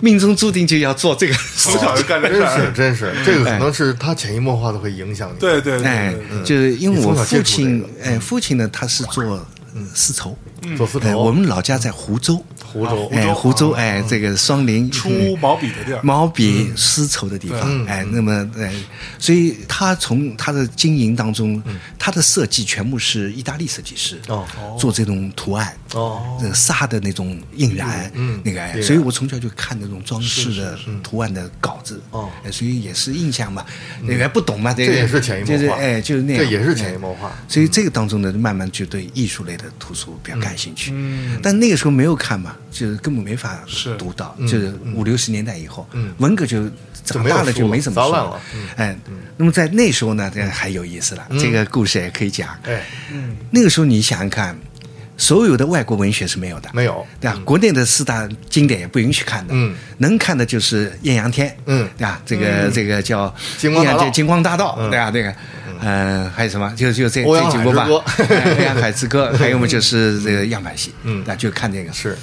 Speaker 3: 命中注定就要做这个事
Speaker 1: 从
Speaker 3: 哎情。
Speaker 1: 小就干这事
Speaker 2: 真是
Speaker 1: 儿，
Speaker 2: 真是，这个可能是他潜移默化的会影响你。
Speaker 1: 对对对
Speaker 3: 哎
Speaker 1: 对，对，
Speaker 3: 就是因为我父
Speaker 2: 你
Speaker 3: 亲
Speaker 2: 从小接触，
Speaker 3: 哎，父亲呢他是做丝绸，
Speaker 2: 做丝
Speaker 3: 哎，
Speaker 2: 绸，
Speaker 3: 我们老家在湖州，
Speaker 2: 湖州嗯
Speaker 3: 哎，湖州，哎，这个双林嗯
Speaker 1: 出毛笔的地儿，
Speaker 3: 毛笔丝绸的地
Speaker 2: 嗯
Speaker 3: 方，哎，那么哎，所以他从他的经营当中，他的设计全部是意大利设计师
Speaker 2: 嗯哦
Speaker 3: 做这种图案
Speaker 2: 哦，
Speaker 3: 这个纱的那种印染，
Speaker 2: 嗯
Speaker 3: 那个
Speaker 2: 印
Speaker 3: 哎，
Speaker 2: 染
Speaker 3: 所以我从小就看那种装饰的图案的稿子
Speaker 2: 哦嗯
Speaker 3: 哎所以也是印象嘛，那个不懂嘛，这
Speaker 2: 这
Speaker 3: 个
Speaker 2: 也是潜移默化
Speaker 3: 就是哎，就是那样，
Speaker 2: 这也是潜移
Speaker 3: 哎
Speaker 2: 默化
Speaker 3: 所以这个当中呢，慢慢就对艺术类的图书比较感兴趣。嗯，但那个时候没有看嘛，就是根本没法
Speaker 1: 是
Speaker 3: 读到，就是五六十年代以后，
Speaker 2: 嗯
Speaker 3: 文革就长大了就没怎么
Speaker 2: 就没有书了糟
Speaker 3: 说
Speaker 2: 烂了嗯
Speaker 3: 哎，那么在那时候呢，这还有意思了，这个故事也可以讲。
Speaker 2: 哎，
Speaker 3: 那个时候你想想看，所有的外国文学是没有的，
Speaker 2: 没有
Speaker 3: 对吧？国内的四大经典也不允许看的，
Speaker 2: 嗯，
Speaker 3: 能看的就是《艳阳天》，
Speaker 2: 嗯
Speaker 3: 对吧？这个这个叫《
Speaker 2: 金光大道
Speaker 3: 艳阳天金光大道》，
Speaker 2: 嗯
Speaker 3: 对吧？这个，嗯，还有什么？就就这
Speaker 2: 欧阳
Speaker 3: 这几部吧，
Speaker 2: 海之歌
Speaker 3: 哎《欧阳海之歌》，还有么就是这个样板戏，
Speaker 2: 嗯
Speaker 3: 那就看这个
Speaker 2: 是。嗯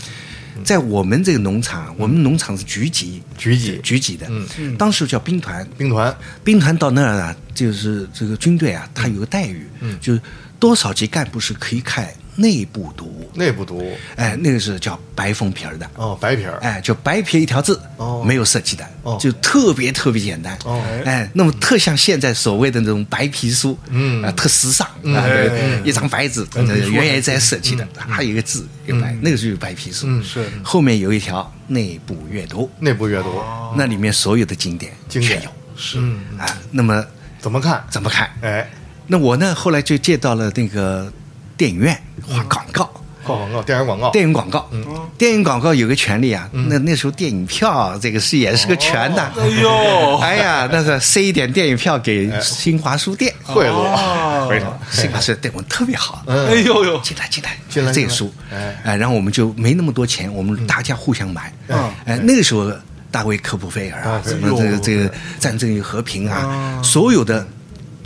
Speaker 3: 在我们这个农场，我们农场是局级，
Speaker 2: 局级
Speaker 3: 局级的，嗯，当时叫兵团，
Speaker 2: 兵团
Speaker 3: 兵团到那儿啊，就是这个军队啊，它有个待遇，
Speaker 2: 嗯
Speaker 3: 就是多少级干部是可以看内部读物，
Speaker 2: 内部读物
Speaker 3: 哎，那个是叫白封皮儿的，
Speaker 2: 哦，白皮儿，
Speaker 3: 哎，就白皮一条字，
Speaker 2: 哦
Speaker 3: 没有设计的，
Speaker 2: 哦
Speaker 3: 就特别特别简单，
Speaker 2: 哦
Speaker 3: 哎，那么特像现在所谓的那种白皮书，
Speaker 2: 嗯
Speaker 3: 啊，特时尚，啊
Speaker 1: 哎，
Speaker 3: 一张白纸，呃原来在设计的，
Speaker 2: 嗯
Speaker 3: 还有一个字，一个白，那个就是白皮书，
Speaker 1: 是
Speaker 3: 后面有一条内部阅读，
Speaker 2: 内部阅读，
Speaker 3: 那里面所有的经典
Speaker 2: 哦经
Speaker 3: 全
Speaker 2: 典
Speaker 3: 哦
Speaker 2: 嗯
Speaker 3: 有
Speaker 1: 是
Speaker 3: 啊，那么
Speaker 2: 怎么看？
Speaker 3: 怎么看？
Speaker 2: 哎，
Speaker 3: 那我呢，后来就借到了那个电影院
Speaker 2: 嗯
Speaker 3: 画广告，
Speaker 2: 画广告，电影广告，
Speaker 3: 电影广告。电影广告有个权利啊，那那时候电影票这个是也是个权的。
Speaker 1: 哎呦，
Speaker 3: 哎呀，那是塞一点电影票给
Speaker 2: 哎
Speaker 3: 新华书店，
Speaker 2: 贿
Speaker 1: 哦
Speaker 2: 赂，非常
Speaker 3: 新华书店对我们特别好。
Speaker 2: 嗯
Speaker 1: 哎呦呦，
Speaker 3: 进来，进来，
Speaker 2: 进来
Speaker 3: 这
Speaker 2: 进
Speaker 3: 个
Speaker 2: 来
Speaker 3: 书，
Speaker 2: 哎
Speaker 3: 哎，然后我们就没那么多钱，我们大家互相买，
Speaker 1: 嗯
Speaker 3: 哎，那个时候大卫科普菲尔啊
Speaker 2: 啊，
Speaker 3: 什么这
Speaker 1: 哎
Speaker 3: 个
Speaker 1: 呦
Speaker 3: 这个战争与和平啊
Speaker 1: 啊，
Speaker 3: 所有的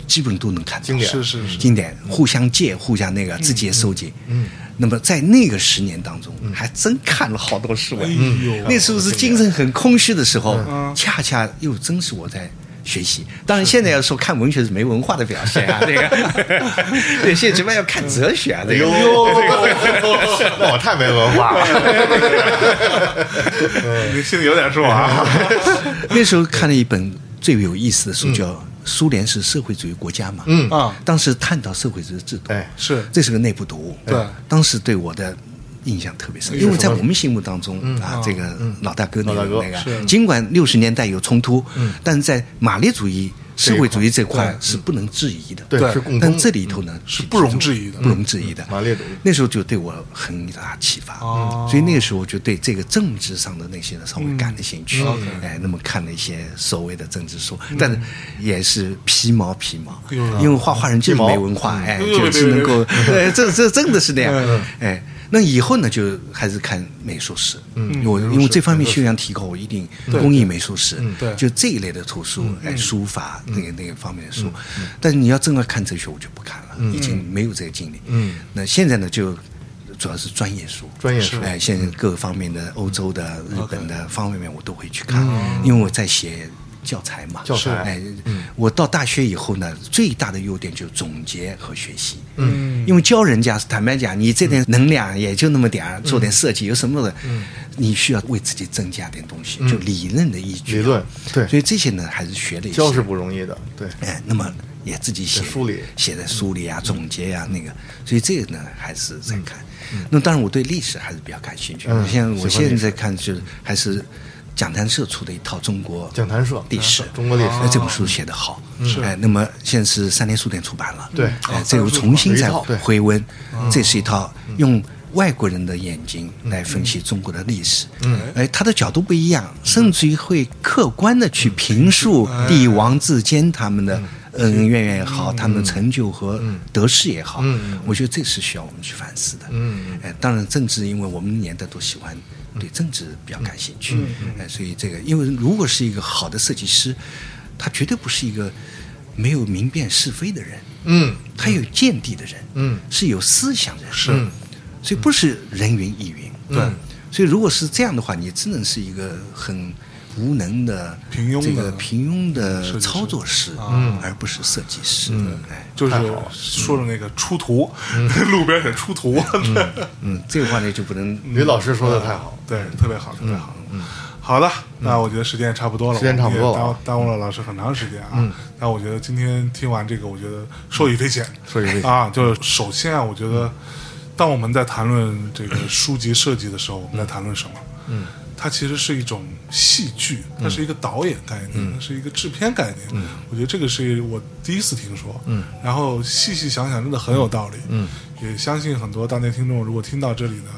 Speaker 3: 基本都能看到，
Speaker 2: 经典
Speaker 1: 是是是，
Speaker 3: 经典，互相借，互相那个，自己也收集。嗯，那么在那个十年当中，还真看了好多书哎。
Speaker 1: 嗯
Speaker 3: 那时候是精神很空虚的时候
Speaker 1: 嗯，
Speaker 3: 恰恰又正是我在。学习，当然现在要说看文学是没文化的表现啊，这个，对，现在起码要看哲学啊，这个，
Speaker 1: 哎
Speaker 2: 那我太没文化了。
Speaker 3: 嗯
Speaker 1: 你心里有点数啊，
Speaker 3: 那时候看了一本最有意思的书，叫《苏联是社会主义国家》嘛，
Speaker 2: 嗯
Speaker 1: 啊
Speaker 3: 当时探讨社会主义制度，
Speaker 2: 哎
Speaker 1: 是
Speaker 3: 这是个内部读物，
Speaker 1: 对
Speaker 3: 当时对我的。印象特别深，
Speaker 2: 是
Speaker 3: 因为在
Speaker 2: 什么嗯
Speaker 3: 我们心目当中啊，这个老大哥那
Speaker 2: 老大
Speaker 3: 个
Speaker 2: 哥嗯
Speaker 3: 那
Speaker 1: 是
Speaker 3: 个，尽管六十年代有冲突，但是在马列主义、社会主义这块
Speaker 1: 对
Speaker 3: 是不能质疑的。
Speaker 2: 对
Speaker 1: 对
Speaker 2: 是共
Speaker 3: 但
Speaker 2: 通。嗯
Speaker 3: 这里头呢
Speaker 1: 是不容置疑的
Speaker 3: 不容置疑的。
Speaker 2: 马列主义
Speaker 3: 那时候就对我很大启发
Speaker 1: 哦，
Speaker 3: 所以那个时候就对这个政治上的那些呢稍微感了兴趣，
Speaker 2: 嗯
Speaker 3: 哎，那么看了一些所谓的政治书，但是也是皮毛皮毛
Speaker 1: 哎呦，
Speaker 3: 因为画画人就是
Speaker 2: 皮毛
Speaker 3: 没文化，哎，
Speaker 1: 哎呦
Speaker 3: 就是能够，哎，这这真的是那样
Speaker 1: 嗯，
Speaker 3: 哎，那以后呢，就还是看美术史。嗯，我因为这方面修养提高，我一定工艺美术史，
Speaker 1: 对
Speaker 3: 就这一类的图书，哎，书法那个那个方面的书。但是你要真的看哲学，我就不看了，已经没有这个精力。嗯，那现在呢，就主要是专业书，
Speaker 2: 专业书
Speaker 3: 哎，现在各方面的欧洲的、日本的方方面面我都会去看，因为我在写。教材嘛，
Speaker 2: 教材
Speaker 3: 哎，我到大学以后呢，最大的优点就是总结和学习。嗯，因为教人家，坦白讲，你这点能量也就那么点儿，做点设计有什么的？嗯，你需要为自己增加点东西，就理论的依据啊。
Speaker 2: 嗯理论对
Speaker 3: 所以这些呢，还是学了一些。
Speaker 2: 教是不容易的，对，
Speaker 3: 哎，那么也自己写
Speaker 2: 在嗯书里
Speaker 3: 写在书里啊，总结呀、那个，所以这个呢还是在看。那当然，我对历史还是比较感兴趣。
Speaker 2: 嗯
Speaker 3: 像
Speaker 2: 喜
Speaker 3: 我
Speaker 2: 欢
Speaker 3: 现
Speaker 2: 历
Speaker 3: 在看就是还是讲谈社出的一套中国
Speaker 2: 讲坛社
Speaker 3: 历史，
Speaker 2: 啊中国历史嗯
Speaker 3: 哎这本书写得好。哎，那么现在是三联书店出版了。
Speaker 2: 对啊
Speaker 3: 哎，这我重新再
Speaker 2: 一套对嗯
Speaker 3: 回温，这是一套用。外国人的眼睛来分析中国的历史，嗯，哎，他的角度不一样，甚至于会客观的去评述帝王之间他们的恩恩怨怨也好，他们的成就和得失也好，我觉得这是需要我们去反思的。嗯，哎，当然政治，因为我们年代都喜欢对政治比较感兴趣，哎，所以这个，因为如果是一个好的设计师，他绝对不是一个没有明辨是非的人。
Speaker 2: 嗯，
Speaker 3: 他有见地的人，
Speaker 2: 嗯
Speaker 3: 是有思想的人，
Speaker 1: 是
Speaker 3: 嗯，所以不是人云亦云，
Speaker 2: 对
Speaker 3: 嗯，所以如果是这样的话，你只能是一个很无能的
Speaker 1: 平庸的
Speaker 3: 这个平庸
Speaker 1: 设计师啊嗯
Speaker 3: 的操作师，而不是设计师，哎，
Speaker 1: 就是说的那个出图， 路边写出图，
Speaker 3: 嗯，这个话呢就不能
Speaker 2: 吕老师说的太好，
Speaker 1: 对，特别好，特别好。好的，那我觉得时间也差不多了，
Speaker 2: 嗯时间差不多了嗯
Speaker 1: 我们也耽耽误了老师很长时间啊。那我觉得今天听完这个，我觉得受益匪浅，
Speaker 2: 受益匪浅
Speaker 1: 啊。就是首先啊，我觉得当我们在谈论这个书籍设计的时候，我们在谈论什么？嗯。它其实是一种戏剧，它是一个导演概念，它是一个制片概念。我觉得这个是我第一次听说。嗯，然后细细想想，真的很有道理。嗯，也相信很多当年听众如果听到这里呢，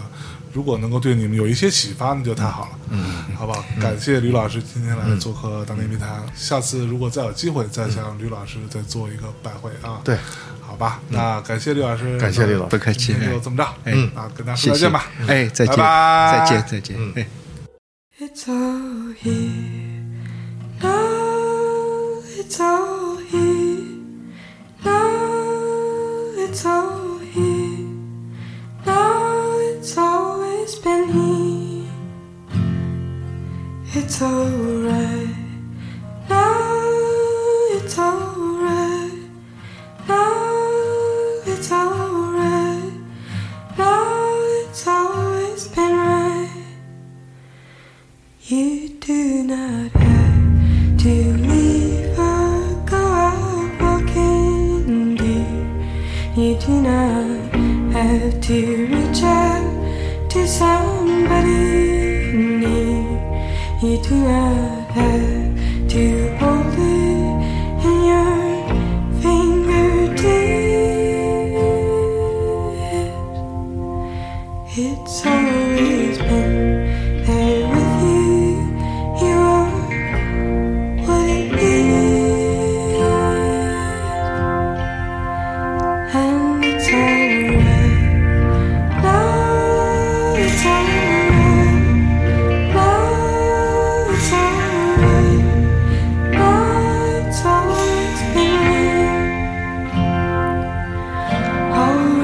Speaker 1: 如果能够对你们有一些启发，那就太好了，嗯，好不好？感谢吕老师今天来做客《当年密谈》，下次如果再有机会，再向吕老师再做一个拜会啊。
Speaker 2: 对，
Speaker 1: 好吧，那感谢吕老师，
Speaker 2: 嗯感谢吕老师
Speaker 3: 不客气，
Speaker 1: 今天
Speaker 3: 哎
Speaker 1: 就这么着，
Speaker 3: 嗯
Speaker 1: 啊，跟大家
Speaker 3: 谢
Speaker 1: 说
Speaker 3: 谢
Speaker 1: 再见吧，
Speaker 3: 哎，再见，
Speaker 1: 拜拜嗯
Speaker 3: 再见，再见，哎。
Speaker 4: It's all here. Now it's all here. Now it's all here. Now it's always been here. It's alright. Now it's alright. Now it's alright. Now it's always been right. You do not have to leave or go out walking, dear. You do not have to reach out to somebody near. You do not have to hold it in your fingertips. It's always been there with you. You are what it is, and it's alright. Now it's alright. Now it's alright. Now it's always been alright. Alright.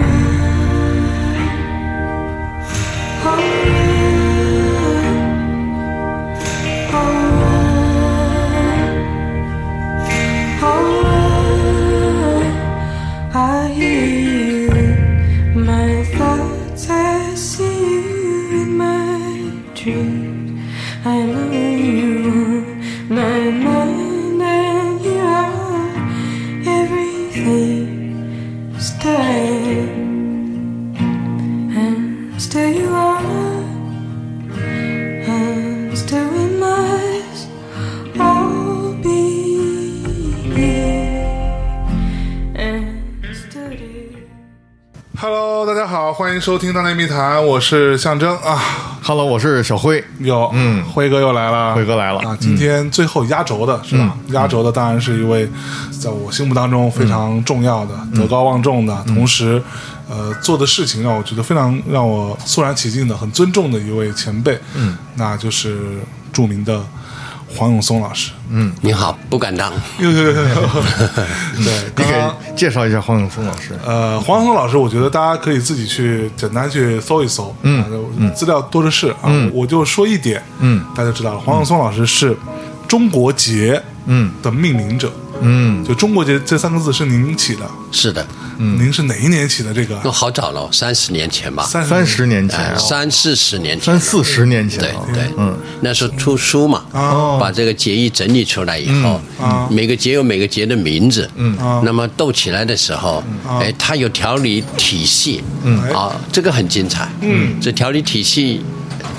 Speaker 1: Hello，大家好，欢迎收听《大内密谈》，我是象征啊，
Speaker 2: Hello，我是小辉。
Speaker 1: 有嗯，辉哥又来了，
Speaker 2: 辉哥来了嗯
Speaker 1: 啊！今天最后压轴的是吧？压轴的当然是一位在我心目当中非常重要的、
Speaker 2: 嗯
Speaker 1: 德高望重的，同时呃做的事情让我觉得非常让我肃然起敬的、很尊重的一位前辈，嗯，那就是著名的黄永松老师。
Speaker 2: 嗯
Speaker 5: 你好，不敢当。
Speaker 1: 对，
Speaker 2: 你
Speaker 1: 刚刚
Speaker 2: 给介绍一下黄永松老师。
Speaker 1: 呃，黄松老师，我觉得大家可以自己去简单去搜一搜，嗯，资料多的是啊，我就说一点，
Speaker 2: 嗯，
Speaker 1: 大家就知道了。黄永松老师是中国结，
Speaker 2: 嗯
Speaker 1: 的命名者，
Speaker 2: 嗯
Speaker 1: 就中国结这三个字是您起的，
Speaker 5: 是的，
Speaker 1: 您是哪一年起的这个？
Speaker 5: 都好早了，三十哦年前吧，
Speaker 1: 三
Speaker 2: 三十年前
Speaker 5: 呃，
Speaker 2: 啊，
Speaker 5: 三四十年前
Speaker 2: 三
Speaker 5: 了，
Speaker 2: 四十年前
Speaker 5: 对
Speaker 2: 啊，
Speaker 5: 对，
Speaker 2: 嗯，啊
Speaker 5: 那时候出书嘛，
Speaker 1: 哦
Speaker 5: 把这个节义整理出来以后，
Speaker 1: 啊
Speaker 5: 每个节有每个节的名字，嗯
Speaker 1: 啊
Speaker 5: 那么斗起来的时候，哎，它有条理体系，嗯啊，这个很精彩，嗯，这条理体系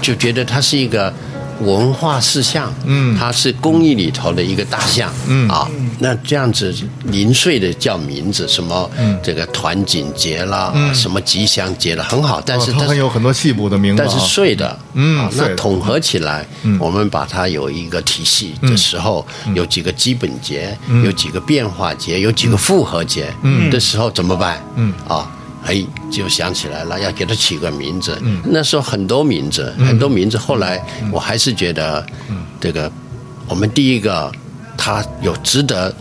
Speaker 5: 就觉得它是一个。文化事项，嗯，它是公益里头的一个大项，嗯啊，那这样子零碎的叫名字，什么这个团锦节啦，什么吉祥节啦，很好，但
Speaker 2: 哦
Speaker 5: 是
Speaker 2: 他
Speaker 5: 它
Speaker 2: 很
Speaker 5: 是
Speaker 2: 有很多细部的名字啊
Speaker 5: 但是碎的，
Speaker 2: 嗯
Speaker 5: 啊
Speaker 2: 碎的
Speaker 5: 那统合起来，我们把它有一个体系的时候，有几个基本节，有几个变化节，有几个复合节的时候怎么办？嗯啊。哎，就想起来了，要给它起个名字。那时候很多名字，很多名字。后来我还是觉得，这个我们第一个，它有值得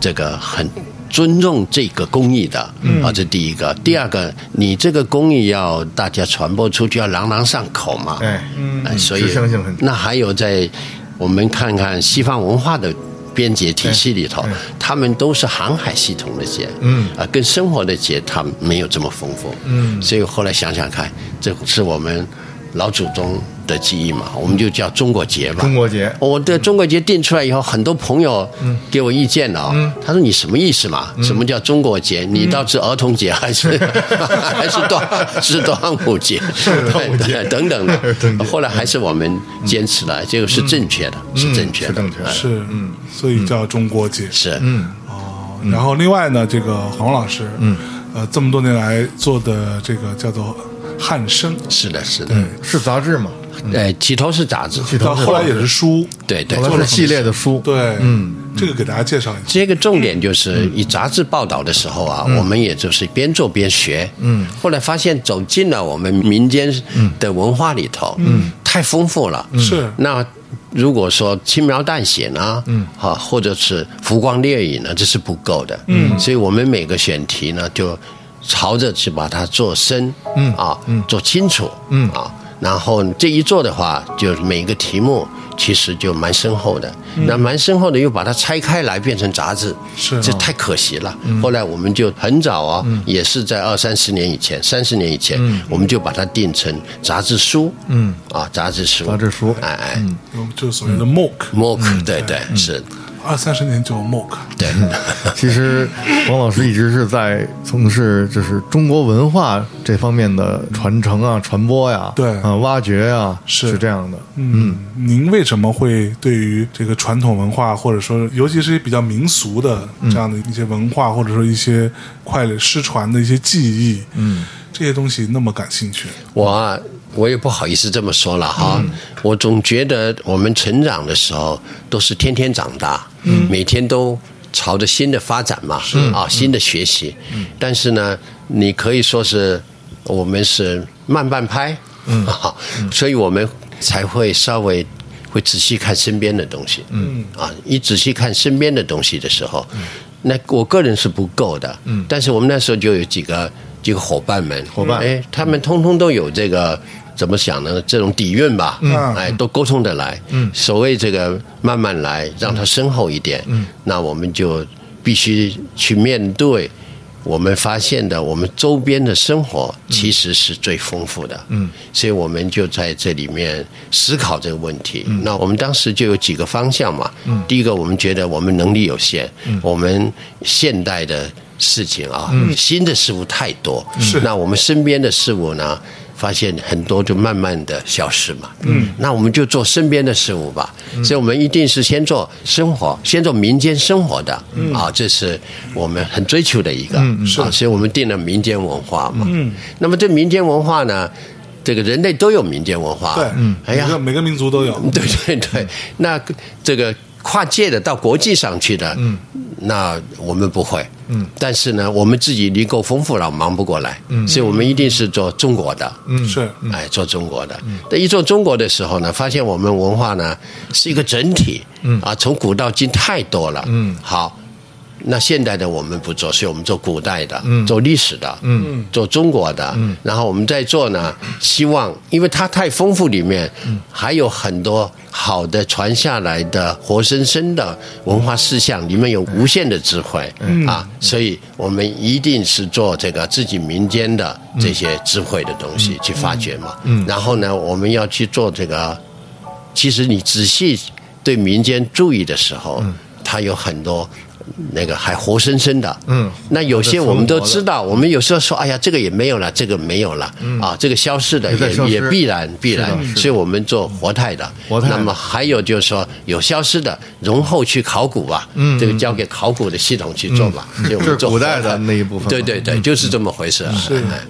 Speaker 5: 这个很尊重这个工艺的，啊，这第一个。第二个，你这个工艺要大家传播出去，要朗朗上口嘛。
Speaker 2: 哎，
Speaker 5: 哎，所以
Speaker 2: 是相信很
Speaker 5: 那还有在我们看看西方文化的编节体系里头，他们都是航海系统的节，嗯，啊，跟生活的节它没有这么丰富，嗯，所以后来想想看，这是我们老祖宗的记忆嘛，我们就叫中国节吧，
Speaker 2: 中国节
Speaker 5: 我的中国结定出来以后，很多朋友
Speaker 2: 嗯
Speaker 5: 给我意见了、哦，他说你什么意思嘛？什么叫中国结？
Speaker 2: 嗯
Speaker 5: 你到底是儿童节还是 还是端是端午节？
Speaker 2: 端午节
Speaker 5: 对对等等
Speaker 2: 儿童节嗯
Speaker 5: 的。后来还是我们坚持了，这个是正确的，是正确
Speaker 2: 是
Speaker 5: 的，
Speaker 2: 正确的嗯
Speaker 1: 是，嗯，所以叫中国结。
Speaker 5: 是
Speaker 1: 哦，然后另外呢，这个黄老师，嗯，呃，这么多年来做的这个叫做汉声，
Speaker 5: 是的，是的。
Speaker 2: 是杂志吗？
Speaker 5: 呃，起头是杂志，
Speaker 1: 到后来也是书，
Speaker 5: 对对
Speaker 2: 后。来是系列的书，
Speaker 1: 对，嗯，这个给大家介绍一下。
Speaker 5: 这个重点就是以杂志报道的时候啊，我们也就是边做边学。嗯，后来发现走进了我们民间的文化里头，嗯，太丰富了。
Speaker 1: 是
Speaker 5: 那如果说轻描淡写呢，嗯，啊，或者是浮光掠影呢，这是不够的。嗯，所以我们每个选题呢，就朝着去把它做深，嗯啊，做清楚，嗯啊。然后这一做的话，就每个题目其实就蛮深厚的，那蛮深厚的又把它拆开来变成杂志，
Speaker 1: 是
Speaker 5: 这太可惜了。
Speaker 2: 嗯
Speaker 5: 后来我们就很早啊，也是在二三十年以前、三十年以前，
Speaker 2: 嗯
Speaker 5: 我们就把它定成杂志书，嗯啊，杂志书，
Speaker 2: 杂志书嗯
Speaker 5: 哎哎
Speaker 1: 就是所谓的 mock，
Speaker 5: ，MOOC，对对是，
Speaker 1: 二三十年就 mock，
Speaker 5: 对
Speaker 2: 嗯其实王老师一直是在从事就是中国文化这方面的传承啊、传播呀、
Speaker 1: 对
Speaker 2: 啊、挖掘啊，
Speaker 1: 是
Speaker 2: 这样的。
Speaker 1: 嗯，您为什么会对于这个传统文化，或者说尤其是比较民俗的这样的一些文化，或者说一些快乐失传的一些记忆，嗯，这些东西那么感兴趣？
Speaker 5: 我啊，我也不好意思这么说了哈。我总觉得我们成长的时候都是天天长大，每天都朝着新的发展嘛，啊，新的学习。但是呢，你可以说是我们是慢半拍，嗯、啊， 所以我们才会稍微。会仔细看身边的东西，嗯啊，一仔细看身边的东西的时候，那我个人是不够的，嗯，但是我们那时候就有几个几个伙伴们，伙
Speaker 2: 伴
Speaker 5: 哎，他们通通都有这个怎么想呢？这种底蕴吧，
Speaker 1: 嗯
Speaker 5: 哎，都沟通得来。嗯，所谓这个慢慢来，让它深厚一点。嗯，那我们就必须去面对。我们发现的，我们周边的生活其实是最丰富的。嗯，所以我们就在这里面思考这个问题。那我们当时就有几嗯个方向嘛。嗯，第一个，我们觉得我们能力有限，我们现代的事情啊，新的事物太多，
Speaker 1: 是
Speaker 5: 那我们身边的事物呢，发现很多就慢慢的消失嘛，嗯，那我们就做身边的事物吧，所以我们一定是先做生活，先做民间生活的，啊，这是我们很追求的一个，啊，所以我们定了民间文化嘛，嗯，那么这民间文化呢？这个人类都有民间文化，
Speaker 1: 对，
Speaker 5: 哎呀
Speaker 1: 每，
Speaker 5: 嗯
Speaker 1: 个每个民族都有，
Speaker 5: 对对对，那这个跨界的到国际上去的，嗯，那我们不会，嗯，但是呢，我们自己已经够丰富了，忙不过来，嗯，所以我们一定是做中国的，嗯
Speaker 1: 是
Speaker 5: 哎，做中国的。但一做中国的时候呢，发现我们文化呢是一个整体，嗯啊，从古到今太多了，嗯，好。那现代的我们不做，所以我们做古代的，嗯、做历史的，嗯、做中国的，嗯、然后我们再做呢，希望因为它太丰富，里面、还有很多好的传下来的活生生的文化事项，里面有无限的智慧、啊，所以我们一定是做这个自己民间的这些智慧的东西去发掘嘛，然后呢，我们要去做这个其实你仔细对民间注意的时候，它有很多那个还活生生的。嗯，那有些我们都知道，我们有时候说，哎呀，这个也没有了，这个没有了，啊，这个消失的
Speaker 2: 也在消
Speaker 5: 也
Speaker 2: 失
Speaker 5: 也必然必然，所以我们做活态的。
Speaker 2: 活态的
Speaker 5: 那么还有就是说，有消失的，容后去考古吧，嗯，这个交给考古的系统去做吧。所以我
Speaker 2: 嗯这
Speaker 5: 们
Speaker 2: 是
Speaker 5: 做
Speaker 2: 古
Speaker 5: 活
Speaker 2: 代的那一部分
Speaker 5: 对对对，就是这么回事啊。
Speaker 1: 是
Speaker 5: 哎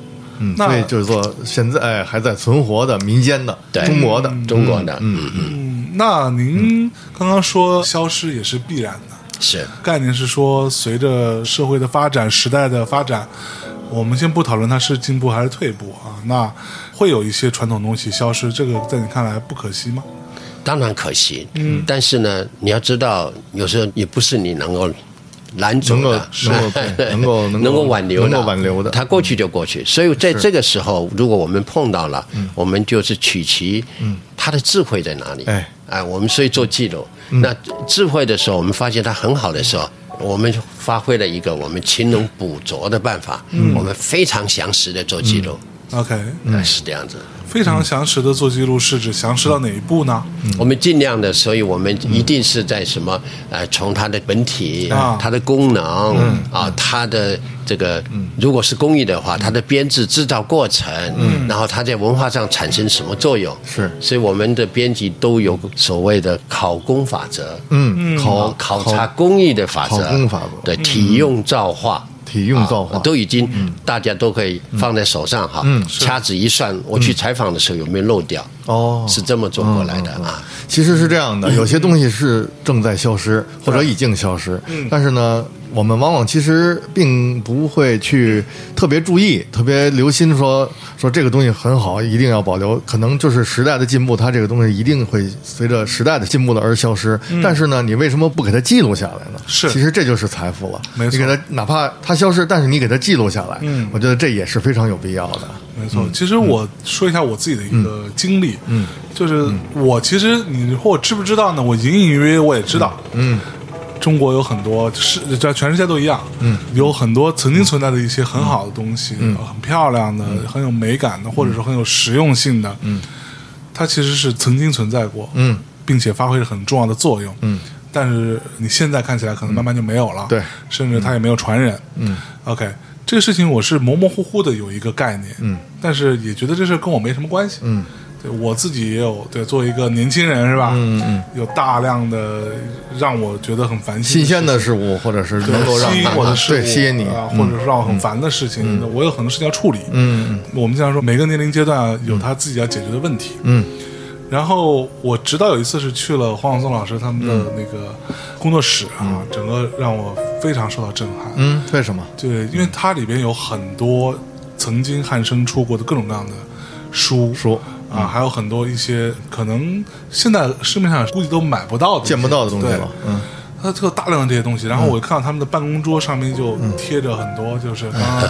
Speaker 2: 嗯，
Speaker 1: 那
Speaker 2: 所以就是说现在哎还在存活的民间的
Speaker 5: 对
Speaker 2: 中国的，
Speaker 5: 中国的，嗯嗯，
Speaker 1: 嗯，那您刚刚说消失也是必然的，
Speaker 5: 是。
Speaker 1: 概念是说，随着社会的发展、时代的发展，我们先不讨论它是进步还是退步啊，那会有一些传统东西消失，这个在你看来不可惜吗？
Speaker 5: 当然可惜，嗯，但是呢，你要知道，有时候也不是你能够拦阻
Speaker 2: 能够
Speaker 5: 的，
Speaker 2: 能够 对能够
Speaker 5: 能够挽留的，
Speaker 2: 能够挽留的
Speaker 5: 它过去就过去。所以在这个时候，如果我们碰到了，
Speaker 2: 嗯
Speaker 5: 我们就是取其，他的智慧在哪里？
Speaker 2: 哎，嗯
Speaker 5: 我们所以做记录。那智慧的时候，我们发现它很好的时候。我们发挥了一个我们勤能补拙的办法，
Speaker 2: 嗯
Speaker 5: 我们非常详实的做记录，
Speaker 1: OK，
Speaker 5: 哎是这样子。
Speaker 1: 非常详实的做记录是指详实到哪一步呢？
Speaker 2: 嗯
Speaker 5: 我们尽量的，所以我们一定是在什么呃，从它的本体、
Speaker 1: 啊
Speaker 5: 它的功能
Speaker 2: 嗯
Speaker 5: 啊，它的这个，如果是工艺的话，它的编制制造过程，然后它在文化上产生什么作用？
Speaker 2: 嗯是
Speaker 5: 所以我们的编辑都有所谓的考工法则，
Speaker 2: 嗯，
Speaker 5: 考
Speaker 2: 考
Speaker 5: 考察工艺的法则，
Speaker 2: 考工法则嗯
Speaker 5: 对，体用造化。
Speaker 2: 体用造化嗯
Speaker 5: 啊都已经大家都可以放在手上哈，掐指一算，我去采访的时候有没有漏掉？
Speaker 2: 嗯哦
Speaker 5: 是这么做过来的
Speaker 1: 哦
Speaker 5: 啊。
Speaker 2: 其实是这样的，
Speaker 1: 嗯
Speaker 2: 有些东西是正在消失或者已经消失，
Speaker 1: 嗯
Speaker 2: 但是呢，我们往往其实并不会去特别注意、特别留心说说这个东西很好，一定要保留。可能就是时代的进步，它这个东西一定会随着时代的进步的而消失。但是呢，你为什么不给它记录下来呢？
Speaker 1: 嗯是
Speaker 2: 其实这就是财富了。
Speaker 1: 没错
Speaker 2: 你给它哪怕它消失，但是你给它记录下来，
Speaker 1: 嗯
Speaker 2: 我觉得这也是非常有必要的。
Speaker 1: 没错，其实我说一下我自己的一个经历，嗯，就是我其实你或知不知道呢？我隐隐约约我也知道，嗯，中国有很多是在全世界都一样，嗯，有很多曾经存在的一些很好的东西，很漂亮的、很有美感的，或者说很有实用性的，嗯，它其实是曾经存在过，嗯，并且发挥着很重要的作用，嗯，但是你现在看起来可能慢慢就没有了，
Speaker 2: 对
Speaker 1: 甚至它也没有传染，嗯，OK，这个事情我是模模糊糊的有一个概念，嗯，但是也觉得这事儿跟我没什么关系，嗯。对我自己也有对，作为一个年轻人是吧？嗯嗯，有大量的让我觉得很烦心、
Speaker 2: 新鲜的事物，或者是
Speaker 1: 对
Speaker 2: 能够让
Speaker 1: 吸引我的事物，
Speaker 2: 对吸引你，嗯
Speaker 1: 啊，或者是让我很烦的事情，我有很多事情要处理。嗯，我们经常说，每个年龄阶段有他自己要解决的问题。
Speaker 2: 嗯，
Speaker 1: 然后我直到有一次是去了黄晓松老师他们的
Speaker 2: 嗯
Speaker 1: 那个工作室啊，整个让我非常受到震撼。
Speaker 2: 嗯，为什么？
Speaker 1: 对，因为它里边有很多曾经汉生出过的各种各样的书
Speaker 2: 书
Speaker 1: 啊，还有很多一些可能现在市面上估计都买不到的一些、
Speaker 2: 见不到的东西
Speaker 1: 对
Speaker 2: 了，嗯。
Speaker 1: 他特大量的这些东西，然后我看到他们的办公桌上面就
Speaker 2: 嗯
Speaker 1: 贴着很多， 就是刚刚、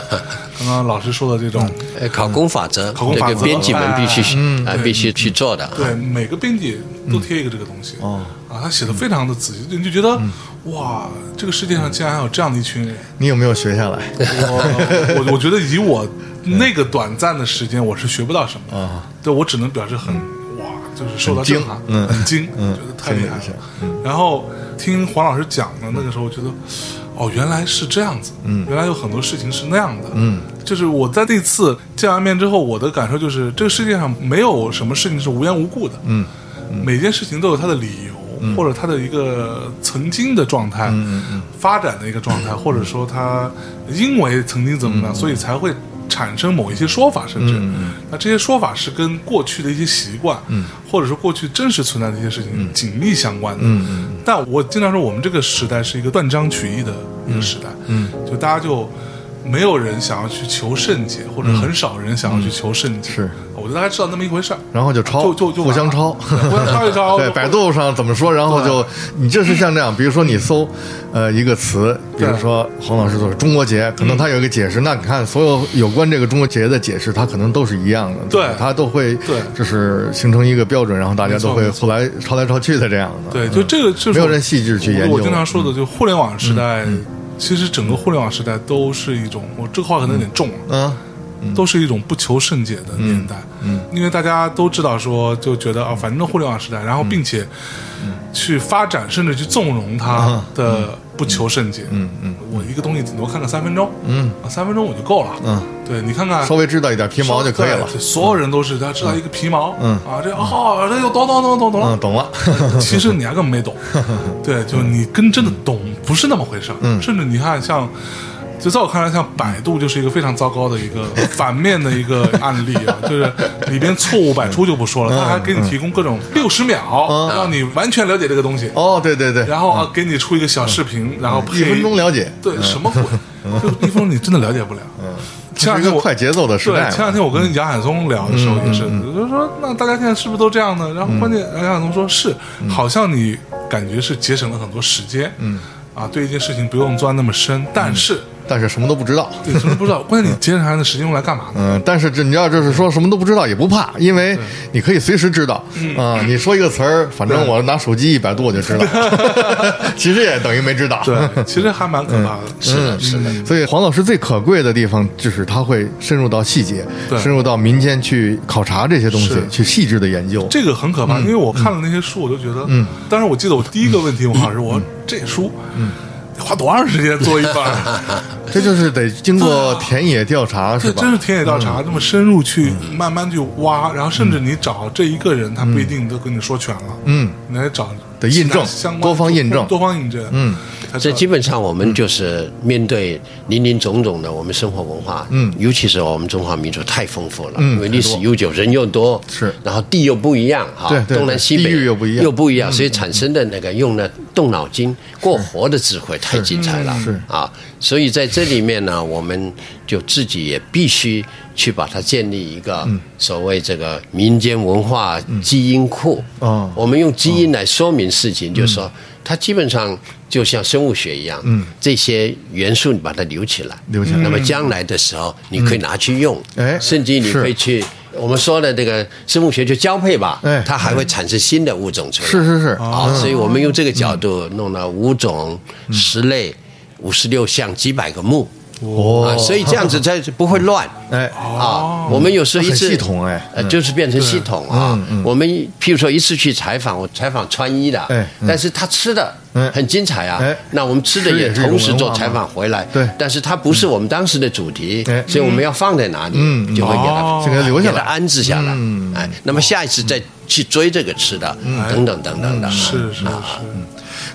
Speaker 1: 刚刚老师说的这种，
Speaker 2: 嗯
Speaker 5: 呃，考公法则，
Speaker 1: 考公
Speaker 5: 这
Speaker 1: 法
Speaker 5: 个
Speaker 1: 则哦嗯
Speaker 5: 编辑们必须啊，
Speaker 1: 对
Speaker 5: 必须去做的。
Speaker 1: 对，每个编辑都贴一个这个东西，
Speaker 2: 哦嗯
Speaker 1: 啊，他写的非常的仔细，你就觉得、哇，这个世界上竟然还有这样的一群人，
Speaker 2: 你有没有学下来？
Speaker 1: 我我我觉得以我那个短暂的时间，我是学不到什么的
Speaker 2: 啊，
Speaker 1: 对我只能表示很哇，就是受到震撼，
Speaker 2: 很惊嗯
Speaker 1: 很惊，
Speaker 2: 嗯
Speaker 1: 觉得太厉害
Speaker 2: 是是
Speaker 1: 了。然后听黄老师讲呢，那个时候我觉得哦，原来是这样子，嗯，原来有很多事情是那样的，嗯，就是我在那次见完面之后，我的感受就是，这个世界上没有什么事情是无缘无故的，嗯，每件事情都有它的理由。
Speaker 2: 嗯
Speaker 1: 或者它的一个曾经的状态，发展的一个状态，或
Speaker 2: 嗯
Speaker 1: 者说它因为曾经怎么样，所以才会产生某一些说法，甚至
Speaker 2: 嗯
Speaker 1: 那这些说法是跟过去的一些习惯，或者说过去真实存在的一些事
Speaker 2: 嗯
Speaker 1: 情紧密相关的。但我经常说，我们这个时代是一个断章取义的一个
Speaker 2: 嗯
Speaker 1: 时代，就大家就。没有人想要去求甚解，或者很少人想要去求甚解。
Speaker 2: 嗯是，
Speaker 1: 我就大概知道那么一回事儿，
Speaker 2: 然后就抄，
Speaker 1: 就就就
Speaker 2: 互 相抄，
Speaker 1: 完了，对互相抄一抄。
Speaker 2: 对，百度上怎么说，然后就你这是像这样，比如说你搜，呃，一个词，比如说黄老师说中国结，可能他有一个解释，
Speaker 1: 嗯
Speaker 2: 那你看所有有关这个中国结的解释，它可能都是一样的，
Speaker 1: 对
Speaker 2: 它都会
Speaker 1: 对
Speaker 2: 就是形成一个标准，然后大家都会
Speaker 1: 没
Speaker 2: 后来抄来抄去的这样的，
Speaker 1: 对，就这个就是
Speaker 2: 没有人细致去研究嗯
Speaker 1: 我我经常说的，就互联网时代，其实整个互联网时代都是一种，我这个话可能有点重了，
Speaker 2: 嗯，
Speaker 1: 都是一种不求甚解的年代。嗯，因为大家都知道说，就觉得啊，反正互联网时代，然
Speaker 2: 嗯
Speaker 1: 后并且去发展，甚至去纵容
Speaker 2: 啊
Speaker 1: 它的不求甚解。嗯嗯，我一个东西顶多看个三分钟，嗯，三分钟我就够了。
Speaker 2: 嗯，
Speaker 1: 对你看看
Speaker 2: 稍微知道一点皮毛就可以了
Speaker 1: 哎对，所有人都是他知道一个皮毛，
Speaker 2: 嗯
Speaker 1: 啊，这哦，这又懂懂懂懂懂了
Speaker 2: 嗯，，懂了，
Speaker 1: 其实你还根本没 懂，对，就你跟真的懂不是那么回事儿，
Speaker 2: 嗯
Speaker 1: 甚至你看像。就在我看来，像百度就是一个非常糟糕的一个反面的一个案例 啊，就是里边错误百出就不
Speaker 2: 嗯
Speaker 1: 说了，他还给你提供各种六十秒，让你完全了解这个东西，
Speaker 2: 哦，对对对，
Speaker 1: 然后啊给你出一个小视频，然后配
Speaker 2: 嗯一分钟了解，
Speaker 1: 对什么鬼，就一分钟你真的了解不了。前
Speaker 2: 嗯这
Speaker 1: 两
Speaker 2: 是一
Speaker 1: 天
Speaker 2: 个
Speaker 1: 我
Speaker 2: 快节奏的时
Speaker 1: 对，
Speaker 2: 代嘛，
Speaker 1: 前两天我跟杨海松聊的时候也是，就说那大家现在是不是都这样呢？然后关键杨海松说是，好像你感觉是节省了很多时间，嗯，啊，对一件事情不用钻那么深，但是
Speaker 2: 但是什么都不知道，
Speaker 1: 对，什么不知道，关键你节省下来的时间用来干嘛呢？
Speaker 2: 嗯，但是这你要就是说什么都不知道也不怕，因为你可以随时知道
Speaker 1: 嗯
Speaker 2: 啊、你说一个词儿，反正我拿手机一百度我就 知道，其实也等于没知道。
Speaker 1: 对，其实还蛮可怕的，是
Speaker 2: 嗯，是的。 所以黄老师最可贵的地方就是他会深入到细节，
Speaker 1: 对
Speaker 2: 深入到民间去考察这些东西
Speaker 1: 是，
Speaker 2: 去细致的研究。
Speaker 1: 这个很可怕，因为我看了那些书，我就觉得，嗯，当时我记得我第一个问题，我好像是我这书，嗯，花多长时间做一本儿？
Speaker 2: 这就是得经过田野调查，
Speaker 1: 啊这
Speaker 2: 是吧嗯
Speaker 1: 真？是田野调查，那么深入去慢慢去挖，然后甚至你找这一个人，他不一定都跟你说全了，
Speaker 2: 嗯，
Speaker 1: 你还找
Speaker 2: 得印证
Speaker 1: 相关
Speaker 2: 多方印 证
Speaker 1: 多方印证，嗯，
Speaker 5: 这基本上我们就是面对林林总总的我们生活文化，嗯，尤其是我们中华民族太丰富了，
Speaker 2: 嗯
Speaker 5: 因为历史悠久，人又多，
Speaker 2: 是
Speaker 5: 然后地又不一样哈，
Speaker 2: 对对
Speaker 5: 东南西
Speaker 2: 地
Speaker 5: 北
Speaker 2: 域又不一样嗯
Speaker 5: 又不一样，所以产生的那个用的动脑筋过活的智慧太精彩了，
Speaker 2: 是嗯
Speaker 5: 啊，所以在这里面呢，我们就自己也必须去把它建立一个
Speaker 2: 嗯
Speaker 5: 所谓这个民间文化基因库，
Speaker 2: 哦嗯
Speaker 5: 我们用基因来说明事情，就是说它基本上就像生物学一样，嗯，这些元素你把它留起来，
Speaker 2: 留起来嗯
Speaker 5: 那么将来的时候你可以拿去用，
Speaker 2: 哎
Speaker 5: 甚至你
Speaker 2: 是
Speaker 5: 可以去我们说的这个生物学就交配吧，
Speaker 2: 哎
Speaker 5: 它还会产生新的物种出来，
Speaker 2: 是是嗯是
Speaker 5: 啊，所以我们用这个角度弄了五种、
Speaker 2: 嗯
Speaker 5: 十类、五十六项、几百个目。
Speaker 2: 哦
Speaker 5: 啊，所以这样子才不会乱。
Speaker 2: 哎，
Speaker 5: 啊，我们有时候一次
Speaker 2: 很系统哎嗯
Speaker 5: 呃就是变成系统啊。我们譬如说一次去采访，我采访穿衣的
Speaker 2: 哎，嗯
Speaker 5: 但是他吃的
Speaker 2: 哎
Speaker 5: 很精彩啊
Speaker 2: 哎。
Speaker 5: 那我们吃的
Speaker 2: 吃
Speaker 5: 也
Speaker 2: 也是一种
Speaker 5: 同时
Speaker 2: 文
Speaker 5: 做
Speaker 2: 化嘛
Speaker 5: 采访回来，
Speaker 2: 对
Speaker 5: 但是它不是我们当时的主题
Speaker 2: 哎，
Speaker 5: 所以我们要放在哪里
Speaker 2: 嗯，嗯
Speaker 5: 就会给它
Speaker 1: 哦
Speaker 2: 这个留下
Speaker 5: 给它
Speaker 2: 来。嗯
Speaker 5: 安置下来。哎，那么下一次再去追这个吃的，等等等等的。
Speaker 2: 嗯
Speaker 1: 是是是，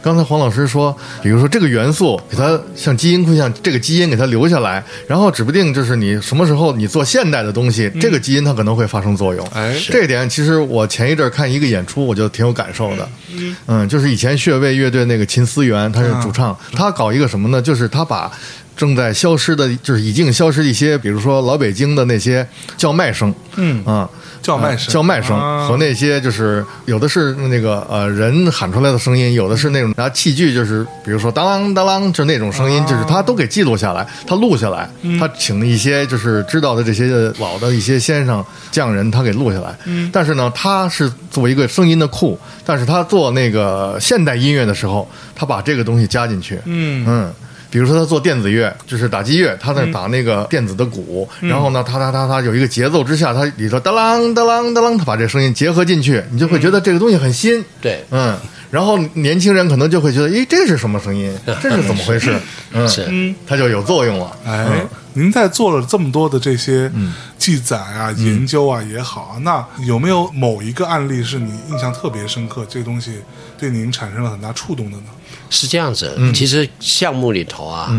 Speaker 2: 刚才黄老师说，比如说这个元素给它像基因会像这个基因给它留下来，然后指不定就是你什么时候你做现代的东西，这个基因它可能会发生作用。
Speaker 1: 嗯哎是
Speaker 2: 这一点其实我前一阵儿看一个演出，我就挺有感受的。嗯，就是以前穴位乐队那个秦思源，他是主唱，
Speaker 1: 嗯
Speaker 2: 他搞一个什么呢？就是他把。正在消失的，就是已经消失一些，比如说老北京的那些叫卖声，
Speaker 1: 嗯
Speaker 2: 啊，
Speaker 1: 叫卖声
Speaker 2: 叫卖声
Speaker 1: 啊
Speaker 2: 和那些就是有的是那个呃人喊出来的声音，有的是
Speaker 1: 嗯
Speaker 2: 那种拿器具，就是比如说当啷当啷，就那种声音，就是他都给记录下来，
Speaker 1: 嗯
Speaker 2: 他录下来，他请一些就是知道的这些老的一些先生匠人，他给录下来。
Speaker 1: 嗯
Speaker 2: 但是呢，他是作为一个声音的库，但是他做那个现代音乐的时候，他把这个东西加进去。
Speaker 1: 嗯
Speaker 2: 嗯。比如说他做电子乐，就是打击乐，他在打那个电子的鼓，
Speaker 5: 嗯
Speaker 2: 然后呢，他他他他有一个节奏之下，他里头哒啷哒啷哒啷，他把这声音结合进去，你就会觉得这个东西很新。
Speaker 5: 对
Speaker 2: 嗯，然后年轻人可能就会觉得，咦，这是什么声音？这是怎么回事？嗯，
Speaker 5: 是嗯
Speaker 2: 它就有作用了。
Speaker 1: 哎，您在做了这么多的这些
Speaker 2: 嗯
Speaker 1: 记载啊、研究啊也好啊，那有没有某一个案例是你印象特别深刻，这个东西对您产生了很大触动的呢？
Speaker 5: 是这样子。其实项目里头啊，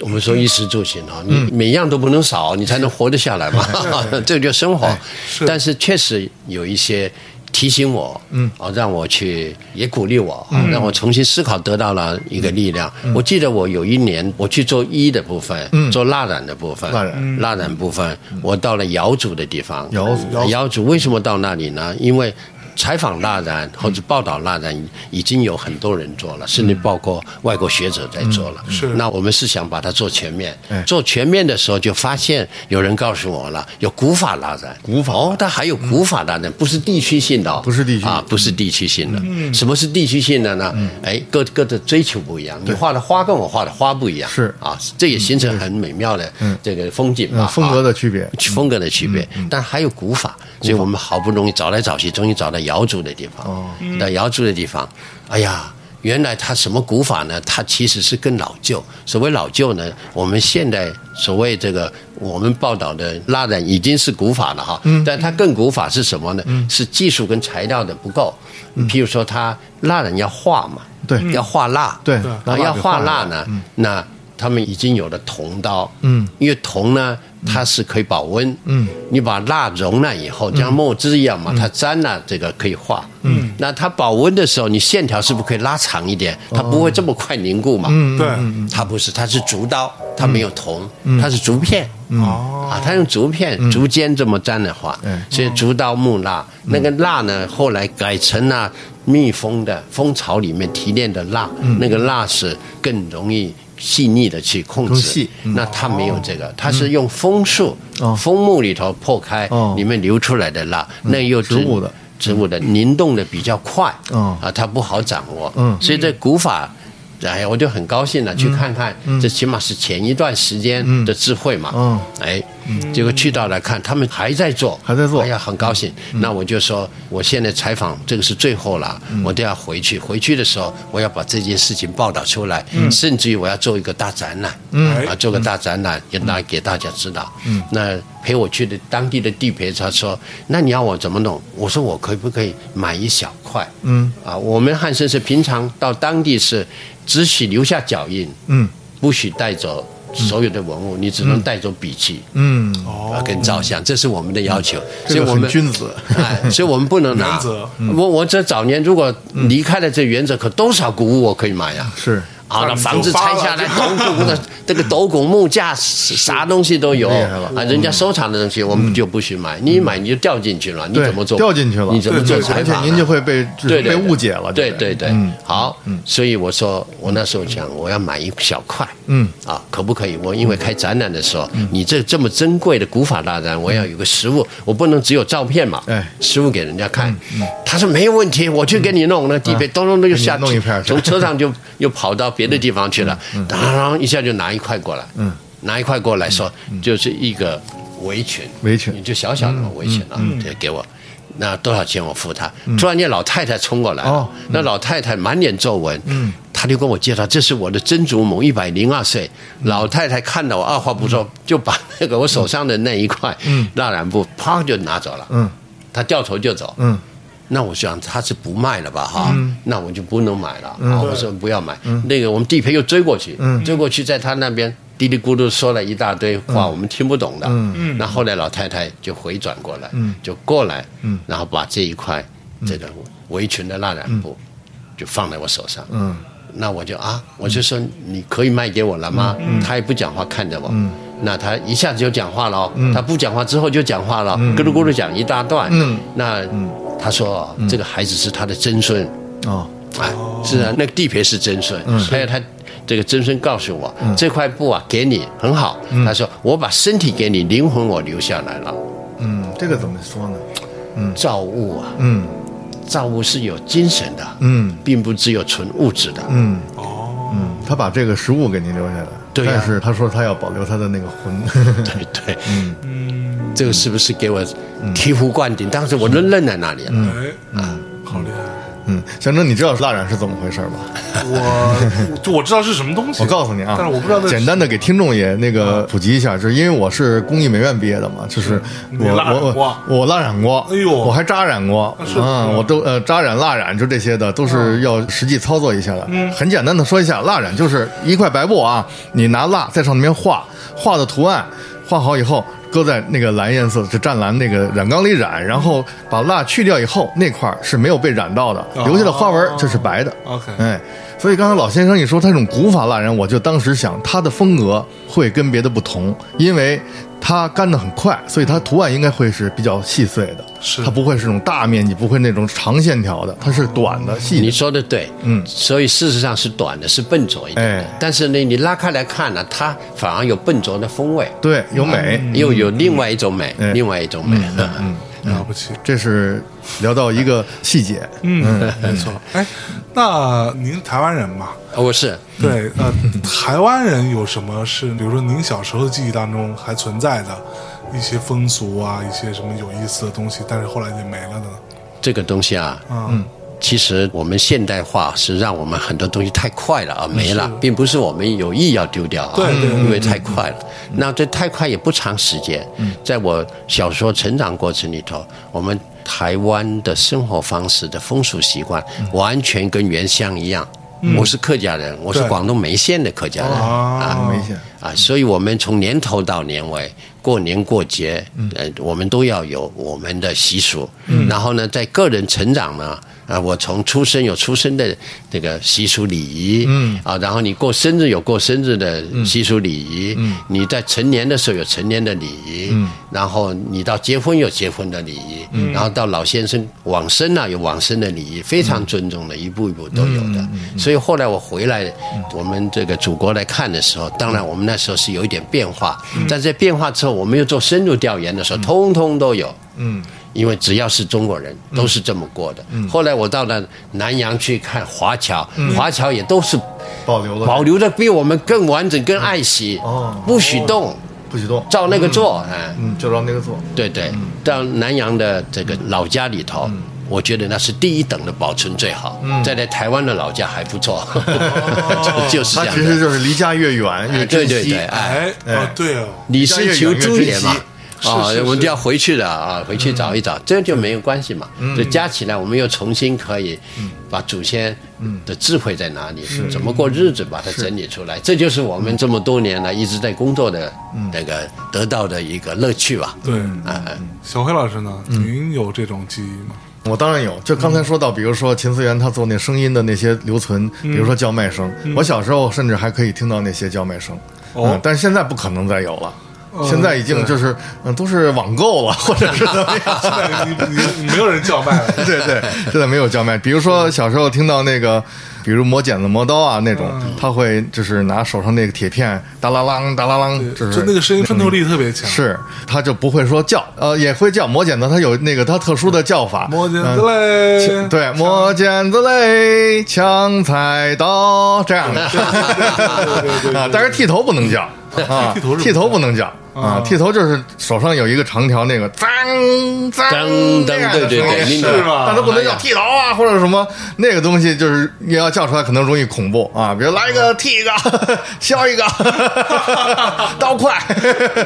Speaker 5: 我们说衣食住行啊，你每样都不能少，你才能活得下来嘛。 这个叫生活。
Speaker 1: 是
Speaker 5: 但是确实有一些提醒我，嗯，啊，让我去也鼓励我，啊让我重新思考，得到了一个力量。我记得我有一年我去做衣的部分，做蜡染的部分，
Speaker 2: 蜡染
Speaker 5: 蜡染部分，我到了瑶族的地方，
Speaker 2: 瑶族
Speaker 5: 瑶族呃为什么到那里呢？因为采访蜡染或者报道蜡染已经有很多人
Speaker 2: 嗯
Speaker 5: 做了，甚至包括外国学者在做了。
Speaker 1: 是
Speaker 5: 那我们是想把它做全面
Speaker 2: 哎。
Speaker 5: 做全面的时候，就发现有人告诉我了，有古法蜡染。
Speaker 2: 古法嗯
Speaker 5: 哦，它还有古法蜡染，不是地区性的哦，
Speaker 2: 不是地区嗯
Speaker 5: 啊，不是地区性的。什么是地区性的呢？哎，各各的追求不一样，你画的花跟我画的花不一样。
Speaker 2: 是
Speaker 5: 啊，这也形成很美妙的这个风景嘛
Speaker 2: 嗯，，风
Speaker 5: 啊
Speaker 2: 格的区嗯别，
Speaker 5: 风格的区别，但还有古法，所以我们好不容易找来找去，终于找到瑶族的地
Speaker 2: 哦
Speaker 5: 方。到瑶族的地方，哎呀，原来它什么古法呢？它其实是更老旧。所谓老旧呢，我们现在所谓这个我们报道的蜡染已经是古法了哈，
Speaker 2: 嗯
Speaker 5: 但它更古法是什么呢？是技术跟材料的不够。譬如说，它蜡染要画嘛，
Speaker 2: 嗯对
Speaker 5: 要画蜡，
Speaker 2: 对
Speaker 5: 啊
Speaker 2: 拿蜡笔
Speaker 5: 要
Speaker 2: 画
Speaker 5: 画
Speaker 2: 蜡
Speaker 5: 蜡呢，那他们已经有了铜刀，
Speaker 2: 嗯，
Speaker 5: 因为铜呢它是可以保温，嗯，你把蜡融了以后，就像墨汁一样嘛，它沾了这个可以化，嗯，那它保温的时候，你线条是不是可以拉长一点？它不会这么快凝固嘛，嗯，
Speaker 1: 对，
Speaker 5: 它不是，它是竹刀，它没有铜，
Speaker 2: 嗯
Speaker 5: 它是竹片，
Speaker 1: 哦，
Speaker 5: 啊，他用竹片、竹尖这么粘的话，
Speaker 2: 嗯
Speaker 5: 所以竹刀木蜡，那个蜡呢，后来改成了密封的蜂巢里面提炼的蜡，
Speaker 2: 嗯
Speaker 5: 那个蜡是更容易细腻的去控
Speaker 2: 更
Speaker 5: 制。
Speaker 2: 细嗯
Speaker 5: 那它没有这个，它是用枫树、
Speaker 2: 哦
Speaker 5: 枫木里头破开，
Speaker 2: 哦嗯
Speaker 5: 里面流出来的蜡，那又
Speaker 2: 植物的。
Speaker 5: 植物的凝冻的比较快，
Speaker 2: 哦
Speaker 5: 啊，它不好掌握，
Speaker 2: 嗯
Speaker 5: 所以这古法，哎呀，我就很高兴了，去看看，这起码是前一段时间的智慧嘛，
Speaker 2: 嗯
Speaker 5: 哎，结果去到了看，他们还在做，
Speaker 2: 还在做
Speaker 5: 哎呀，很高兴。
Speaker 2: 嗯
Speaker 5: 那我就说，我现在采访这个是最后了，
Speaker 2: 嗯
Speaker 5: 我都要回去。回去的时候，我要把这件事情报道出来，
Speaker 2: 嗯
Speaker 5: 甚至于我要做一个大展览，
Speaker 1: 嗯
Speaker 2: 哎
Speaker 5: 啊，做个大展览，也拿给大家知道。
Speaker 2: 嗯
Speaker 5: 那陪我去的当地的地陪他说，那你要我怎么弄？我说我可不可以买一小块？
Speaker 2: 嗯，
Speaker 5: 啊，我们汉绅是平常到当地是只许留下脚印，
Speaker 2: 嗯
Speaker 5: 不许带走所有的文物，你只能带走笔记。
Speaker 2: 嗯，
Speaker 5: 啊，
Speaker 1: 哦，
Speaker 5: 跟照相，这是我们的要求，
Speaker 2: 这
Speaker 5: 所
Speaker 2: 个
Speaker 5: 以我
Speaker 2: 很
Speaker 5: 们
Speaker 2: 君子，嗯
Speaker 5: 哎，所以我们不 能拿
Speaker 1: 原则。
Speaker 5: 我我这早年如果离开了这原则，可多少古物我可以买呀？
Speaker 2: 是
Speaker 5: 啊，
Speaker 1: 那
Speaker 5: 那
Speaker 1: 你就
Speaker 5: 房子拆下来，
Speaker 1: 发
Speaker 5: 斗拱的 这个斗拱木架，啥东西都有
Speaker 2: 厉害了嗯
Speaker 5: 啊。人家收藏的东西，我们就不许买，你一买你就掉进去了，你
Speaker 2: 对
Speaker 5: 怎么做？
Speaker 2: 掉进去了
Speaker 5: 你怎么做
Speaker 1: 对对
Speaker 5: 采
Speaker 2: 而且
Speaker 5: 访啊呢？
Speaker 2: 您就会被就是
Speaker 5: 对对
Speaker 2: 被
Speaker 5: 对
Speaker 2: 误解了，
Speaker 5: 对
Speaker 2: 不
Speaker 5: 对对，
Speaker 2: 嗯
Speaker 5: 好，所以我说，我那时候讲，我要买一小块，
Speaker 2: 嗯，
Speaker 5: 啊，可不可以？我因为开展览的时候，你这这么珍贵的古法大展，我要有个实物，我不能只有照片嘛，
Speaker 2: 哎嗯
Speaker 5: 实物给人家看。他说没有问题，我去给你弄。那地陪咚咚咚就下
Speaker 2: 给你弄一片儿嗯
Speaker 5: 从车上就又跑到别的地方去了，当当一下就拿一块过来，嗯，拿一块过来说，就是一个围裙，
Speaker 2: 嗯围裙
Speaker 5: 你就小小的
Speaker 2: 嗯
Speaker 5: 嘛围裙啊，这给我。那多少钱我付他？突然间老太太冲过来
Speaker 2: 嗯哦嗯
Speaker 5: 了，那老太太满脸皱纹，她就跟我介绍，这是我的曾祖母，一百零二岁。
Speaker 2: 嗯
Speaker 5: 老太太看到我，二话不说就把那个我手上的那一块蜡染布，啪就拿走了。
Speaker 2: 嗯
Speaker 5: 她掉头就走。
Speaker 2: 嗯
Speaker 5: 那我想他是不卖了吧哈，那我就不能买了啊、我说不要买，那个我们地陪又追过去，追过去在他那边嘀里咕噜说了一大堆话，我们听不懂的。
Speaker 2: 嗯
Speaker 5: 那后来老太太就回转过来，就过来，然后把这一块这个围裙的蜡染布就放在我手上，
Speaker 2: 嗯
Speaker 5: 那我就啊，我就说你可以卖给我了吗？
Speaker 2: 嗯
Speaker 5: 他也不讲话，看着我。那他一下子就讲话了哦，他不讲话之后就讲话了，咕噜咕噜讲一大段。
Speaker 2: 嗯
Speaker 5: 那他说这个孩子是他的曾孙，
Speaker 2: 哦，嗯
Speaker 5: 啊，是啊，那个地陪是曾孙，还有他这个曾孙告诉我，这块布啊给你很好，他说我把身体给你，灵魂我留下来了，
Speaker 2: 嗯，这个怎么说呢？
Speaker 5: 造物啊，
Speaker 2: 嗯
Speaker 5: 造物是有精神的，
Speaker 2: 嗯
Speaker 5: 并不只有纯物质的，
Speaker 2: 嗯
Speaker 1: 哦，
Speaker 2: 嗯，他把这个食物给您留下来，
Speaker 5: 对呀
Speaker 2: 但是他说他要保留他的那个魂，
Speaker 5: 对对，嗯，这
Speaker 1: 嗯
Speaker 5: 个是不是给我醍醐灌顶？当时我愣愣在那里了，啊
Speaker 1: 哎，好厉害，
Speaker 2: 嗯，象征，你知道蜡染是怎么回事吗？
Speaker 1: 我就我知道是什么东西，
Speaker 2: 我告诉你啊，
Speaker 1: 但是我不知道啊那是
Speaker 2: 简单的给听众也那个普及一下，就是因为我是工艺美院毕业的嘛，就是
Speaker 1: 你
Speaker 2: 我
Speaker 1: 蜡染
Speaker 2: 我
Speaker 1: 过
Speaker 2: 我我蜡染过，
Speaker 1: 哎呦啊
Speaker 2: 我还扎染过，
Speaker 1: 是啊
Speaker 2: 嗯，我都呃扎染、蜡染就这些的，都是要实际操作一下的。
Speaker 1: 嗯
Speaker 2: 很简单的说一下，蜡染就是一块白布啊，你拿蜡在上面画画的图案，画好以后。搁在那个蓝颜色，就湛蓝那个染缸里染，然后把蜡去掉以后，那块儿是没有被染到的，留下的花纹这是白的。
Speaker 1: 哦 OK
Speaker 2: 哎，所以刚才老先生一说他这种古法蜡人，我就当时想他的风格会跟别的不同，因为它干得很快，所以它图案应该会是比较细碎的，
Speaker 1: 是
Speaker 2: 它不会是那种大面积，不会那种长线条的，它是短的细
Speaker 5: 你
Speaker 2: 的。
Speaker 5: 说的对，
Speaker 2: 嗯
Speaker 5: 所以事实上是短的，是笨拙一点的。
Speaker 2: 哎
Speaker 5: 但是呢，你拉开来看呢，它反而有笨拙的风味，嗯
Speaker 2: 对，有美，
Speaker 5: 又有另外一种美，
Speaker 2: 哎
Speaker 5: 另外一种美。嗯
Speaker 1: 了不起，
Speaker 2: 这是聊到一个细节。
Speaker 1: 嗯，没错。哎，那您是台湾人嘛？
Speaker 5: 我是
Speaker 2: 嗯
Speaker 1: 对，呃，台湾人有什么是，比如说您小时候记忆当中还存在的一些风俗啊，一些什么有意思的东西，但是后来就没了的呢？
Speaker 5: 这个东西啊，
Speaker 1: 嗯，
Speaker 5: 其实我们现代化是让我们很多东西太快了啊，没了，并不是我们有意要丢掉啊，
Speaker 1: 嗯对对嗯
Speaker 5: 因为太快了。那这太快也不长时间。在我小时候成长过程里头，我们台湾的生活方式的风俗习惯
Speaker 1: 嗯
Speaker 5: 完全跟原乡一样。我是客家人，我是
Speaker 1: 对
Speaker 5: 广东梅县的客家人啊。
Speaker 1: 啊，
Speaker 2: 没线
Speaker 5: 啊，所以我们从年头到年尾，过年过节，呃，我们都要有我们的习俗。然后呢，在个人成长呢，啊，我从出生有出生的这个习俗礼仪，嗯，啊，然后你过生日有过生日的习俗礼仪，嗯，你在成年的时候有成年的礼仪，嗯，然后你到结婚有结婚的礼仪，嗯，然后到老先生往生啊有往生的礼仪，
Speaker 2: 嗯
Speaker 5: 非常尊重的，一步一步都有的。所以后来我回来，我们这个祖国来看的时候，当然我们那时候是有一点变化，
Speaker 2: 嗯
Speaker 5: 但在变化之后，我们又做深入调研的时候，通通都有。
Speaker 2: 嗯，
Speaker 5: 因为只要是中国人，都是这么过的。后来我到了南洋去看华侨，
Speaker 2: 嗯
Speaker 5: 华侨也都是
Speaker 2: 保留了
Speaker 5: 保留的比我们更完整、更爱惜
Speaker 2: 哦，
Speaker 5: 不许动，
Speaker 2: 不许动，
Speaker 5: 照那个做，哎。
Speaker 2: 嗯，就照那个做。
Speaker 5: 对对，到南洋的这个老家里头，我觉得那是第一等的保存最好。再来台湾的老家还不错， 就就是
Speaker 2: 它
Speaker 5: 这
Speaker 2: 其
Speaker 5: 样
Speaker 2: 实
Speaker 5: 的。
Speaker 2: 就是离家越远越
Speaker 5: 哎对
Speaker 2: 珍
Speaker 5: 对
Speaker 2: 惜
Speaker 5: 对，。哎，
Speaker 1: 哎，哦，对哦，
Speaker 5: 李斯求诸也嘛。啊
Speaker 1: 是是，是
Speaker 5: 我们就要回去了啊，回去找一找，这就没有关系嘛。这加起来，我们又重新可以把祖先的智慧在哪里，怎么过日子，把它整理出来。这就是我们这么多年来一直在工作的那个得到的一个乐趣吧。
Speaker 1: 对，
Speaker 2: 嗯
Speaker 1: 嗯
Speaker 5: 啊，哎
Speaker 1: 小黑老师呢？您有这种记忆吗？
Speaker 2: 我当然有，就刚
Speaker 1: 嗯
Speaker 2: 才说到，比如说秦思源他做那声音的那些留存，
Speaker 1: 嗯
Speaker 2: 比如说叫卖声，我小时候甚至还可以听到那些叫卖声，
Speaker 1: 哦
Speaker 2: 嗯但是现在不可能再有了。
Speaker 1: 嗯
Speaker 2: 现在已经就是，嗯，都是网购了， 或者是怎么样？
Speaker 1: 现 在你你没有人叫卖了，
Speaker 2: 对对，现在没有叫卖。比如说小时候听到那个，比如磨剪子、磨刀啊那种，
Speaker 1: 嗯
Speaker 2: 他会就是拿手上那个铁片，哒啦啷、哒啦啷，就是
Speaker 1: 就那个声音穿透力特别强，
Speaker 2: 是，他就不会说叫，呃，也会叫磨剪子，他有那个他特殊的叫法，
Speaker 1: 摸见
Speaker 2: 嗯
Speaker 1: 的嘞，
Speaker 2: 对，啊磨剪子嘞，抢菜刀这样的啊，但是剃头不能叫啊
Speaker 1: 剃头是不能，
Speaker 2: 剃头不能叫啊
Speaker 1: 啊，
Speaker 2: 剃头就是手上有一个长条那个脏脏
Speaker 5: 当
Speaker 2: 这
Speaker 5: 当
Speaker 2: 样
Speaker 5: 对
Speaker 2: 的
Speaker 5: 对
Speaker 2: 声音
Speaker 5: 对，
Speaker 1: 是
Speaker 5: 你
Speaker 1: 吧
Speaker 2: 但它不能叫
Speaker 5: 哎呀
Speaker 2: 剃头啊，或者什么那个东西，就是你要叫出来可能容易恐怖啊。比如来一个剃一个，削一个， 刀快。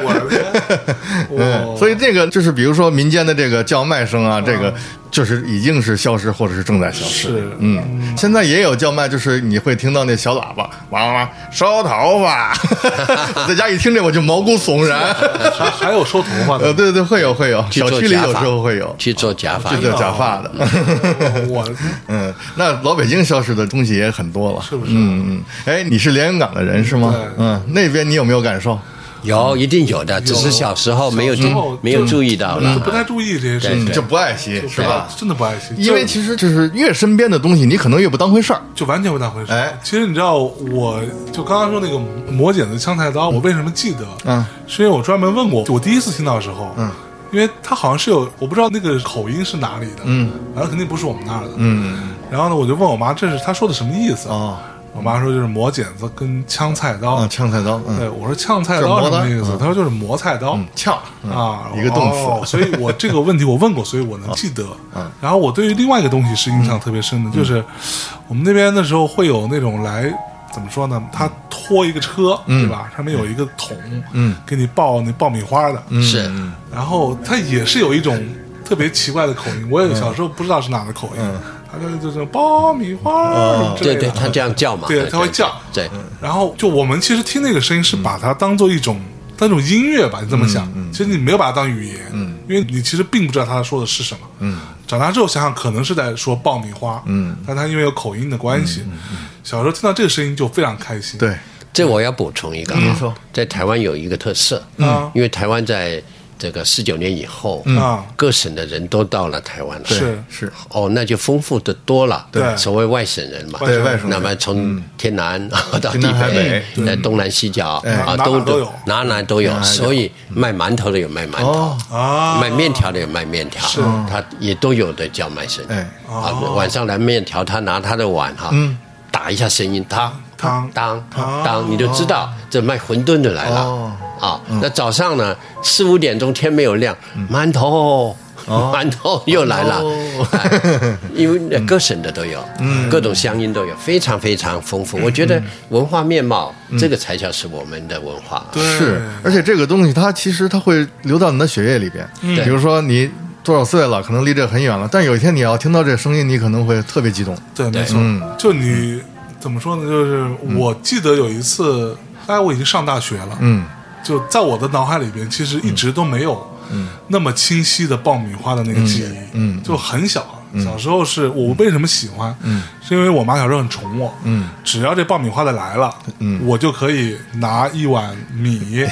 Speaker 1: 我的天，
Speaker 2: 嗯，
Speaker 1: 哇
Speaker 2: 所以这个就是，比如说民间的这个叫卖声啊，这个就是已经是消失或者是正在消失。
Speaker 1: 是
Speaker 2: 嗯，现在也有叫卖，就是你会听到那小喇叭哇哇哇烧头发， 在家一听这我就毛骨悚然。
Speaker 1: 还啊还有收头发
Speaker 2: 呃，
Speaker 1: 的，
Speaker 2: 对对，会有会有，
Speaker 5: 去
Speaker 2: 小
Speaker 5: 做
Speaker 2: 区里
Speaker 5: 假
Speaker 2: 有时
Speaker 5: 发
Speaker 2: 候会有，
Speaker 5: 去做假发
Speaker 2: 嗯这，叫假发的。
Speaker 1: 我
Speaker 2: 嗯，那老北京消失的东西也很多了，
Speaker 1: 是不是
Speaker 2: 嗯嗯，哎，你是连云港的人是吗
Speaker 1: 对？
Speaker 2: 嗯，那边你有没有感受？
Speaker 5: 有一定有的，只是小时候没有
Speaker 1: 小时候
Speaker 5: 注没有
Speaker 1: 就
Speaker 5: 注意到
Speaker 1: 就不太
Speaker 5: 了。
Speaker 1: 注意这些事
Speaker 5: 对
Speaker 1: 情
Speaker 5: 对，
Speaker 2: 就嗯不爱惜
Speaker 1: 就是
Speaker 2: 吧？
Speaker 1: 真的不爱惜，
Speaker 2: 因为
Speaker 1: 就
Speaker 2: 其实就是越身边的东西，你可能越不当回事儿。
Speaker 1: 就完全不当回事。
Speaker 2: 哎
Speaker 1: 其实你知道，我就刚刚说那个磨剪子、枪菜刀，我为什么记得？
Speaker 2: 嗯，
Speaker 1: 是因为我专门问过，我第一次听到的时候，嗯，因为它好像是有，我不知道那个口音是
Speaker 2: 嗯
Speaker 1: 哪里的，嗯，反正肯定不是我们那儿的，嗯。然后呢，我就问我妈，这是他说的什么意思？
Speaker 2: 哦，
Speaker 1: 我妈说就是磨剪子跟呛菜刀
Speaker 2: 啊，。呛菜刀，
Speaker 1: 对，
Speaker 2: 嗯，
Speaker 1: 我说呛菜
Speaker 2: 就是
Speaker 1: 刀
Speaker 2: 磨
Speaker 1: 什么
Speaker 2: 刀
Speaker 1: 意思？
Speaker 2: 嗯
Speaker 1: 她说就是磨菜刀
Speaker 2: 呛嗯
Speaker 1: 啊，
Speaker 2: 一个动词
Speaker 1: 哦所以我这个问题我问过，所以我能记得。然后我对于另外一个东西是印象特别深的，就是我们那边的时候会有那种来。怎么说呢？他拖一个车，对吧？上面有一个桶，嗯，给你爆那爆米花的，嗯，
Speaker 5: 是
Speaker 1: 然后他也是有一种特别奇怪的口音，我也小时候不知道是哪的口音，他就是这种爆米花什么之类
Speaker 5: 对
Speaker 1: 的，
Speaker 5: 对， 他这样叫嘛，
Speaker 1: 对他会叫
Speaker 5: 对，
Speaker 1: 然后就我们其实听那个声音是把它当做一种。
Speaker 2: 嗯
Speaker 1: 当一种音乐吧，你这么想，其实你没有把它当语言，
Speaker 2: 嗯
Speaker 1: 因为你其实并不知道他说的是什么。长大之后想想，可能是在说爆米花，
Speaker 2: 嗯
Speaker 1: 但他因为有口音的关系，小时候听到这个声音就非常开心。
Speaker 2: 对，
Speaker 5: 这我要补充一个
Speaker 2: 您
Speaker 5: 啊
Speaker 2: 说，
Speaker 5: 在台湾有一个特色，
Speaker 1: 嗯
Speaker 5: 因为台湾在这个四九年以后，
Speaker 1: 啊
Speaker 5: 各省的人都到了台湾了，
Speaker 1: 是
Speaker 2: 是
Speaker 5: 哦，那就丰富的多了。
Speaker 1: 对
Speaker 5: 所谓外省人嘛，
Speaker 1: 对
Speaker 2: 外省人
Speaker 5: 那么从天南 到
Speaker 2: 天
Speaker 5: 地
Speaker 2: 南海
Speaker 5: 北，
Speaker 2: 北
Speaker 5: 在东南西角啊，
Speaker 1: 哎哪
Speaker 5: 都
Speaker 1: 哪都有
Speaker 5: 哪嗯哪都有。所以卖馒头的有卖馒头
Speaker 2: 哦，
Speaker 1: 啊，
Speaker 5: 卖面条的有卖面条，他也都有的叫卖声。
Speaker 2: 哎
Speaker 5: 啊，晚上来面条，他拿他的碗哈，打一下声音，他。
Speaker 1: 汤
Speaker 5: 当当，你就知道这卖馄饨的来了
Speaker 2: 哦
Speaker 5: 啊。那早上呢，四五点钟天没有亮，馒头。 馒头又来了，
Speaker 2: 哦
Speaker 1: 哦
Speaker 5: 哎因为各省的都有，各种乡音都有，非常非常丰富。我觉得文化面貌，这个才叫是我们的文化。
Speaker 1: 对
Speaker 2: 是，而且这个东西它其实它会流到你的血液里边。比如说你多少岁了，可能离这很远了，但有一天你要听到这声音，你可能会特别激动。
Speaker 1: 对，没错。
Speaker 2: 嗯
Speaker 1: 就你怎么说呢？就是我记得有一次，大概我已经上大学了，
Speaker 2: 嗯，
Speaker 1: 就在我的脑海里边，其实一直都没有
Speaker 2: 嗯
Speaker 1: 那么清晰的爆米花的那个记忆，嗯，就很小。小时候是我为什么喜欢？嗯，是因为我妈小时候很宠我。嗯，只要这爆米花的来了，嗯，我就可以拿一碗 米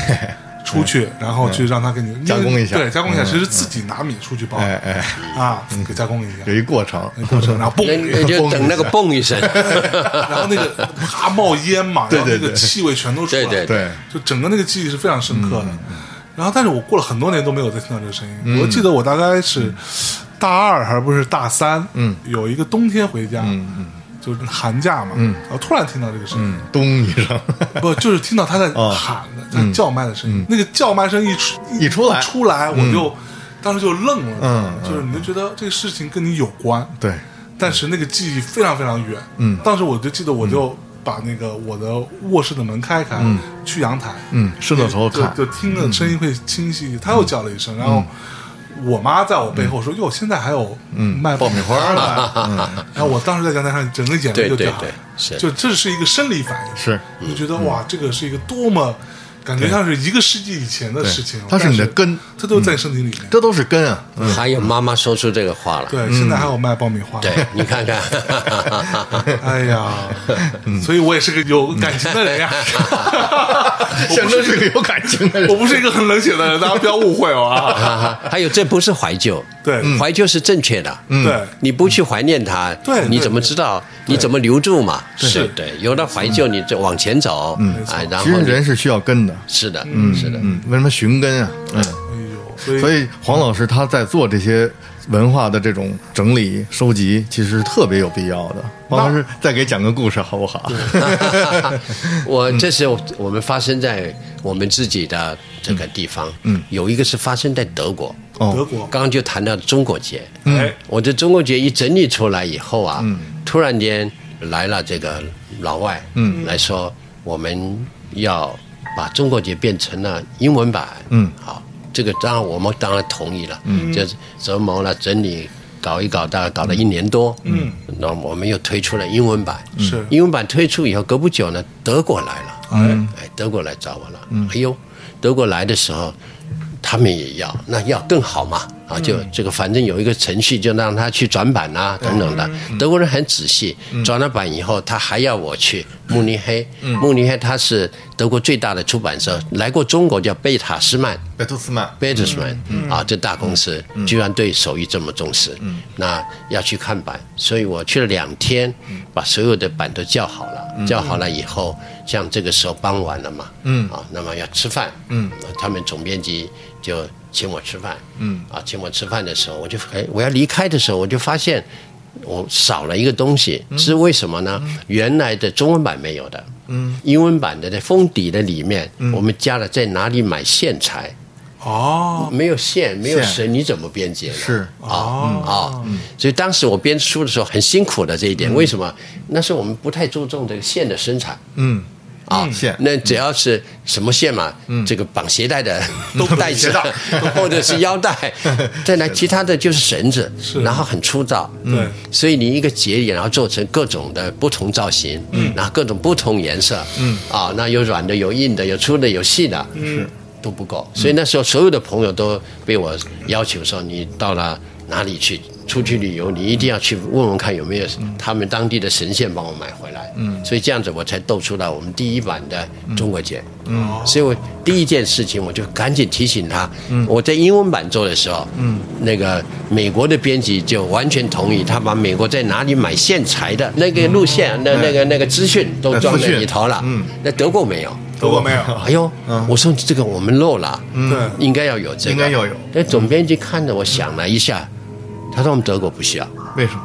Speaker 1: 出去，然后去让她给你
Speaker 2: 嗯加工一下
Speaker 1: 对，加工一下。
Speaker 2: 嗯
Speaker 1: 其实自己拿米出去包，
Speaker 2: 哎哎，
Speaker 1: 啊，给加工一下
Speaker 2: 有，一过程。
Speaker 1: 那过程，然后嘣
Speaker 5: 那
Speaker 1: 一下
Speaker 5: 那就等那个嘣一声，
Speaker 1: 然后那个啪冒烟嘛，
Speaker 2: 对
Speaker 1: 然后那个
Speaker 2: 对对
Speaker 1: 气味全都出来，
Speaker 5: 对对
Speaker 2: 对，
Speaker 1: 就整个那个记忆是非常深刻
Speaker 2: 嗯
Speaker 1: 的。然后，但是我过了很多年都没有再听到这个声音。我记得我大概是大二还不是大三，嗯，有一个冬天回家，嗯就是寒假嘛，嗯，然后突然听到这个声音，
Speaker 2: 咚一 声，
Speaker 1: 不就是听到他在
Speaker 2: 嗯哦嗯
Speaker 1: 喊的，在叫卖的声音，那个叫卖声一出
Speaker 2: 一出来
Speaker 1: 出来我就当时就愣了，
Speaker 2: 嗯
Speaker 1: 就是你就觉得这个事情跟你有关，
Speaker 2: 对，
Speaker 1: 但是那个记忆非常非常远。
Speaker 2: 嗯
Speaker 1: 当时我就记得，我就把那个我的卧室的门开开，去阳台，
Speaker 2: 嗯，伸到头
Speaker 1: 就
Speaker 2: 看，
Speaker 1: 就听着声音会清晰一些。他又叫了一声，然后我妈在我背后说：“哟，现在还有卖爆米花的。”嗯然后我当时在阳台上，整个眼泪就掉
Speaker 5: 对
Speaker 1: 下
Speaker 5: 对对
Speaker 1: 来，
Speaker 5: 是
Speaker 1: 就这是一个生理反应，
Speaker 2: 是
Speaker 1: 我就觉得哇，这个是一个多么。感觉像是一个世纪以前的
Speaker 2: 对
Speaker 1: 事情了，
Speaker 2: 它是你的
Speaker 1: 但
Speaker 2: 根
Speaker 1: 它都在身体里面。
Speaker 2: 这都是根 啊。嗯
Speaker 5: 还有妈妈说出这个话了。
Speaker 1: 对，现在还有卖爆米花，
Speaker 5: 对，你看看，
Speaker 1: 哎呀，所以我也是个有感情的人呀。我
Speaker 2: 显
Speaker 1: 不
Speaker 2: 真
Speaker 1: 是
Speaker 2: 是个有感情的
Speaker 1: 我
Speaker 2: 人。
Speaker 1: 不是一个很冷血的人，大家不要误会我啊。
Speaker 5: 哈哈，还有这不是怀旧，
Speaker 1: 对嗯
Speaker 5: 怀旧是正确的，
Speaker 1: 对哎
Speaker 5: 你不去怀念它，
Speaker 1: 对
Speaker 5: 你
Speaker 1: 对
Speaker 5: 怎么
Speaker 1: 对
Speaker 5: 知道？你怎么留住嘛？
Speaker 1: 是
Speaker 5: 对，有了怀旧，你就往前走，嗯哎，然
Speaker 2: 其
Speaker 5: 后
Speaker 2: 实
Speaker 5: 你
Speaker 2: 人是需要根 的，
Speaker 5: 是的，嗯，是的，
Speaker 2: 嗯，为什么寻根啊？嗯，
Speaker 1: 哎呦，所以
Speaker 2: 所以黄老师他在做这些文化的这种整理收集，其实是特别有必要的。黄老师再给讲个故事好不好？
Speaker 5: 我这是我们发生在我们自己的这个地方，嗯，有一个是发生在德国，
Speaker 1: 德
Speaker 2: 哦，
Speaker 1: 国，
Speaker 5: 刚刚就谈到中国结，
Speaker 1: 哎，
Speaker 5: 我这中国结一整理出来以后啊，突然间来了这个老外，嗯，来说我们要把中国结变成了英文版，嗯，好，这个当然我们当然同意了，嗯，就是折磨了整理。搞一搞，大概搞了一年多，嗯，那我们又推出了英文版，
Speaker 1: 是
Speaker 5: 英文版推出以后，隔不久呢，德国来了，
Speaker 1: 嗯
Speaker 5: 哎，德国来找我了，哎呦，德国来的时候，他们也要，那要更好嘛，啊，就这个反正有一个程序，就让他去转版啊，等等的。德国人很仔细，转了版以后，他还要我去慕尼黑，慕尼黑它是德国最大的出版社，来过中国叫贝塔斯曼，
Speaker 2: 贝托斯曼，
Speaker 5: 贝 s 斯曼啊，这大公司居然对手艺这么重视，那要去看板，所以我去了两天，把所有的板都叫好了，叫好了以后，像这个时候傍晚了嘛，啊，那么要吃饭，他们总编辑就请我吃饭，啊，请我吃饭的时候，我就哎，我要离开的时候，我就发现我少了一个东西，是为什么呢？原来的中文版没有的，嗯，英文版的在封底的里面，我们加了在哪里买线材，
Speaker 1: 哦，
Speaker 5: 没有线，没有
Speaker 2: 线
Speaker 5: 绳，你怎么编解呢？
Speaker 2: 是
Speaker 5: 啊啊！所以当时我编书的时候很辛苦的这一点，为什么？那时候我们不太注重这个线的生产
Speaker 2: 嗯，
Speaker 5: 啊，
Speaker 2: 线
Speaker 5: 那只要是什么线嘛，这个绑鞋带的都 带
Speaker 2: 鞋
Speaker 5: 着
Speaker 2: 带，
Speaker 5: 或者是腰带，再来其他的就是绳子，然后很粗糙，
Speaker 1: 对，
Speaker 5: 所以你一个节点，然后做成各种的不同造型，嗯，然后各种不同颜色，嗯，啊，那有软的，有硬的，有粗的，有细的，嗯，都不够，所以那时候所有的朋友都被我要求说，你到了哪里去？出去旅游，你一定要去问问看有没有他们当地的神仙帮我买回来。嗯，所以这样子我才斗出来我们第一版的中国结。嗯，所以我第一件事情我就赶紧提醒他。嗯，我在英文版做的时候，嗯，那个美国的编辑就完全同意，他把美国在哪里买线材的那个路线、那那个那个资讯都装在里头了。嗯，那德国没有。
Speaker 1: 德国没有，嗯
Speaker 5: 哎呦，我说这个我们漏了，
Speaker 1: 对
Speaker 5: 应该要有这个，
Speaker 2: 应该要有
Speaker 5: 但总编辑看着我想了一下，他说我们德国不需要，
Speaker 2: 为什么？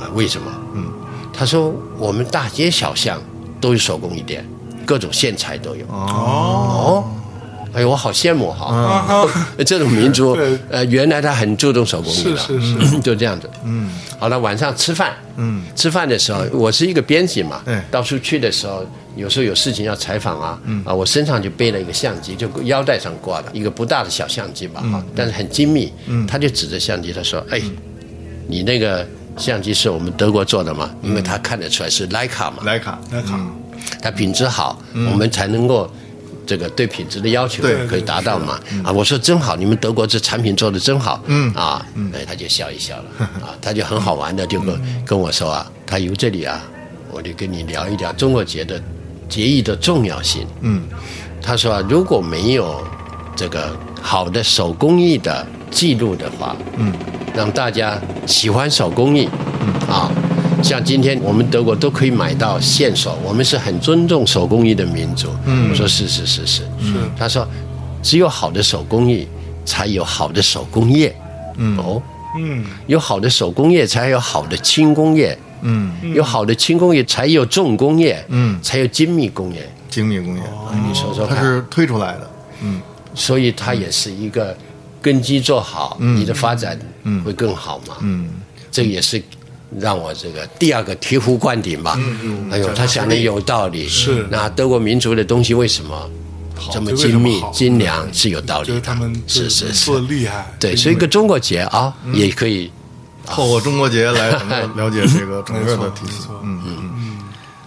Speaker 5: 啊，为什么？嗯，他说我们大街小巷都有手工艺店，各种线材都有。哦，哎呦，我好羡慕哈！
Speaker 1: 啊，
Speaker 5: 这种民族
Speaker 1: 对，
Speaker 5: 呃，原来他很注重手工艺的，
Speaker 1: 是是
Speaker 5: 就这样子。嗯，好了，晚上吃饭，
Speaker 2: 嗯，
Speaker 5: 吃饭的时候，我是一个编辑嘛，
Speaker 2: 对
Speaker 5: 到处去的时候。有时候有事情要采访啊，
Speaker 1: 嗯
Speaker 5: 啊，我身上就背了一个相机，就腰带上挂的一个不大的小相机吧，
Speaker 1: 嗯
Speaker 5: 哈、但是很精密。他就指着相机，他说：“哎，你那个相机是我们德国做的吗？
Speaker 1: 嗯
Speaker 5: 因为他看得出来是徕卡嘛，
Speaker 2: 莱卡，
Speaker 1: 来看，
Speaker 5: 它品质好，我们才能够这个嗯对品质的要求
Speaker 2: 对
Speaker 5: 可以达到嘛。啊，我说真好，你们德国这产品做的真好。嗯啊，哎，他就笑一笑 了，啊，他就很好玩的就跟跟我说啊，他由这里啊，我就跟你聊一聊中国节的节义的重要性。嗯，他说啊，如果没有这个好的手工艺的记录的话，嗯，让大家喜欢手工艺，嗯啊，像今天我们德国都可以买到线索，我们是很尊重手工艺的民族。嗯，我说是是是是，是。他说，只有好的手工艺，才有好的手工业。嗯哦，
Speaker 1: 嗯，
Speaker 5: 有好的手工业，才有好的轻工业。嗯，有好的轻工业，才有重工业。嗯，才有精密工业。
Speaker 2: 精密工业，
Speaker 5: 哦你说说
Speaker 2: 它
Speaker 5: 看，
Speaker 2: 是推出来的。
Speaker 5: 所以它也是一个根基做好，
Speaker 1: 嗯
Speaker 5: 你的发展会更好嘛。嗯，这也是让我这个第二个醍醐灌顶吧。
Speaker 1: 嗯
Speaker 5: 哎呦，他想的有道理。
Speaker 1: 是
Speaker 5: 那德国民族的东西为什么这么精
Speaker 1: 为什
Speaker 5: 密
Speaker 1: 么好
Speaker 5: 精良是有道理
Speaker 1: 觉
Speaker 5: 的？
Speaker 1: 得他们
Speaker 5: 是是
Speaker 1: 做
Speaker 5: 是，
Speaker 1: 的厉害，
Speaker 5: 对，所以一个中国结啊，
Speaker 1: 嗯
Speaker 5: 也可以。啊
Speaker 2: 透过中国节来怎么了解这个整个的体 系？嗯嗯，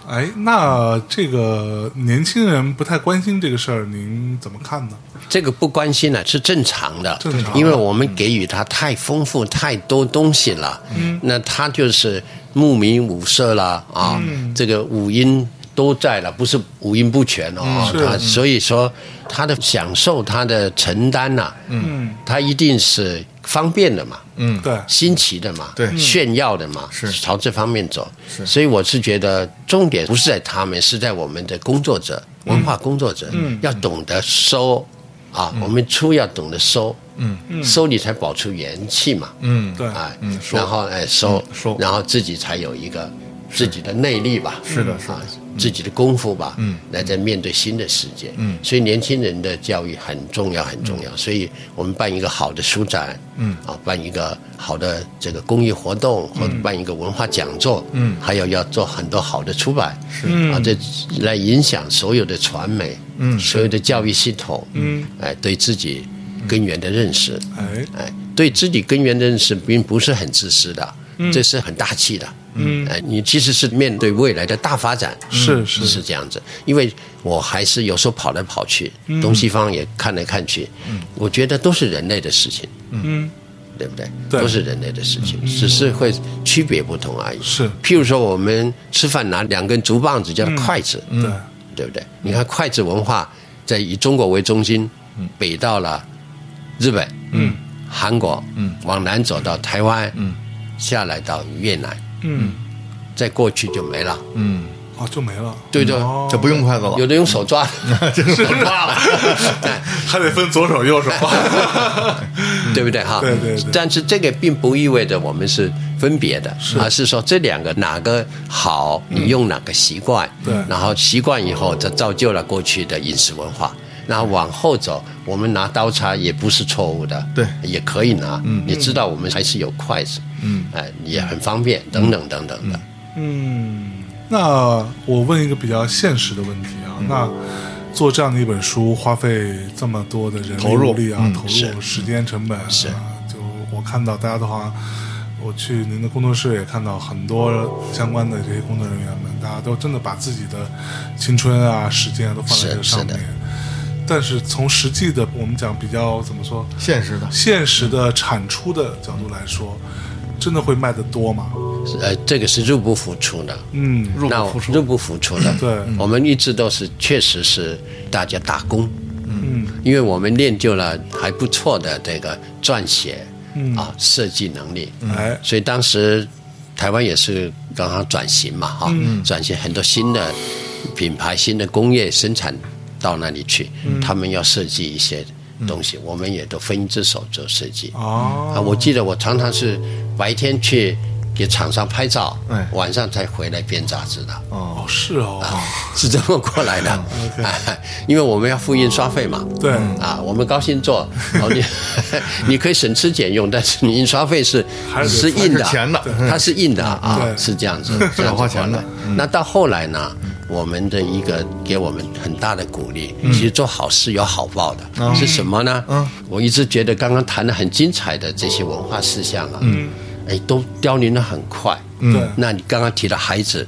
Speaker 1: 哎，那这个年轻人不太关心这个事儿，您怎么看呢？
Speaker 5: 这个不关心了是正常的，
Speaker 1: 正常的
Speaker 5: 因为我们给予他太丰富、太多东西了，嗯，那他就是目明五色啦啊，
Speaker 1: 嗯
Speaker 5: 这个五音都在了，不是五音不全哦，
Speaker 1: 嗯是
Speaker 5: 他所以说他的享受、他的承担呐、嗯，他一定是方便的嘛，
Speaker 1: 嗯，对，
Speaker 5: 新奇的嘛，
Speaker 2: 对嗯
Speaker 5: 炫耀的嘛，
Speaker 2: 是
Speaker 5: 朝这方面走。所以我是觉得重点不是在他们，是在我们的工作者、文化工作者，要懂得收啊，我们出要懂得收，嗯，收你才保出元气嘛，嗯
Speaker 1: 对
Speaker 5: 哎
Speaker 2: 嗯，收
Speaker 5: 然后哎收
Speaker 2: 收
Speaker 5: 然后自己才有一个自己的内力吧，是
Speaker 2: 的是的
Speaker 5: 啊，自己的功夫吧，嗯，来在面对新的世界，嗯，所以年轻人的教育很重要，很重要。所以我们办一个好的书展，嗯，啊，办一个好的这个公益活动，或者办一个文化讲座，嗯，还有要做很多好的出版，是啊，这来影响所有的传媒，嗯，所有的教育系统，嗯，哎，对自己根源的认识，
Speaker 1: 哎，
Speaker 5: 哎，对自己根源认识并不是很自私的，这是很大气的。嗯，哎，你其实是面对未来的大发展，
Speaker 1: 是是
Speaker 5: 是是这样子。因为我还是有时候跑来跑去，东西方也看来看去，我觉得都是人类的事情，
Speaker 1: 嗯，
Speaker 5: 对不对？
Speaker 1: 对
Speaker 5: 都是人类的事情，只是会区别不同而已。
Speaker 1: 是
Speaker 5: 譬如说我们吃饭拿两根竹棒子叫筷子，嗯
Speaker 1: 对，
Speaker 5: 对不对？你看筷子文化在以中国为中心，北到了日本，嗯，韩国，嗯，往南走到台湾，嗯，下来到越南，
Speaker 1: 嗯，
Speaker 5: 再过去就没了，
Speaker 1: 哦，就没了，
Speaker 5: 对的。
Speaker 1: 哦
Speaker 2: 嗯就不用筷子了
Speaker 5: 有。的用手抓， 手抓 了，
Speaker 1: 还得分左手右手，
Speaker 5: 对不对哈？
Speaker 1: 对对对
Speaker 5: 但是这个并不意味着我们是分别的，而是说这两个哪个好，你用哪个习惯，
Speaker 1: 嗯对
Speaker 5: 然后习惯以后，这造就了过去的饮食文化。那往后走，我们拿刀叉也不是错误的，
Speaker 2: 对
Speaker 5: 也可以拿。嗯，你知道我们还是有筷子，嗯，哎、也很方便，等等等等的。
Speaker 1: 嗯，那我问一个比较现实的问题啊，
Speaker 5: 嗯
Speaker 1: 那做这样的一本书，花费这么多的人力
Speaker 2: 投入
Speaker 1: 物力啊，投入
Speaker 5: 嗯是
Speaker 1: 时间成本啊，
Speaker 5: 是
Speaker 1: 就我看到大家都好像。我去您的工作室也看到很多相关的这些工作人员们，大家都真的把自己的青春啊、时间啊都放在
Speaker 5: 是
Speaker 1: 这个上
Speaker 5: 是的
Speaker 1: 面。但是从实际的，我们讲比较怎么说，
Speaker 2: 现实的
Speaker 1: 现实的产出的角度来说，真的会卖得多吗？
Speaker 5: 呃，这个是入不敷出的，
Speaker 1: 嗯，
Speaker 2: 入
Speaker 5: 那
Speaker 2: 不
Speaker 5: 我
Speaker 2: 敷出，
Speaker 5: 入不敷出的。
Speaker 1: 对
Speaker 5: 我们一直都是，确实是大家打工，
Speaker 1: 嗯，
Speaker 5: 因为我们练就了还不错的这个撰写，
Speaker 1: 嗯
Speaker 5: 啊，设计能力，
Speaker 2: 嗯
Speaker 1: 哎，
Speaker 5: 所以当时台湾也是刚好转型嘛，哈、
Speaker 2: 嗯
Speaker 5: 转型很多新的品牌、新的工业生产到那里去，
Speaker 2: 嗯
Speaker 5: 他们要设计一些东西，我们也都分一只手做设计。
Speaker 1: 哦，
Speaker 5: 啊，我记得我常常是白天去给厂商拍照，
Speaker 2: 哎
Speaker 5: 晚上才回来编杂志的，
Speaker 1: 哦，是哦，
Speaker 5: 是这么过来的。 哎因为我们要付印刷费嘛。
Speaker 1: 对
Speaker 5: 啊，我们高兴做，然后你你可以省吃俭用，但是你印刷费是
Speaker 1: 还是
Speaker 5: 是印的，
Speaker 2: 还是钱的
Speaker 5: 它是印的啊
Speaker 1: 对，
Speaker 5: 是这样子，这
Speaker 2: 要
Speaker 5: 样
Speaker 2: 花
Speaker 5: 子
Speaker 2: 钱的
Speaker 5: 过来那到后来呢，我们的一个给我们很大的鼓励，其实做好事有好报的，是什么呢？我一直觉得刚刚谈的很精彩的这些文化事项啊，哎，都凋零的很快。
Speaker 1: 对
Speaker 5: 那你刚刚提到孩子，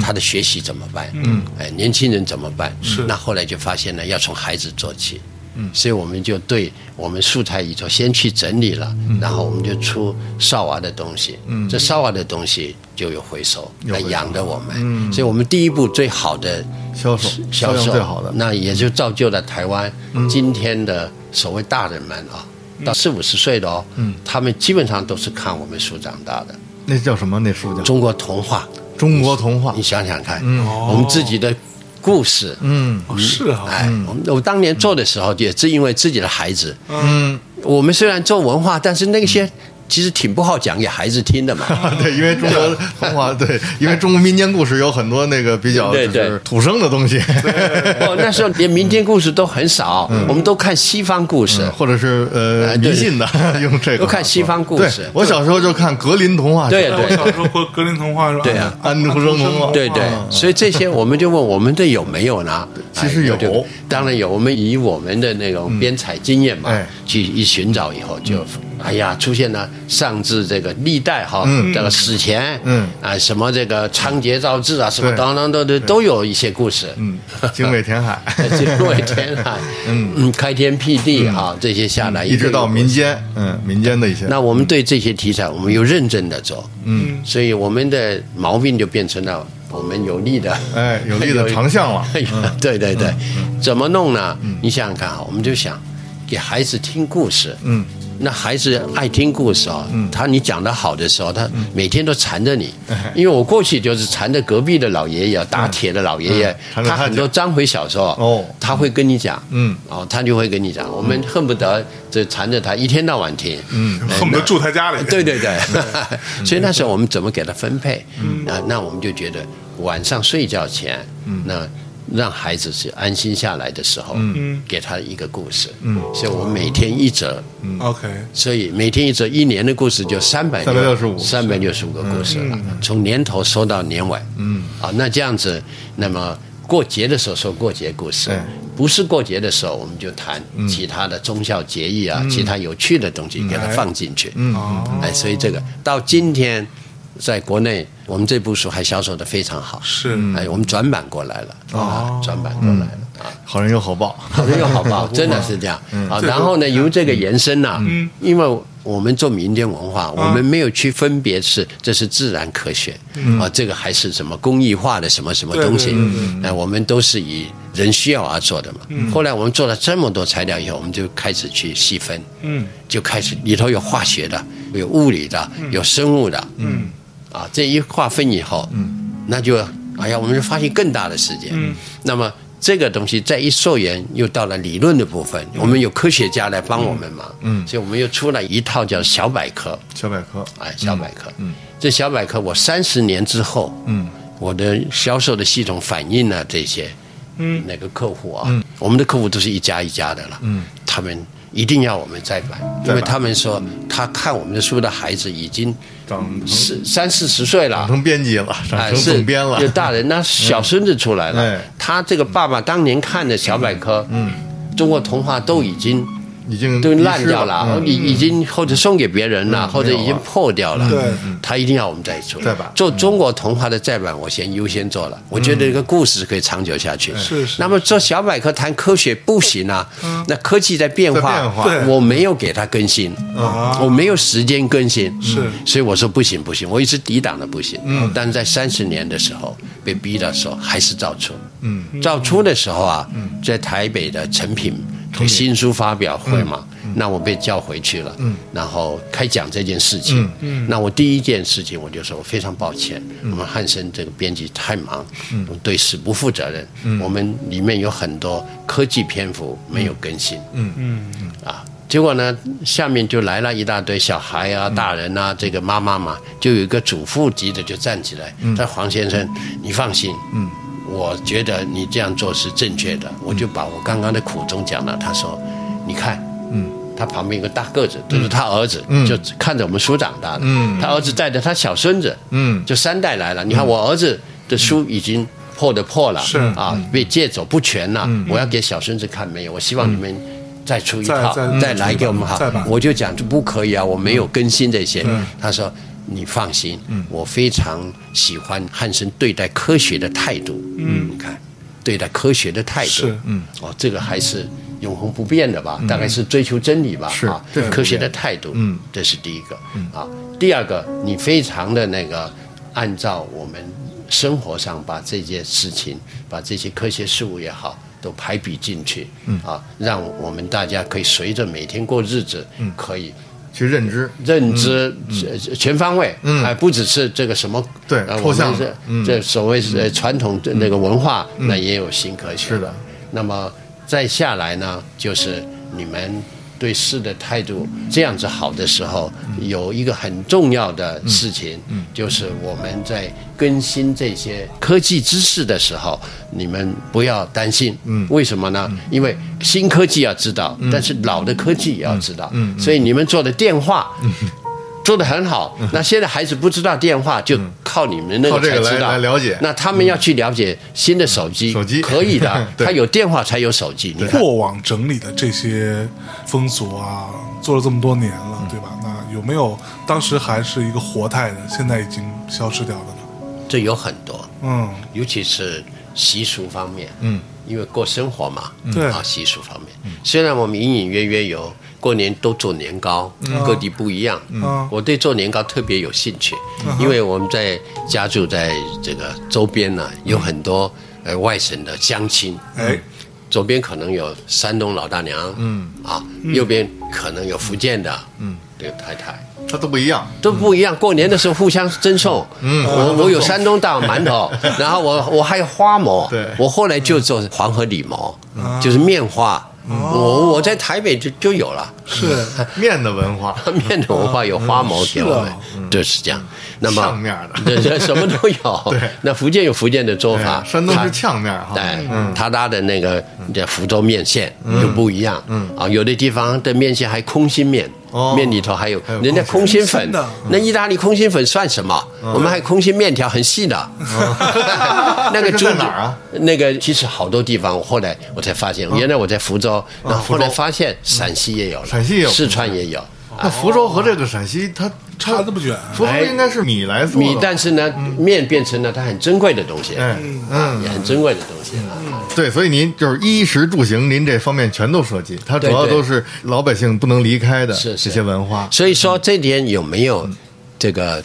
Speaker 5: 他的学习怎么办？嗯，哎，年轻人怎么办？
Speaker 1: 是
Speaker 5: 那后来就发现呢，要从孩子做起。嗯，所以我们就对我们素材里头先去整理了，然后我们就出少娃的东西。嗯，这少娃的东西就有回收，来养着我们。嗯，所以我们第一步最好的
Speaker 2: 销售销
Speaker 5: 销
Speaker 2: 量
Speaker 5: 售
Speaker 2: 最好的，
Speaker 5: 那也就造就了台湾今天的所谓大人们啊，到四五十岁的哦，他们基本上都是看我们书长大的。
Speaker 2: 那叫什么？那书叫《
Speaker 5: 中国童话，
Speaker 2: 中国童话
Speaker 5: 你》。想想看，我们自己的故事，
Speaker 2: 嗯
Speaker 1: 哦是啊，
Speaker 5: 哎，我们我当年做的时候，也是因为自己的孩子，
Speaker 2: 嗯，
Speaker 5: 我们虽然做文化，但是那些其实挺不好讲给孩子听的嘛。
Speaker 2: 对，因为中国童话，对，因为中国民间故事有很多那个比较
Speaker 5: 对
Speaker 2: 就
Speaker 5: 对
Speaker 2: 是土生的东西，
Speaker 5: 哦，那时候连民间故事都很少，
Speaker 2: 嗯
Speaker 5: 我们都看西方故事。
Speaker 2: 或者是呃
Speaker 5: 哎对
Speaker 2: 迷信 的，用这个
Speaker 5: 都看
Speaker 2: 话说
Speaker 5: 西方故事
Speaker 2: 对我小时候就看格林童话，
Speaker 5: 对
Speaker 1: 那我小时候和格林童话是吧？
Speaker 5: 对啊
Speaker 2: 安徒生童话
Speaker 5: 对对，
Speaker 1: 啊
Speaker 5: 所以这些我们就问我们的有没有呢？
Speaker 2: 哦 其实
Speaker 5: 哎
Speaker 2: 有
Speaker 5: 这个当然有。我们以我们的那种编采经验嘛
Speaker 2: 哎，嗯
Speaker 5: 去一寻找以后就，哎呀，出现了上至这个历代哈，这个史前，
Speaker 2: 嗯
Speaker 5: 啊，什么这个仓颉造字啊，什么
Speaker 2: 对
Speaker 5: 等等等等，都有一些故事。
Speaker 2: 嗯，精卫 填海，
Speaker 5: 经过天 海，嗯，开天辟地啊，这些下来
Speaker 2: 嗯一直
Speaker 5: 个
Speaker 2: 到
Speaker 5: 有故事
Speaker 2: 民间，嗯，民间的一些，
Speaker 5: 那我们对这些题材，我们又认真的做，嗯，所以我们的毛病就变成了我们有力的，
Speaker 2: 哎有力 的长嗯项了
Speaker 5: 对对对，
Speaker 2: 嗯
Speaker 5: 怎么弄呢？你想想看啊，我们就想给孩子听故事，嗯。那孩子爱听故事哦，
Speaker 2: 嗯
Speaker 5: 他你讲的好的时候，他每天都缠着你，
Speaker 2: 哎
Speaker 5: 因为我过去就是缠着隔壁的老爷爷、打铁的老爷爷，
Speaker 2: 嗯缠着他
Speaker 5: 他很多章回小说
Speaker 2: 哦
Speaker 5: 他会跟你讲，
Speaker 2: 嗯，
Speaker 5: 哦，他就会跟你讲，我们恨不得就缠着他一天到晚听，嗯，
Speaker 1: 恨不得住他家里。
Speaker 5: 对对嗯对，所以那时候我们怎么给他分配？啊，那我们就觉得晚上睡觉前，那让孩子是安心下来的时候，给他一个故事。所以我们每天一则，
Speaker 1: ，OK，
Speaker 5: 所以每天一则，一年的故事就三百
Speaker 2: 365
Speaker 5: 哦三百六十五个故事了，从年头说到年尾。嗯，啊，那这样子，那么过节的时候说过节故事
Speaker 2: 对，
Speaker 5: 不是过节的时候，我们就谈其他的忠孝节义啊，其他有趣的东西给它放进去。嗯
Speaker 1: 哦，
Speaker 5: 哎，所以这个到今天，在国内我们这部书还销售的非常好，
Speaker 1: 是
Speaker 5: 哎，我们转版过来了，啊，转版过来了啊。
Speaker 2: 好人有好报，
Speaker 5: 好人有好 报，真的是这样
Speaker 1: 嗯
Speaker 5: 啊。然后呢，由这个延伸呢，因为我们做民间文化，
Speaker 1: 嗯
Speaker 5: 我们没有去分别是这是自然科学啊，这个还是什么工艺化的什么什么东西
Speaker 1: 嗯对对，嗯
Speaker 5: 哎，我们都是以人需要而做的嘛。后来我们做了这么多材料以后，我们就开始去细分，
Speaker 1: 嗯，
Speaker 5: 就开始里头有化学的，有物理的，有生物的，嗯，啊，这一划分以后，嗯，那就哎呀，我们就发现更大的世界，嗯，那么这个东西再一溯源，又到了理论的部分，我们有科学家来帮我们忙，嗯，所以我们又出了一套叫小百科，
Speaker 2: 小百科，
Speaker 5: 哎，小百科，嗯，这小百科我三十年之后，
Speaker 2: 嗯，
Speaker 5: 我的销售的系统反映了这些，嗯，那个客户啊，我们的客户都是一家一家的了，嗯，他们一定要我们再版，因为他们说他看我们的书的孩子已经
Speaker 2: 长
Speaker 5: 四三四十岁了
Speaker 2: 长，成编辑了，长
Speaker 5: 哎，
Speaker 2: 成
Speaker 5: 是
Speaker 2: 总编了嗯
Speaker 5: 有，大人，那小孙子出来了，
Speaker 2: 哎
Speaker 5: 他这个爸爸当年看的小百科，嗯，中国童话都已经。
Speaker 2: 已经
Speaker 5: 都烂
Speaker 2: 遗失
Speaker 5: 掉
Speaker 2: 了
Speaker 5: 了，
Speaker 2: 嗯
Speaker 5: 已已经或者送给别人了，或者已
Speaker 2: 没有
Speaker 5: 经
Speaker 2: 了嗯
Speaker 5: 破掉了。
Speaker 1: 对
Speaker 5: 他一定要我们再做
Speaker 2: 再嗯版
Speaker 5: 做中国童话的再版，我先优先做了。我觉得这个故事可以长久下
Speaker 2: 哎
Speaker 5: 去。
Speaker 1: 是是
Speaker 5: 那么做小百科谈科学不行啊，那科技在变
Speaker 2: 嗯在
Speaker 5: 化，
Speaker 2: 变化
Speaker 1: 对
Speaker 5: 我没有给它更新，
Speaker 1: 啊
Speaker 5: 我没有时间更新，
Speaker 1: 是
Speaker 5: 所以我说不行不行，我一直抵挡的不行。嗯，但是在三十年的时候被逼的时候，还是照出。嗯，照出的时候啊，在台北的成品的新书发表会嘛，那我被叫回去了。嗯，然后开讲这件事情，嗯，那我第一件事情我就说我非常抱歉，我们汉森这个编辑太忙，嗯，对事不负责任。嗯，我们里面有很多科技篇幅没有更新。嗯嗯啊。结果呢，下面就来了一大堆小孩啊、大人啊，这个妈妈嘛，就有一个主妇级的就站起来，他说黄先生，你放心，嗯，我觉得你这样做是正确的，我就把我刚刚的苦衷讲了。他说，你看，嗯，他旁边有个大个子，就是他儿子，就看着我们书长大的，嗯，他儿子带着他小孙子，
Speaker 2: 嗯
Speaker 5: 就三代来了。你看我儿子的书已经破的破了，
Speaker 1: 是
Speaker 5: 啊，被借走不全了，我要给小孙子看没有？我希望你们。再出一套，
Speaker 1: 再再
Speaker 5: 再嗯来给我们好
Speaker 1: 再版，
Speaker 5: 我就讲这不可以啊，我没有更新这些。他说你放心，我非常喜欢汉森对待科学的态度。嗯，你看对待科学的态度，
Speaker 1: 是
Speaker 5: 嗯，哦，这个还是永恒不变的吧？大概是追求真理吧？
Speaker 2: 是
Speaker 5: 啊
Speaker 2: 这是，
Speaker 5: 科学的态度，嗯，这是第一个啊。第二个，你非常的那个按照我们生活上把这件事情，把这些科学事物也好。都排比进去，啊，让我们大家可以随着每天过日子，可以
Speaker 2: 去认知，
Speaker 5: 认知全全方位，
Speaker 2: 嗯
Speaker 5: 哎，不只是这个什么
Speaker 2: 对
Speaker 5: 呃
Speaker 2: 抽象
Speaker 5: 我们
Speaker 2: 的
Speaker 5: 是
Speaker 2: 嗯
Speaker 5: 这所谓是呃传统的那个文化，那也有新科学
Speaker 2: 是的。
Speaker 5: 那么再下来呢，就是你们对事的态度这样子好的时候，
Speaker 2: 嗯
Speaker 5: 有一个很重要的事情，就是我们在更新这些科技知识的时候，你们不要担心。嗯，为什么呢？因为新科技要知道，
Speaker 2: 嗯
Speaker 5: 但是老的科技也要知道。嗯，所以你们做的电话。
Speaker 2: 嗯
Speaker 5: 做的很好，那现在孩子不知道电话，就靠你们那
Speaker 2: 嗯靠这
Speaker 5: 才
Speaker 2: 个来
Speaker 5: 知道
Speaker 2: 来了解
Speaker 5: 那他们要去了解新的手机，
Speaker 2: 手机
Speaker 5: 可以的
Speaker 2: ，对
Speaker 5: 他有电话才有手机。你看，
Speaker 1: 过往整理的这些风俗啊，做了这么多年
Speaker 5: 嗯
Speaker 1: 了，对吧？那有没有当时还是一个活态的，现在已经消失掉的呢？
Speaker 5: 这有很多，
Speaker 1: 嗯，
Speaker 5: 尤其是习俗方面，嗯，因为过生活嘛，
Speaker 2: 嗯
Speaker 1: 对
Speaker 5: 啊，习俗方面，虽然我们隐隐约约有过年都做年糕，各地不一样，
Speaker 1: 嗯
Speaker 5: 我对做年糕特别有兴趣，因为我们在家住在这个周边呢，有很多呃外省的乡亲，
Speaker 1: 哎，
Speaker 5: 左边可能有山东老大娘，嗯啊，右边可能有福建的，嗯，这个太太
Speaker 2: 它都不一样，
Speaker 5: 都不一样。过年的时候互相赠送，嗯，我我有山东大馒头， 然后我我还有花馍，
Speaker 2: 对嗯
Speaker 5: 我后来就做黄河里馍，就是面花。我我在台北就就有了，
Speaker 1: 是
Speaker 2: 面的文化，
Speaker 5: 面的文化有花馍给我
Speaker 1: 是
Speaker 2: 嗯
Speaker 5: 们
Speaker 1: 啊，
Speaker 2: 哦
Speaker 5: 就是这样。那么
Speaker 2: 呛面的
Speaker 5: 对对，什么都有。
Speaker 2: 对
Speaker 5: 那福建有福建的做法，哎
Speaker 2: 对哎山东
Speaker 5: 它
Speaker 2: 是呛面哈，
Speaker 5: 对，
Speaker 2: 嗯
Speaker 5: 他搭的那个这福州面线就不一样，嗯啊，有的地方的面线还空心面
Speaker 2: 哦，
Speaker 5: 面里头还有
Speaker 2: 还有
Speaker 5: 人家空心
Speaker 1: 空心
Speaker 5: 粉
Speaker 1: 的，
Speaker 5: 那意大利空心粉算什么？
Speaker 2: 嗯
Speaker 5: 我们还空心面条很细的， 那个
Speaker 2: 这是
Speaker 5: 猪
Speaker 2: 在哪儿啊？哦
Speaker 5: 那个其实好多地方，我后来我才发现，原来我在福州，然后
Speaker 2: 福
Speaker 5: 后
Speaker 2: 州嗯
Speaker 5: 来发现陕西也有了，
Speaker 2: 陕西也有哦
Speaker 5: 四川也有。
Speaker 2: 那福州和这个陕西，它
Speaker 1: 差这么远，
Speaker 2: 福州应该是米来做的
Speaker 5: 米，但是呢，面变成了它很珍贵的东西，
Speaker 2: 哎嗯，
Speaker 5: 也很珍贵的东西啊。
Speaker 2: 对，所以您就是衣食住行，您这方面全都涉及，它主要
Speaker 5: 对对
Speaker 2: 都是老百姓不能离开的
Speaker 5: 是是
Speaker 2: 这些文化，
Speaker 5: 所以说这点有没有这个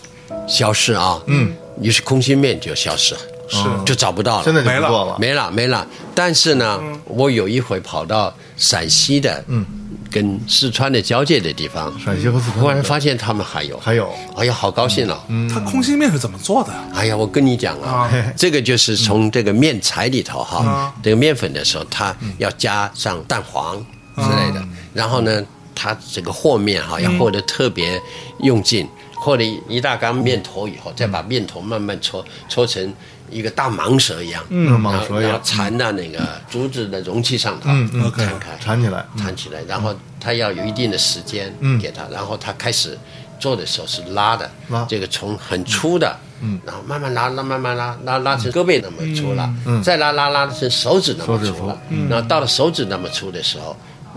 Speaker 5: 消失啊？嗯，于是空心面就消失，是就找不到了，
Speaker 2: 现在就
Speaker 1: 没
Speaker 2: 不
Speaker 1: 了
Speaker 2: 做了，
Speaker 5: 没了没了。但是呢，我有一回跑到陕西的，嗯，跟四川的交界的地方，
Speaker 2: 陕西和四川
Speaker 5: 忽然发现他们还有，
Speaker 2: 还有，嗯
Speaker 5: 哎呀，好高兴哦！
Speaker 1: 它空心面是怎么做的？
Speaker 5: 哎呀，我跟你讲啊，这个就是从这个面材里头
Speaker 2: 啊
Speaker 5: 哈，这个面粉的时候，它要加上蛋黄之类的，
Speaker 2: 嗯
Speaker 5: 然后呢，它这个和面哈要和的特别用劲，和了一大缸面头以后，再
Speaker 2: 嗯
Speaker 5: 把面头慢慢搓搓成。一个大蟒蛇一样，
Speaker 2: 嗯
Speaker 5: 然后
Speaker 2: 蟒蛇一样
Speaker 5: 然后缠到那个竹子的容器上头，
Speaker 2: 嗯嗯
Speaker 5: 摊开，
Speaker 2: 缠起来嗯
Speaker 5: 弹起来，然后它要有一定的时间
Speaker 2: 嗯
Speaker 5: 给它，然后它开始做的时候是拉的，
Speaker 2: 拉
Speaker 5: 这个从很粗的，嗯，然后慢慢拉，拉慢慢拉，拉拉成胳膊那么粗了，嗯，再拉拉拉成手指那嗯么
Speaker 2: 手指
Speaker 5: 粗
Speaker 2: 粗
Speaker 5: 了，然后到了手指那么粗的时候，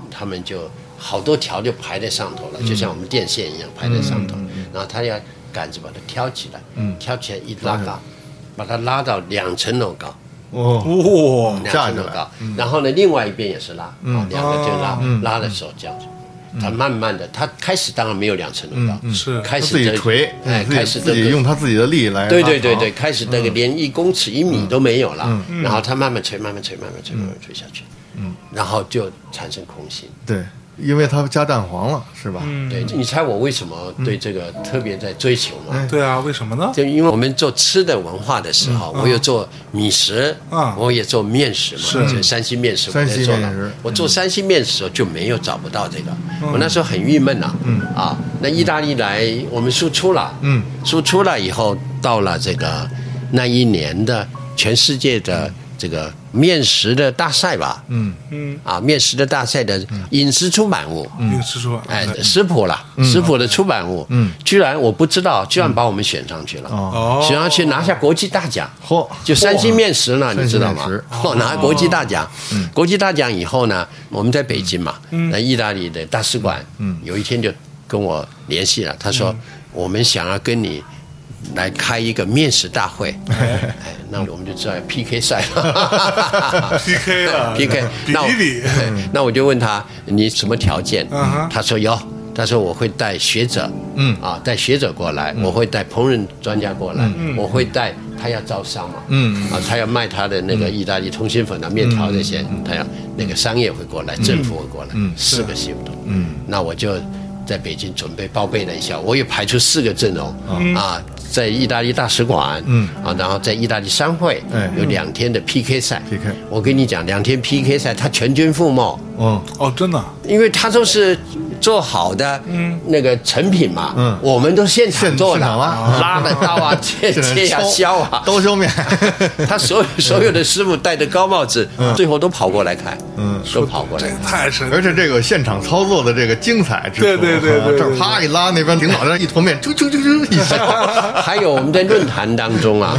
Speaker 5: 他们就好多条就排在上头了，就像我们电线一样排在上头，然后他要杆子把它挑起来，嗯，挑起来一拉高，把它拉到两层楼高。
Speaker 2: 哦，
Speaker 1: 哇，
Speaker 5: 两层楼
Speaker 2: 架起来嗯哦
Speaker 5: 高，然后呢，另外一边也是拉，啊，两个就拉，拉的时候这样子，
Speaker 2: 嗯
Speaker 5: 它慢慢的，它开始当然没有两层楼高，
Speaker 1: 是
Speaker 5: 开
Speaker 2: 他嗯
Speaker 5: 始
Speaker 2: 自己
Speaker 5: 这
Speaker 2: 锤，
Speaker 5: 哎，
Speaker 2: 自己
Speaker 5: 开始
Speaker 2: 自
Speaker 5: 这
Speaker 2: 己
Speaker 5: 个
Speaker 2: 用他自己的力来，哦
Speaker 5: 对对对对，，开始那个
Speaker 2: 嗯
Speaker 5: 连一公尺一米都没有了，然后它慢慢吹，慢慢吹，慢慢吹，慢慢吹下去，嗯，然后就产生空心。
Speaker 2: 对，因为他加蛋黄了，是吧？
Speaker 5: 对，你猜我为什么对这个特别在追求
Speaker 2: 嗯
Speaker 5: 吗？
Speaker 1: 对啊，为什么呢？
Speaker 5: 就因为我们做吃的文化的时候，我有做米食，
Speaker 1: 啊
Speaker 5: 我也做面食嘛，
Speaker 1: 是
Speaker 5: 就山西面食我
Speaker 2: 山西
Speaker 5: 也做了
Speaker 2: 面食。
Speaker 5: 我做山西面食的时候就没有找不到这个，我那时候很郁闷呐，啊，那意大利来我们输出了，
Speaker 2: 嗯，
Speaker 5: 输出了以后到了这个那一年的全世界的这个面食的大赛吧，
Speaker 2: 嗯，
Speaker 1: 嗯，
Speaker 5: 啊，面食的大赛的饮食出版物，
Speaker 1: 那个吃出来，
Speaker 5: 哎，食谱了，食谱的出版物，
Speaker 2: 嗯
Speaker 5: 居然我不知道，居然把我们选上去了，
Speaker 2: 哦
Speaker 1: 哦，
Speaker 5: 选上去拿下国际大奖。
Speaker 2: 嚯，
Speaker 5: 就山西面食呢，
Speaker 2: 嚯
Speaker 5: 你知道吗
Speaker 2: 山西面？
Speaker 5: 哦，拿国际大奖，国际大奖以后呢，我们在北京嘛，那意大利的大使馆，有一天就跟我联系了，他说我们想要跟你来开一个面食大会，哎，那我们就知道 PK 赛了
Speaker 1: PK 了
Speaker 5: ，PK，
Speaker 1: 比
Speaker 5: 那我
Speaker 1: 一比
Speaker 5: 对
Speaker 2: 嗯
Speaker 5: 那我就问他你什么条件
Speaker 1: 嗯哼？
Speaker 5: 他说有。他说我会带学者，
Speaker 2: 啊嗯
Speaker 5: 啊，带学者过来，我会带烹饪专家过来，我会带他要招商嘛，
Speaker 2: 嗯
Speaker 5: 啊，他要卖他的那个意大利通心粉啊、面条这些，
Speaker 2: 嗯
Speaker 5: 他要那个商业会过来，政府会过来，四个系统，嗯，那我就在北京准备报备了一下，我也排出四个阵容啊，在意大利大使馆，
Speaker 2: 嗯
Speaker 5: 啊，然后在意大利商会
Speaker 2: 哎
Speaker 5: 有两天的 PK 赛
Speaker 2: PK
Speaker 5: 我跟你讲，两天 PK 赛他全军覆没，
Speaker 2: 嗯，
Speaker 1: 哦，真的，
Speaker 5: 因为他都是做好的那个成品嘛，
Speaker 2: 嗯
Speaker 5: 我们都现场
Speaker 2: 现
Speaker 5: 做的，
Speaker 2: 现场啊
Speaker 5: 拉的刀 啊，切
Speaker 2: 这人
Speaker 5: 切呀、
Speaker 2: 敲
Speaker 5: 削啊，
Speaker 2: 刀削面，
Speaker 5: 他所有所有的师傅戴着高帽子，
Speaker 2: 嗯
Speaker 5: 最后都跑过来看，嗯，都跑过来
Speaker 1: 这个
Speaker 5: 看。
Speaker 1: 太神
Speaker 2: 而且这个现场操作的这个精彩之处，
Speaker 1: 对对对对对
Speaker 2: 这儿啪一拉，那边领导这一坨面，啾啾啾啾 一下，
Speaker 5: 还有我们在论坛当中啊，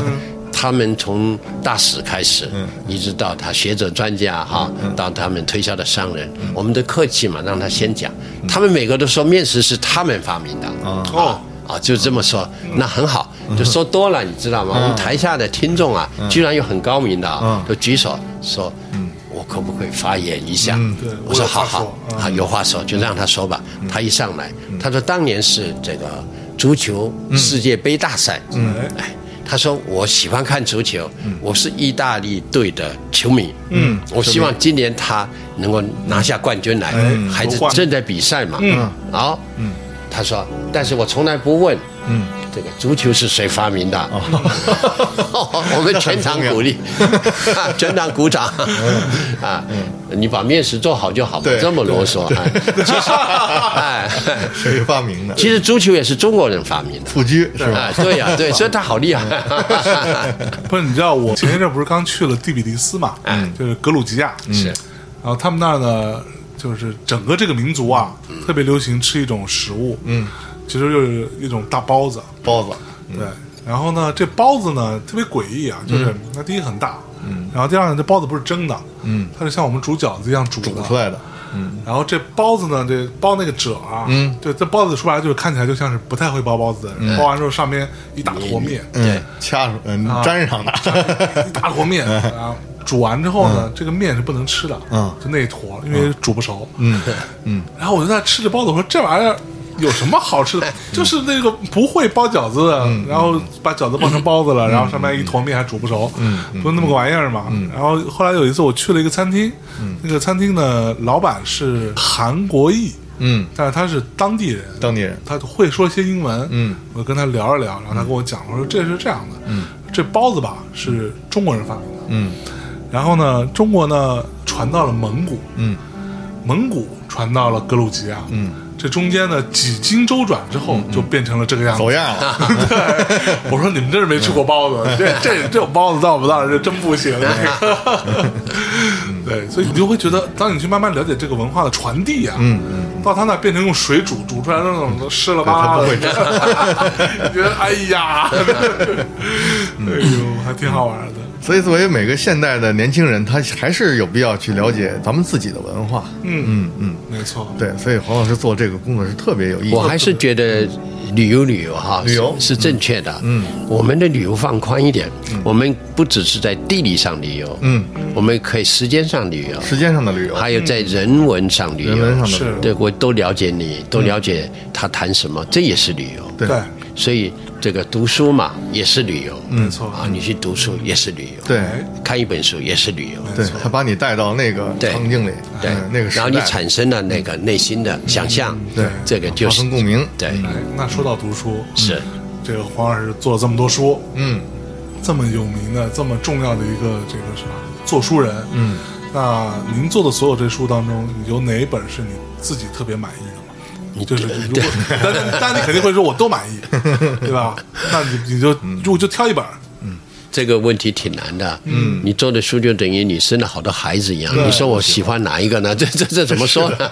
Speaker 5: 他们从大使开始，一直到他学者专家哈，到他们推销的商人，我们都客气嘛，让他先讲。他们每个都说面食是他们发明的，
Speaker 1: 哦
Speaker 5: 啊。啊，就这么说，那很好，就说多了，你知道吗？我们台下的听众啊，居然有很高明的啊
Speaker 2: 嗯，
Speaker 5: 都举手说，我可不可以发言一下
Speaker 2: 嗯
Speaker 1: 对？
Speaker 5: 我
Speaker 1: 我
Speaker 5: 说
Speaker 1: 有话
Speaker 5: 好好
Speaker 1: 说
Speaker 5: 好，啊有话说就让他说吧。他一上来，他说当年是这个足球世界杯大赛，嗯哎，他说我喜欢看足球，我是意大利队的球迷，嗯，我希望今年他能够拿下冠军来
Speaker 1: 哎，
Speaker 5: 孩子
Speaker 1: 夺冠
Speaker 5: 正在比赛嘛，嗯，好，嗯，他说，但是我从来不问，嗯。这个足球是谁发明的？ 我们全场鼓 励，全场鼓掌啊！你把面食做好就好嘛
Speaker 2: 嗯对，
Speaker 5: 这么啰嗦啊！哎其实，哎，
Speaker 2: 谁发明的？
Speaker 5: 其实足球也是中国人发明的
Speaker 2: 蹴鞠是吧？
Speaker 5: 啊！对 呀，对，所以他好厉害。
Speaker 1: 不是，你知道我前一阵不是刚去了第比利斯嘛，嗯，就是格鲁吉亚，
Speaker 5: 是
Speaker 1: 然后他们那儿呢，就是整个这个民族啊，特别流行吃一种食物，嗯，其实就是一种大包子，
Speaker 2: 包子，
Speaker 1: 对。然后呢，这包子呢特别诡异啊，就是那第一很大，嗯，然后第二呢，这包子不是蒸的，嗯，它是像我们煮饺子一样煮
Speaker 2: 煮
Speaker 1: 的，嗯
Speaker 2: 出来的，
Speaker 1: 然后这包子呢，这包那个褶啊，嗯，对，这包子说白了就是看起来就像是不太会包包子的人，包完之后上面一大坨面，
Speaker 5: 对，啊
Speaker 2: 掐出嗯粘上的，
Speaker 1: 一大坨面啊，煮完之后呢，这个面是不能吃的，
Speaker 2: 哎嗯
Speaker 1: 就那一坨，因为煮不熟，
Speaker 2: 嗯嗯，
Speaker 1: 然后我就在吃着包子，我说这玩意儿有什么好吃
Speaker 2: 哎
Speaker 1: 的？就是那个不会包饺子的，
Speaker 2: 嗯
Speaker 1: 然后把饺子包成包子了，然后上面一坨面还煮不熟，
Speaker 2: 嗯
Speaker 1: 不是那么个玩意儿嘛。然后后来有一次我去了一个餐厅，
Speaker 2: 嗯
Speaker 1: 那个餐厅的老板是韩国裔，
Speaker 2: 嗯，
Speaker 1: 但是他是当地人，
Speaker 2: 当地人
Speaker 1: 他会说些英文，
Speaker 2: 嗯，
Speaker 1: 我跟他聊了聊，然后他跟我讲，我说这是这样的，嗯，这包子吧是中国人发明的，
Speaker 2: 嗯
Speaker 1: 然后呢，中国呢传到了蒙古，
Speaker 2: 嗯，
Speaker 1: 蒙古传到了格鲁吉亚，嗯，这中间呢几经周转之
Speaker 2: 嗯
Speaker 1: 后，就变成了这个样子。
Speaker 2: 走样了。
Speaker 1: 对， 我说你们真是没吃过包 子，这这这种包子到不到这真不行。 对，所以你就会觉得，当你去慢慢了解这个文化的传递啊，嗯嗯，到他那变成用水煮煮出来的那种湿了 吧啦的，你觉得哎 呀，哎呦，还挺好玩的。
Speaker 2: 所以，作为每个现代的年轻人，他还是有必要去了解咱们自己的文化。
Speaker 1: 嗯嗯嗯，没错，
Speaker 2: 对，所以黄老师做这个工作是特别有意义的。
Speaker 5: 我还是觉得旅游旅游哈，
Speaker 2: 旅游
Speaker 5: 是是正确的。嗯，我们的旅游放宽一点，我们不只是在地理上旅游，
Speaker 2: 嗯，
Speaker 5: 我们可以时间上旅游，
Speaker 2: 时间上的旅游，
Speaker 5: 还有在人文上旅游，
Speaker 2: 人文上的旅
Speaker 1: 是
Speaker 2: 游，
Speaker 5: 对我都了解你，都了解他谈什么，这也是旅游。
Speaker 2: 对
Speaker 1: 对，
Speaker 5: 所以这个读书嘛，也是旅游。
Speaker 1: 没错
Speaker 5: 啊，你去读书也是旅
Speaker 2: 嗯
Speaker 5: 游，
Speaker 2: 对
Speaker 5: 看一本书也是旅游。
Speaker 2: 对，他把你带到那个
Speaker 5: 对
Speaker 2: 场景里，
Speaker 5: 对
Speaker 2: 嗯，那个时代，嗯
Speaker 5: 然后你产生了那个内心的想象，
Speaker 2: 对
Speaker 5: 这个就
Speaker 2: 发
Speaker 5: 是
Speaker 2: 生共鸣嗯
Speaker 5: 对，
Speaker 1: 哎，那说到读书，
Speaker 5: 是
Speaker 1: 这个黄老师做了这么多书，
Speaker 2: 嗯
Speaker 1: 这么有名的、这么重要的一个这个是吧？做书人，
Speaker 2: 嗯，
Speaker 1: 那您做的所有这书当中，有哪本是你自己特别满意的吗？你就是如果，但但你肯定会说我都满意，对吧？那你你就如果就挑一本，
Speaker 5: 这个问题挺难的。嗯，你做的书就等于你生了好多孩子一样。你说我喜欢哪一个呢？ 这这这怎么说呢？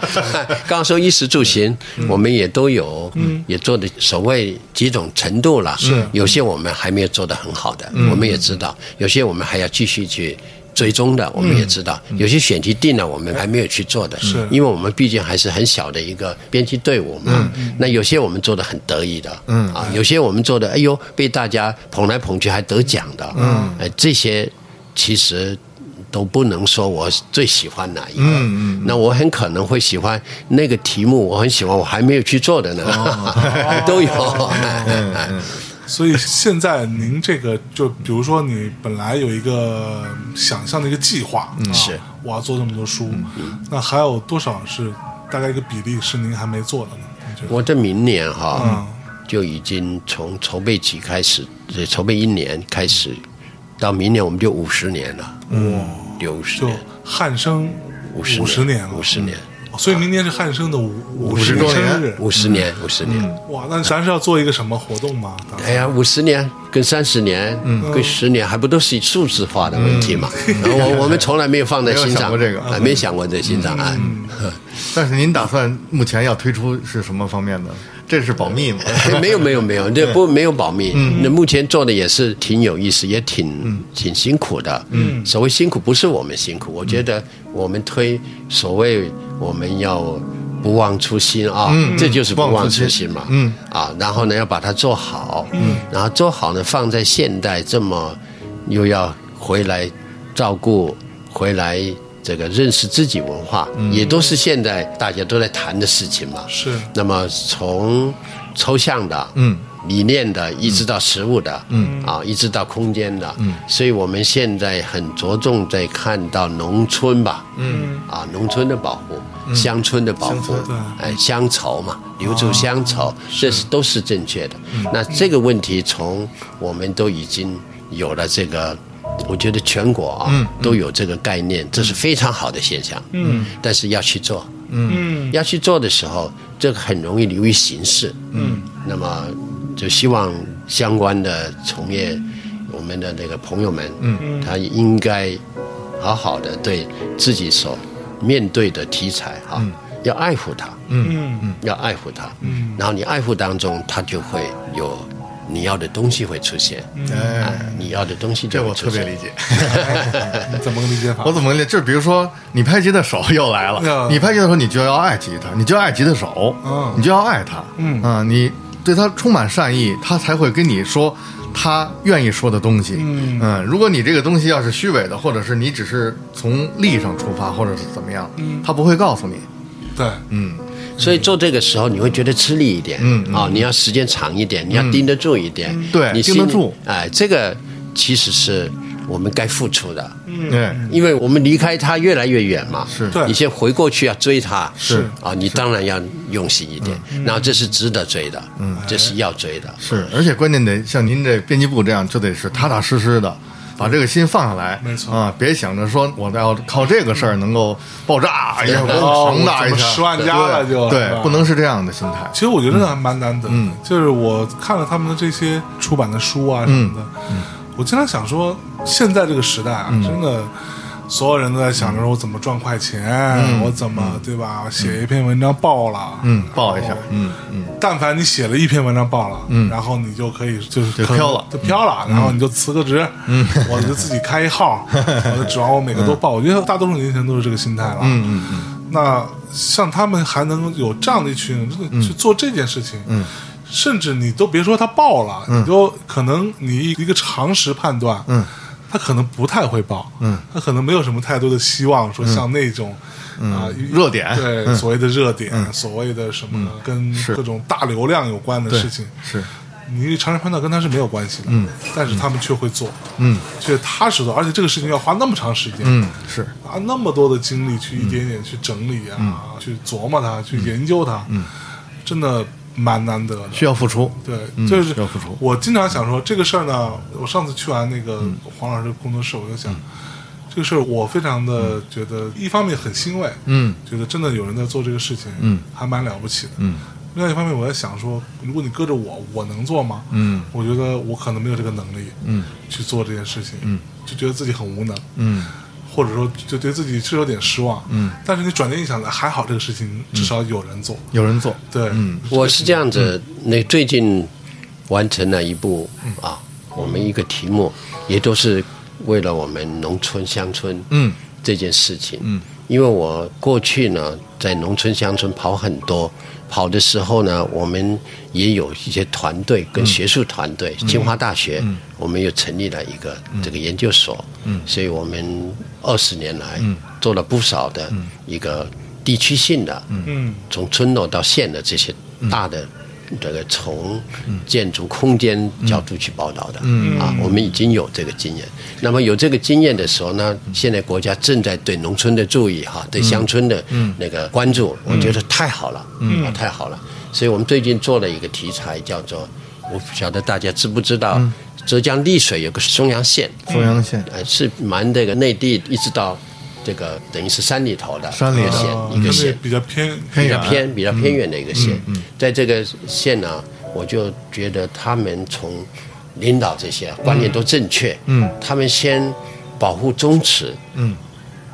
Speaker 5: 刚刚说衣食住行，
Speaker 2: 嗯
Speaker 5: 我们也都有，也做的所谓几种程度了。是，有些我们还没有做得很好的，
Speaker 2: 嗯
Speaker 5: 我们也知道；有些我们还要继续去。追踪的我们也知道，有些选题定了，我们还没有去做的，
Speaker 1: 是
Speaker 5: 因为我们毕竟还是很小的一个编辑队伍嘛。那有些我们做的很得意的，嗯啊，有些我们做的，哎呦，被大家捧来捧去还得奖的，嗯，哎，这些其实。都不能说我最喜欢哪一个，嗯嗯、那我很可能会喜欢那个题目，我很喜欢，我还没有去做的呢， 都有。嗯
Speaker 1: 所以现在您这个，就比如说你本来有一个想象的一个计划，啊
Speaker 5: 嗯是嗯
Speaker 1: 我要做这么多书，那还有多少是大概一个比例是您还没做的呢？你觉得？
Speaker 5: 我这明年哈、
Speaker 1: 嗯
Speaker 5: 就已经从筹备期开始，呃筹备一年开始，到明年我们就五十年了，嗯，有五十
Speaker 1: 就
Speaker 5: 年，
Speaker 1: 汉生
Speaker 5: 五十
Speaker 1: 50年了，哦
Speaker 5: 五十年，
Speaker 1: 所以明年是汉生的五
Speaker 5: 五
Speaker 1: 十
Speaker 5: 十
Speaker 1: 年
Speaker 5: 年
Speaker 1: 生日，
Speaker 5: 五十年，
Speaker 2: 嗯
Speaker 5: 五十年。
Speaker 1: 哇！那咱是要做一个什么活动吗？
Speaker 5: 哎呀，五十年跟三十年，
Speaker 2: 嗯
Speaker 5: 跟十年，还不都是数字化的问题嘛？我我们从来没有放在心
Speaker 2: 没有想
Speaker 5: 上，
Speaker 2: 过这个嗯
Speaker 5: 啊没想过在心上啊。
Speaker 2: 但是您打算目前要推出是什么方面的？这是 保密吗？
Speaker 5: 哎 没有没有没有，这不没有保密。那目前做的也是挺有意思，也挺挺辛苦的。嗯，所谓辛苦不是我们辛苦，我觉得我们推所谓我们要不忘初心啊，这就是不忘初心嘛。嗯啊，然后呢要把它做好，嗯，然后做好呢放在现代这么又要回来照顾回来。这个认识自己文化，也都是现在大家都在谈的事情嘛。
Speaker 1: 是
Speaker 5: 那么从抽象的，
Speaker 2: 嗯，
Speaker 5: 理念的，一直到实物的，嗯，啊，一直到空间的，嗯，所以我们现在很着重在看到农村吧，嗯，啊，农村的保护，乡村的保护，哎，乡愁嘛，留住乡愁，这哦是嗯都是正确的。那这个问题从我们都已经有了这个。我觉得全国啊、都有这个概念，这是非常好的现象。嗯，但是要去做，
Speaker 1: 嗯
Speaker 5: 要去做的时候，这个很容易流于形式。嗯，那么就希望相关的从业我们的那个朋友们，嗯，他应该好好的对自己所面对的题材哈、
Speaker 2: 嗯
Speaker 5: 要爱护它，
Speaker 1: 嗯，
Speaker 5: 要爱护它。嗯，然后你爱护当中，它就会有你要的东西会出现。啊
Speaker 2: 哎，，
Speaker 5: 你要的东西
Speaker 2: 这
Speaker 5: 就
Speaker 2: 我
Speaker 5: 会
Speaker 2: 特
Speaker 5: 出
Speaker 2: 别
Speaker 5: 现。
Speaker 2: 理解。
Speaker 1: 你怎么个理解法
Speaker 2: 我？怎么理解？就是比如说，你拍吉他手又来了，
Speaker 1: 嗯
Speaker 2: 你拍吉他手，你就要爱吉他，你就要爱吉他手，
Speaker 1: 嗯
Speaker 2: 你就要爱他，
Speaker 1: 嗯
Speaker 2: 啊，你对他充满善意，他才会跟你说他愿意说的东西，啊
Speaker 1: 嗯
Speaker 2: 如果你这个东西要是虚伪的，或者是你
Speaker 1: 嗯
Speaker 2: 只是从利益上出发，或者是怎么样，他不会告诉你，
Speaker 1: 对，
Speaker 2: 嗯，
Speaker 5: 所以做这个时候你会觉得吃力一点，嗯啊，你要时间长一点，你要盯得住一点，
Speaker 2: 嗯对
Speaker 5: 你
Speaker 2: 盯
Speaker 5: 心
Speaker 2: 得
Speaker 5: 里
Speaker 2: 住
Speaker 5: 哎，这个其实是我们该付出的，
Speaker 1: 嗯
Speaker 2: 对，
Speaker 5: 因为我们离开他越来越远嘛，
Speaker 2: 嗯是
Speaker 1: 对
Speaker 5: 你先回过去要追他，
Speaker 2: 是嗯
Speaker 5: 啊，你当然要用心一点，然后这是值得追的，嗯，这是要追的，
Speaker 2: 是，而且关键得像您这编辑部这样，就得是踏踏实实的。把这个心放下来，
Speaker 1: 没错
Speaker 2: 啊，别想着说我要靠这个事儿能够爆炸，哎呀，
Speaker 1: 哦
Speaker 2: 我庞大一
Speaker 1: 怎么
Speaker 2: 下，
Speaker 1: 十万加了就
Speaker 2: 对
Speaker 1: 是吧，
Speaker 2: 不能是这样的心态
Speaker 1: 其。实我觉得还蛮难得的，就是我看了他们的这些出版的书啊什么的，我经常想说，现在这个时代啊，真的。所有人都在想着我怎么赚快钱，我怎么对吧？写一篇文章爆了，
Speaker 2: 嗯，抱一下，嗯嗯，
Speaker 1: 但凡你写了一篇文章爆了，嗯，然后你就可以就是
Speaker 2: 就
Speaker 1: 可能
Speaker 2: 飘了
Speaker 1: 就飘了，然后你就辞个职，嗯，我就自己开一 号，我就指望我每个都爆。我觉得大多数年轻人都是这个心态了，嗯嗯嗯。那像他们还能有这样的一群人，真
Speaker 2: 嗯
Speaker 1: 的去做这件事情，嗯。甚至你都别说他爆了，
Speaker 2: 嗯
Speaker 1: 你就可能你一个常识判断，嗯，他可能不太会爆，嗯，他可能没有什么太多的希望，说像那种啊一
Speaker 2: 嗯热点
Speaker 1: 对
Speaker 2: 嗯
Speaker 1: 所谓的热点，所谓的什么跟
Speaker 2: 是
Speaker 1: 各种大流量有关的
Speaker 2: 对
Speaker 1: 事情，
Speaker 2: 是，
Speaker 1: 你常识判断跟他是没有关系的。嗯，但是他们却会做，
Speaker 2: 嗯，
Speaker 1: 却踏实做，而且这个事情要花那么长时间，
Speaker 2: 嗯，是，
Speaker 1: 花那么多的精力去一
Speaker 2: 嗯
Speaker 1: 点点去整理啊，去琢磨它，去研究它，嗯，真的蛮难得的。
Speaker 2: 需要付出，
Speaker 1: 对，
Speaker 2: 嗯
Speaker 1: 就是
Speaker 2: 需要付出
Speaker 1: 我经常想说这个事儿呢，我上次去完那个
Speaker 2: 嗯
Speaker 1: 黄老师的工作室，我就想。这个事儿我非常的觉得，一方面很欣慰，
Speaker 2: 嗯，
Speaker 1: 觉得真的有人在做这个事情，嗯，还蛮了不起的，嗯。另外一方面，我在想说，如果你搁着我，我能做吗？
Speaker 2: 嗯，
Speaker 1: 我觉得我可能没有这个能力，
Speaker 2: 嗯，
Speaker 1: 去做这件事情，嗯，就觉得自己很无能，
Speaker 2: 嗯，
Speaker 1: 或者说就对自己是有点失望，嗯。但是你转念一想，还好这个事情
Speaker 2: 嗯
Speaker 1: 至少有人做，
Speaker 2: 有人做，
Speaker 1: 对，嗯，
Speaker 5: 我是这样子，那最近完成了一部啊，我们一个题目，也都是为了我们农村乡村
Speaker 2: 嗯
Speaker 5: 这件事情。
Speaker 2: 嗯，
Speaker 5: 因为我过去呢在农村乡村跑很多，跑的时候呢，我们也有一些团队跟学术团队，清华大学，我们又成立了一个这个研究所。嗯，所以我们二十年来做了不少的一个地区性的，嗯
Speaker 1: 嗯，
Speaker 5: 从村落到县的这些大的这个从建筑空间角度去报道的、
Speaker 2: 嗯
Speaker 5: 啊，我们已经有这个经验。那么有这个经验的时候呢，现在国家正在对农村的注意哈，
Speaker 2: 嗯
Speaker 5: 对乡村的那个关注，我觉得太好了，
Speaker 2: 嗯
Speaker 5: 啊，太好了。所以我们最近做了一个题材，叫做我不晓得大家知不知道，
Speaker 2: 嗯
Speaker 5: 浙江丽水有个松阳县，
Speaker 1: 嗯
Speaker 2: 中央线，
Speaker 5: 呃，是蛮这个内地一直到这个等于是山里头的
Speaker 2: 山里
Speaker 5: 一个
Speaker 2: 头嗯
Speaker 5: 县
Speaker 1: 啊
Speaker 5: 一个
Speaker 1: 真的
Speaker 5: 县。
Speaker 1: 比较偏
Speaker 2: 偏
Speaker 5: 比较
Speaker 2: 远
Speaker 5: 偏比较偏远的一个县。在这个县呢，我就觉得他们从领导这些观念都正确，
Speaker 2: 嗯
Speaker 5: 他们先保护宗祠，
Speaker 2: 嗯，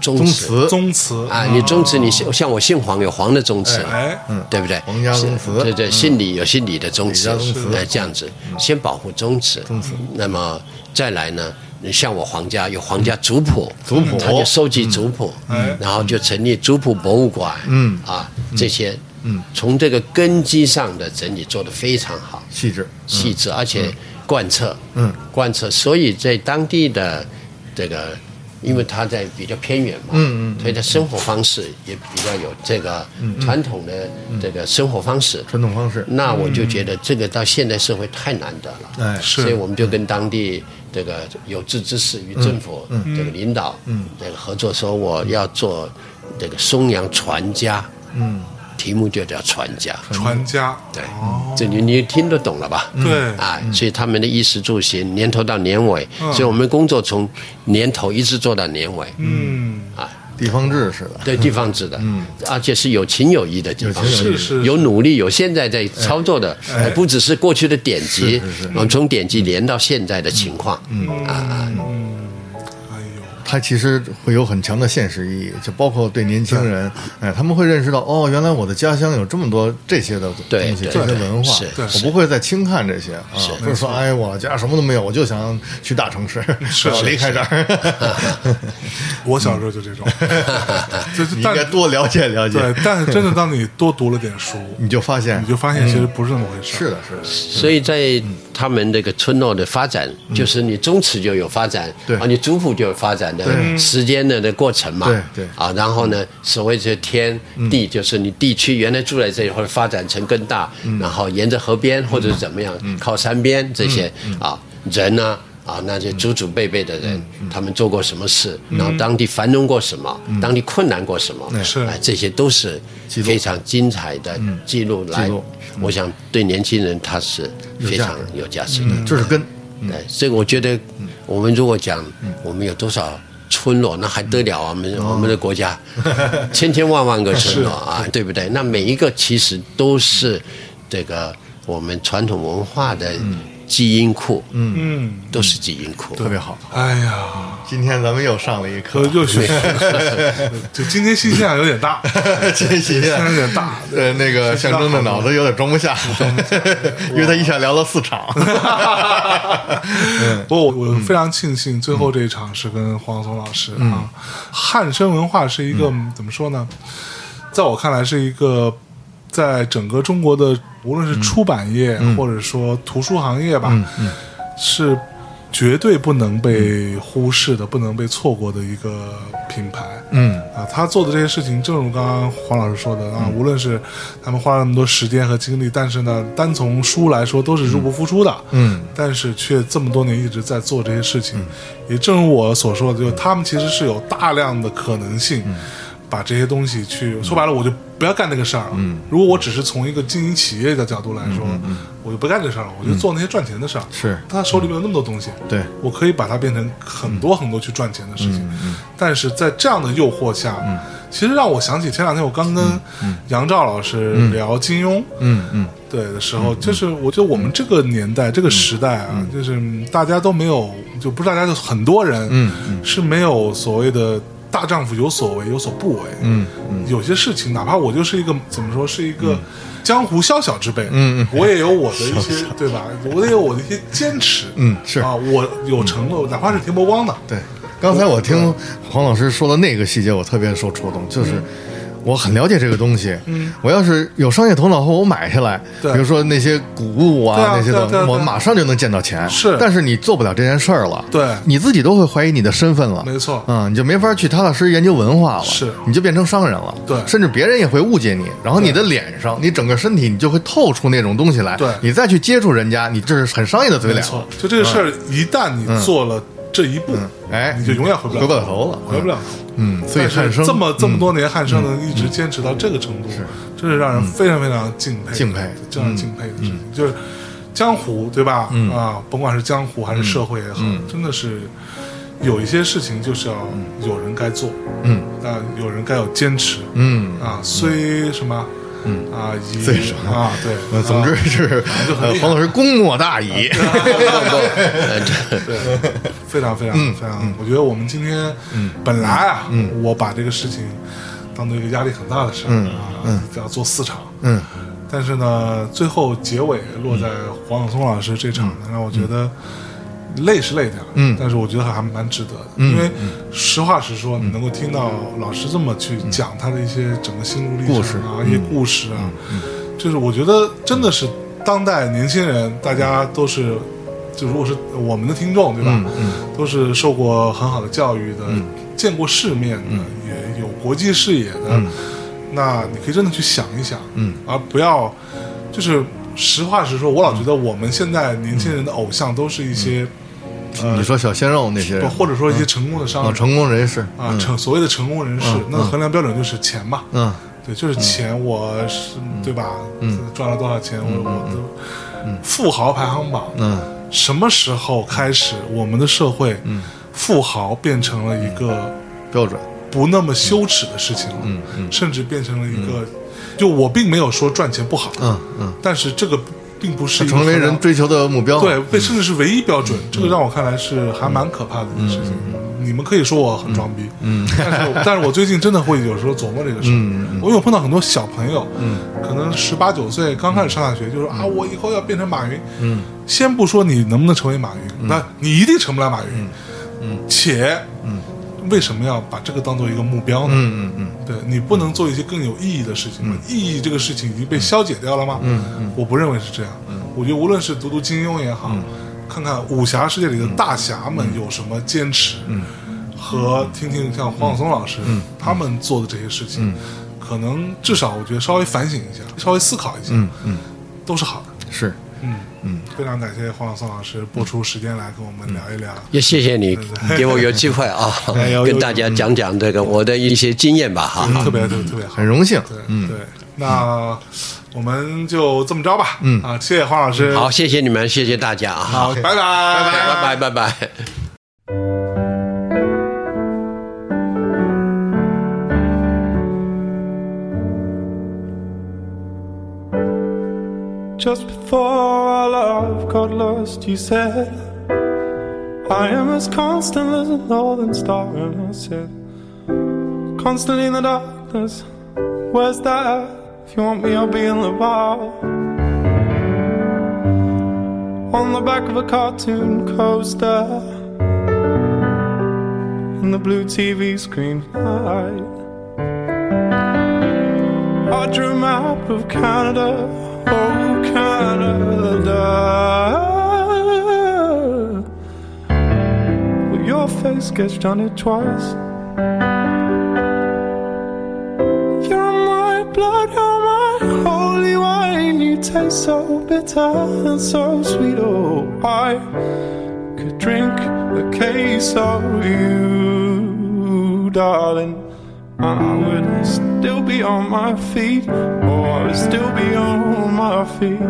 Speaker 5: 宗
Speaker 2: 宗
Speaker 5: 祠。
Speaker 2: 祠，
Speaker 1: 宗嗯祠
Speaker 5: 啊，你宗祠，你姓像我姓黄，有黄的宗祠，
Speaker 1: 哎
Speaker 5: 嗯，对不对？
Speaker 2: 黄家宗祠嗯
Speaker 5: 是对对，姓李有姓李的宗祠
Speaker 2: 李家宗祠，嗯
Speaker 5: 哎，这样子，先保护宗祠，宗祠，那么再来呢，像我黄家有黄家族谱，
Speaker 2: 嗯
Speaker 5: 嗯
Speaker 2: 族谱
Speaker 5: 他就收集族谱，嗯
Speaker 1: 哎
Speaker 5: 然后就成立族谱博物馆，
Speaker 2: 嗯
Speaker 5: 啊，这些，
Speaker 2: 嗯，
Speaker 5: 从这个根基上的整理做得非常好，
Speaker 2: 细致，
Speaker 5: 细致，而且贯彻，
Speaker 2: 嗯，
Speaker 5: 贯彻。所以在当地的这个，因为他在比较偏远嘛，
Speaker 2: 嗯嗯嗯嗯
Speaker 5: 所以他生活方式也比较有这个传统的这个生活方式。
Speaker 2: 传统方式，
Speaker 5: 那我就觉得这个到现代社会太难得了，
Speaker 2: 哎
Speaker 1: 是
Speaker 5: 所以我们就跟当地这个有志之士与政府
Speaker 2: 嗯
Speaker 5: 这个领导这个合作，说我要做这个松阳传家，
Speaker 2: 嗯，
Speaker 5: 题目就叫传家，
Speaker 1: 传家，
Speaker 5: 对
Speaker 1: 哦，
Speaker 5: 这你你听得懂了吧？
Speaker 2: 嗯
Speaker 1: 对
Speaker 5: 啊，所以他们的衣食住行，年头到年尾，
Speaker 1: 嗯
Speaker 5: 所以我们工作从年头一直做到年尾，
Speaker 1: 嗯，
Speaker 5: 啊，
Speaker 2: 地方志似的，
Speaker 5: 对地方制的，而且是有情有义的地方
Speaker 2: 有情
Speaker 1: 有
Speaker 5: 志，
Speaker 1: 义是是是
Speaker 5: 有努力，有现在在操作的，呃不只是过去的典籍，我们从典籍连到现在的情况，
Speaker 1: 嗯
Speaker 5: 啊啊，
Speaker 1: 哎呦，
Speaker 2: 它其实会有很强的现实意义，就包括对年轻人，哎，他们会认识到，哦，原来我的家乡有这么多这些的
Speaker 5: 对
Speaker 2: 东西，
Speaker 5: 对
Speaker 2: 这些文化
Speaker 5: 是，
Speaker 1: 对
Speaker 2: 我不会再轻看这些啊，不是说，哎，我家什么都没有，我就想去大城市，
Speaker 1: 是
Speaker 2: 我
Speaker 1: 是
Speaker 2: 离开这 儿，
Speaker 1: 我小时候就这种， 就是
Speaker 2: 嗯你应
Speaker 1: 但
Speaker 2: 该多了解了解
Speaker 1: 对，，但是真的当你多读了点书，
Speaker 2: 你就发现嗯
Speaker 1: 你就发现其实不是那么回事。
Speaker 2: 是，的，是的，
Speaker 5: 所以在他们这个村落的发展，就是你宗祠就有发展，
Speaker 2: 对
Speaker 5: 啊，你族谱就有发展的时间的的过程嘛，
Speaker 2: 对对
Speaker 5: 啊，然后呢，所谓这天地，就是你地区原来住在这里，或者发展成更大，
Speaker 2: 嗯
Speaker 5: 然后沿着河边或者是怎么样，靠山边这些
Speaker 2: 嗯
Speaker 5: 啊人呢、啊，那些祖祖辈辈的人，
Speaker 2: 嗯
Speaker 5: 他们做过什么事，然后当地繁荣过什么，当地困难过什么，
Speaker 1: 是
Speaker 5: 哎这些都是
Speaker 2: 记录嗯
Speaker 5: 非常精彩的记录来
Speaker 2: 记录。
Speaker 5: 我想对年轻人他是非常有价值的。
Speaker 2: 嗯这是根。
Speaker 5: 对，这个我觉得，我们如果讲我们有多少村落，那还得了啊？我们我们的国家千千万万个村落啊，对不对？那每一个其实都是这个我们传统文化的基因库，嗯，
Speaker 1: 嗯，
Speaker 5: 都是基因库，
Speaker 2: 特别好，
Speaker 1: 哎呀。
Speaker 2: 今天咱们又上了一课
Speaker 1: 又，又学习， 就今天信息量有点大，
Speaker 2: 真是
Speaker 1: 信息量有点 大。
Speaker 2: 呃，那个象征的脑子有点装不下， 因为他一下聊了四场。 嗯
Speaker 1: 不过我我非常庆幸最后这一场是跟黄松老师啊，汉声文化是一个怎么说呢？在我看来是一个在整个中国的无论是出版业或者说图书行业吧，是绝对不能被忽视的、不能被错过的一个品牌。
Speaker 2: 嗯
Speaker 1: 啊，他做的这些事情，正如刚刚黄老师说的啊，无论是他们花了那么多时间和精力，但是呢，单从书来说都是入不敷出的，
Speaker 2: 嗯，
Speaker 1: 但是却这么多年一直在做这些事情，也正如我所说的，就是他们其实是有大量的可能性，
Speaker 2: 嗯
Speaker 1: 把这些东西去说白了，我就不要干这个事儿了。嗯，如果我只是从一个经营企业的角度来说，
Speaker 2: 嗯
Speaker 1: 我就不干这事儿了，我就做那些赚钱的事儿。
Speaker 2: 是
Speaker 1: 他手里面有那么多东西，
Speaker 2: 对嗯
Speaker 1: 我可以把它变成很多很多去赚钱的事情。但是在这样的诱惑下，其实让我想起前两天我刚跟杨照老师聊金庸，
Speaker 2: 嗯嗯，嗯
Speaker 1: 对的时候，就是我觉得我们这个年代、这个时代啊，就是大家都没有，就不是大家，就很多人，
Speaker 2: 嗯
Speaker 1: 是没有所谓的大丈夫有所为有所不为，
Speaker 2: 嗯，
Speaker 1: 有些事情，哪怕我就是一个怎么说，是一个江湖宵小之辈，
Speaker 2: 嗯嗯
Speaker 1: 我也有我的一些 对吧？我得有我的一些坚持，
Speaker 2: 嗯是嗯
Speaker 1: 啊，我有承诺，哪怕是田伯光的，
Speaker 2: 对。刚才我听
Speaker 1: 嗯
Speaker 2: 黄老师说的那个细节，我特别受触动，就是。我很了解这个东西，嗯，我要是有商业头脑后，我买下来，比
Speaker 1: 对
Speaker 2: 如说那些古物啊，
Speaker 1: 对啊
Speaker 2: 那些
Speaker 1: 对啊
Speaker 2: 东西
Speaker 1: 对啊，对
Speaker 2: 我
Speaker 1: 啊
Speaker 2: 马上就能见到钱。
Speaker 1: 是
Speaker 2: 但是你做不了这件事儿了，
Speaker 1: 对
Speaker 2: 你自己都会怀疑你的身份了，
Speaker 1: 没错
Speaker 2: 嗯，你就没法去踏踏实实研究文化了，
Speaker 1: 是
Speaker 2: 你就变成商人了，
Speaker 1: 对
Speaker 2: 甚至别人也会误解你，然后你的脸上，你整个身体，你就会透出那种东西来，
Speaker 1: 对
Speaker 2: 你再去接触人家，你这是很商业的嘴
Speaker 1: 没
Speaker 2: 脸
Speaker 1: 错
Speaker 2: 嗯了，，嗯
Speaker 1: 就这个事儿，一旦你做了这一步，
Speaker 2: 哎，
Speaker 1: 你就永远回不了
Speaker 2: 回不了头了，
Speaker 1: 回不了头。
Speaker 2: 嗯，所以
Speaker 1: 但是
Speaker 2: 汉生
Speaker 1: 这么这么
Speaker 2: 嗯
Speaker 1: 多年，汉生能一直坚持到这个程度，真是让人非常非常敬佩，
Speaker 2: 敬佩嗯
Speaker 1: 这样敬佩的事情，就是江湖对吧？啊，甭管是江湖还是社会也好，
Speaker 2: 嗯
Speaker 1: 真的是有一些事情就是要有人该做，
Speaker 2: 嗯，
Speaker 1: 啊，有人该有坚持，
Speaker 2: 嗯，
Speaker 1: 啊，虽什么，嗯啊，以
Speaker 2: 虽什么
Speaker 1: 啊，对
Speaker 2: 呃，总之
Speaker 1: 啊
Speaker 2: 是
Speaker 1: 就很
Speaker 2: 呃
Speaker 1: 厉害啊
Speaker 2: 黄老师功莫大矣。
Speaker 5: 呃对
Speaker 1: 对，非常非常
Speaker 2: 嗯
Speaker 1: 非常，我觉得我们今天本来啊，我把这个事情当做一个压力很大的事儿啊，要做四场，
Speaker 2: 嗯，
Speaker 1: 但是呢，最后结尾落在黄晓松老师这场呢，让我觉得累是累点儿，
Speaker 2: 嗯
Speaker 1: 但是我觉得还蛮值得的，因为实话实说，你能
Speaker 2: 嗯
Speaker 1: 够听到老师这么去讲他的一些整个心路历
Speaker 2: 故事嗯
Speaker 1: 程啊，一些故事啊，就是我觉得真的是当代年轻人，大家都是。就如果是我们的听众，对吧？都是受过很好的教育的，见过世面的，也有国际视野的。那你可以真的去想一想，嗯，而不要就是实话实说。我老觉得我们现在年轻人的偶像都是一些，
Speaker 2: 你说小鲜肉那些
Speaker 1: 不
Speaker 2: 人，
Speaker 1: 啊或者说一些成功的商
Speaker 2: 啊，
Speaker 1: 人、
Speaker 2: 嗯成功人士，
Speaker 1: 啊，成所谓的成功人士，那衡量标准就是钱嘛，
Speaker 2: 嗯，
Speaker 1: 对，就是钱，我是对吧？赚了多少钱？我我都富豪排行榜，
Speaker 2: 嗯，
Speaker 1: 什么时候开始我们的社会，富豪变成了一个
Speaker 2: 嗯标准，
Speaker 1: 不那么羞耻的事情了？
Speaker 2: 嗯
Speaker 1: 甚至变成了一个，就我并没有说赚钱不好，
Speaker 2: 嗯嗯，
Speaker 1: 但是这个并不是一个
Speaker 2: 成为
Speaker 1: 衡量
Speaker 2: 人追求的目标，
Speaker 1: 对，被甚至是唯一标准，这个让我看来是还蛮可怕的一件事情。嗯你们可以说我很装逼，嗯， 但是我但是我最近真的会有时候琢磨这个事儿。我有碰到很多小朋友，嗯，可能十八九岁刚开始上大学，就说啊，我以后要变成马云，嗯，先不说你能不能成为马云，那你一定成不了马云，嗯，且，嗯。为什么要把这个当做一个目标呢？
Speaker 2: 嗯嗯
Speaker 1: 对你不能做一些更有意义的事情吗？意义这个事情已经被消解掉了吗？嗯，我不认为是这样。我觉得无论是读读金庸也好，看看武侠世界里的大侠们有什么坚持，和听听像黄晓松老师他们做的这些事情，可能至少我觉得稍微反省一下，稍微思考一下，都是好的。
Speaker 2: 是，
Speaker 1: 嗯嗯，非常感谢黄晓松老师拨出时间来跟我们聊一聊。
Speaker 5: 也谢谢你给我有机会啊
Speaker 1: 哎有，有
Speaker 5: 跟大家讲讲这个我的一些经验吧哈。
Speaker 1: 特别特别特别好，
Speaker 2: 很荣幸。
Speaker 1: 对
Speaker 5: 嗯
Speaker 1: 对，那我们就这么着吧。嗯啊，谢谢黄老师。
Speaker 5: 好，，谢谢你们，谢谢大家啊，
Speaker 1: 好，拜拜，
Speaker 5: 拜
Speaker 1: 拜
Speaker 5: 拜拜拜。
Speaker 6: Just before our love got lost, you said, I am as constant as a northern star. And I said, Constant in the darkness, where's that? If you want me, I'll be in the bar. On the back of a cartoon coaster, in the blue TV screen light. I drew a map of Canada, oh Canada. With your face sketched on it twice. You're my blood, you're my holy wine. You taste so bitter and so sweet. Oh, I could drink a case of you, darling. And I would still be on my feet. Oh, I would still be on my feet.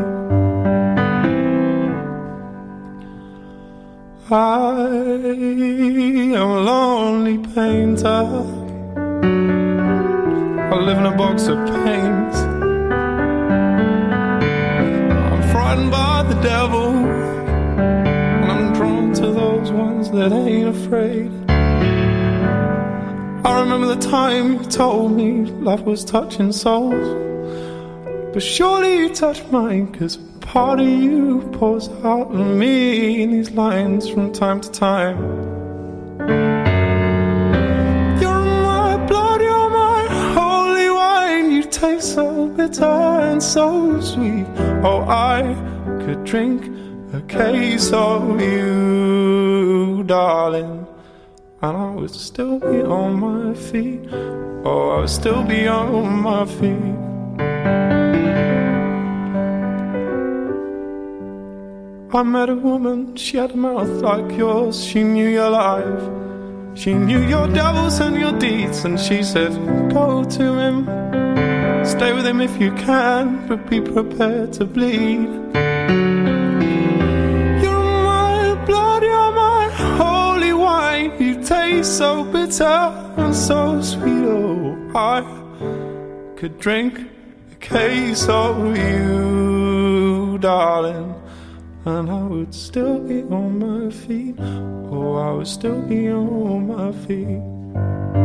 Speaker 6: I am a lonely painter. I live in a box of paints. I'm frightened by the devil. And I'm drawn to those ones that ain't afraid. I remember the time you told me love was touching souls. But surely you touched mine, cause part of you pours out of me in these lines from time to time. You're my blood, you're my holy wine. You taste so bitter and so sweet. Oh, I could drink a case of you, darling and I would still be on my feet. Oh, I would still be on my feet. I met a woman, she had a mouth like yours, she knew your life. She knew your devils and your deeds, and she said, Go to him, stay with him if you can, but be prepared to bleed. You're my blood, you're my holy wine. You taste so bitter and so sweet. Oh, I could drink a case of you, darling, and I would still be on my feet. Oh, I would still be on my feet.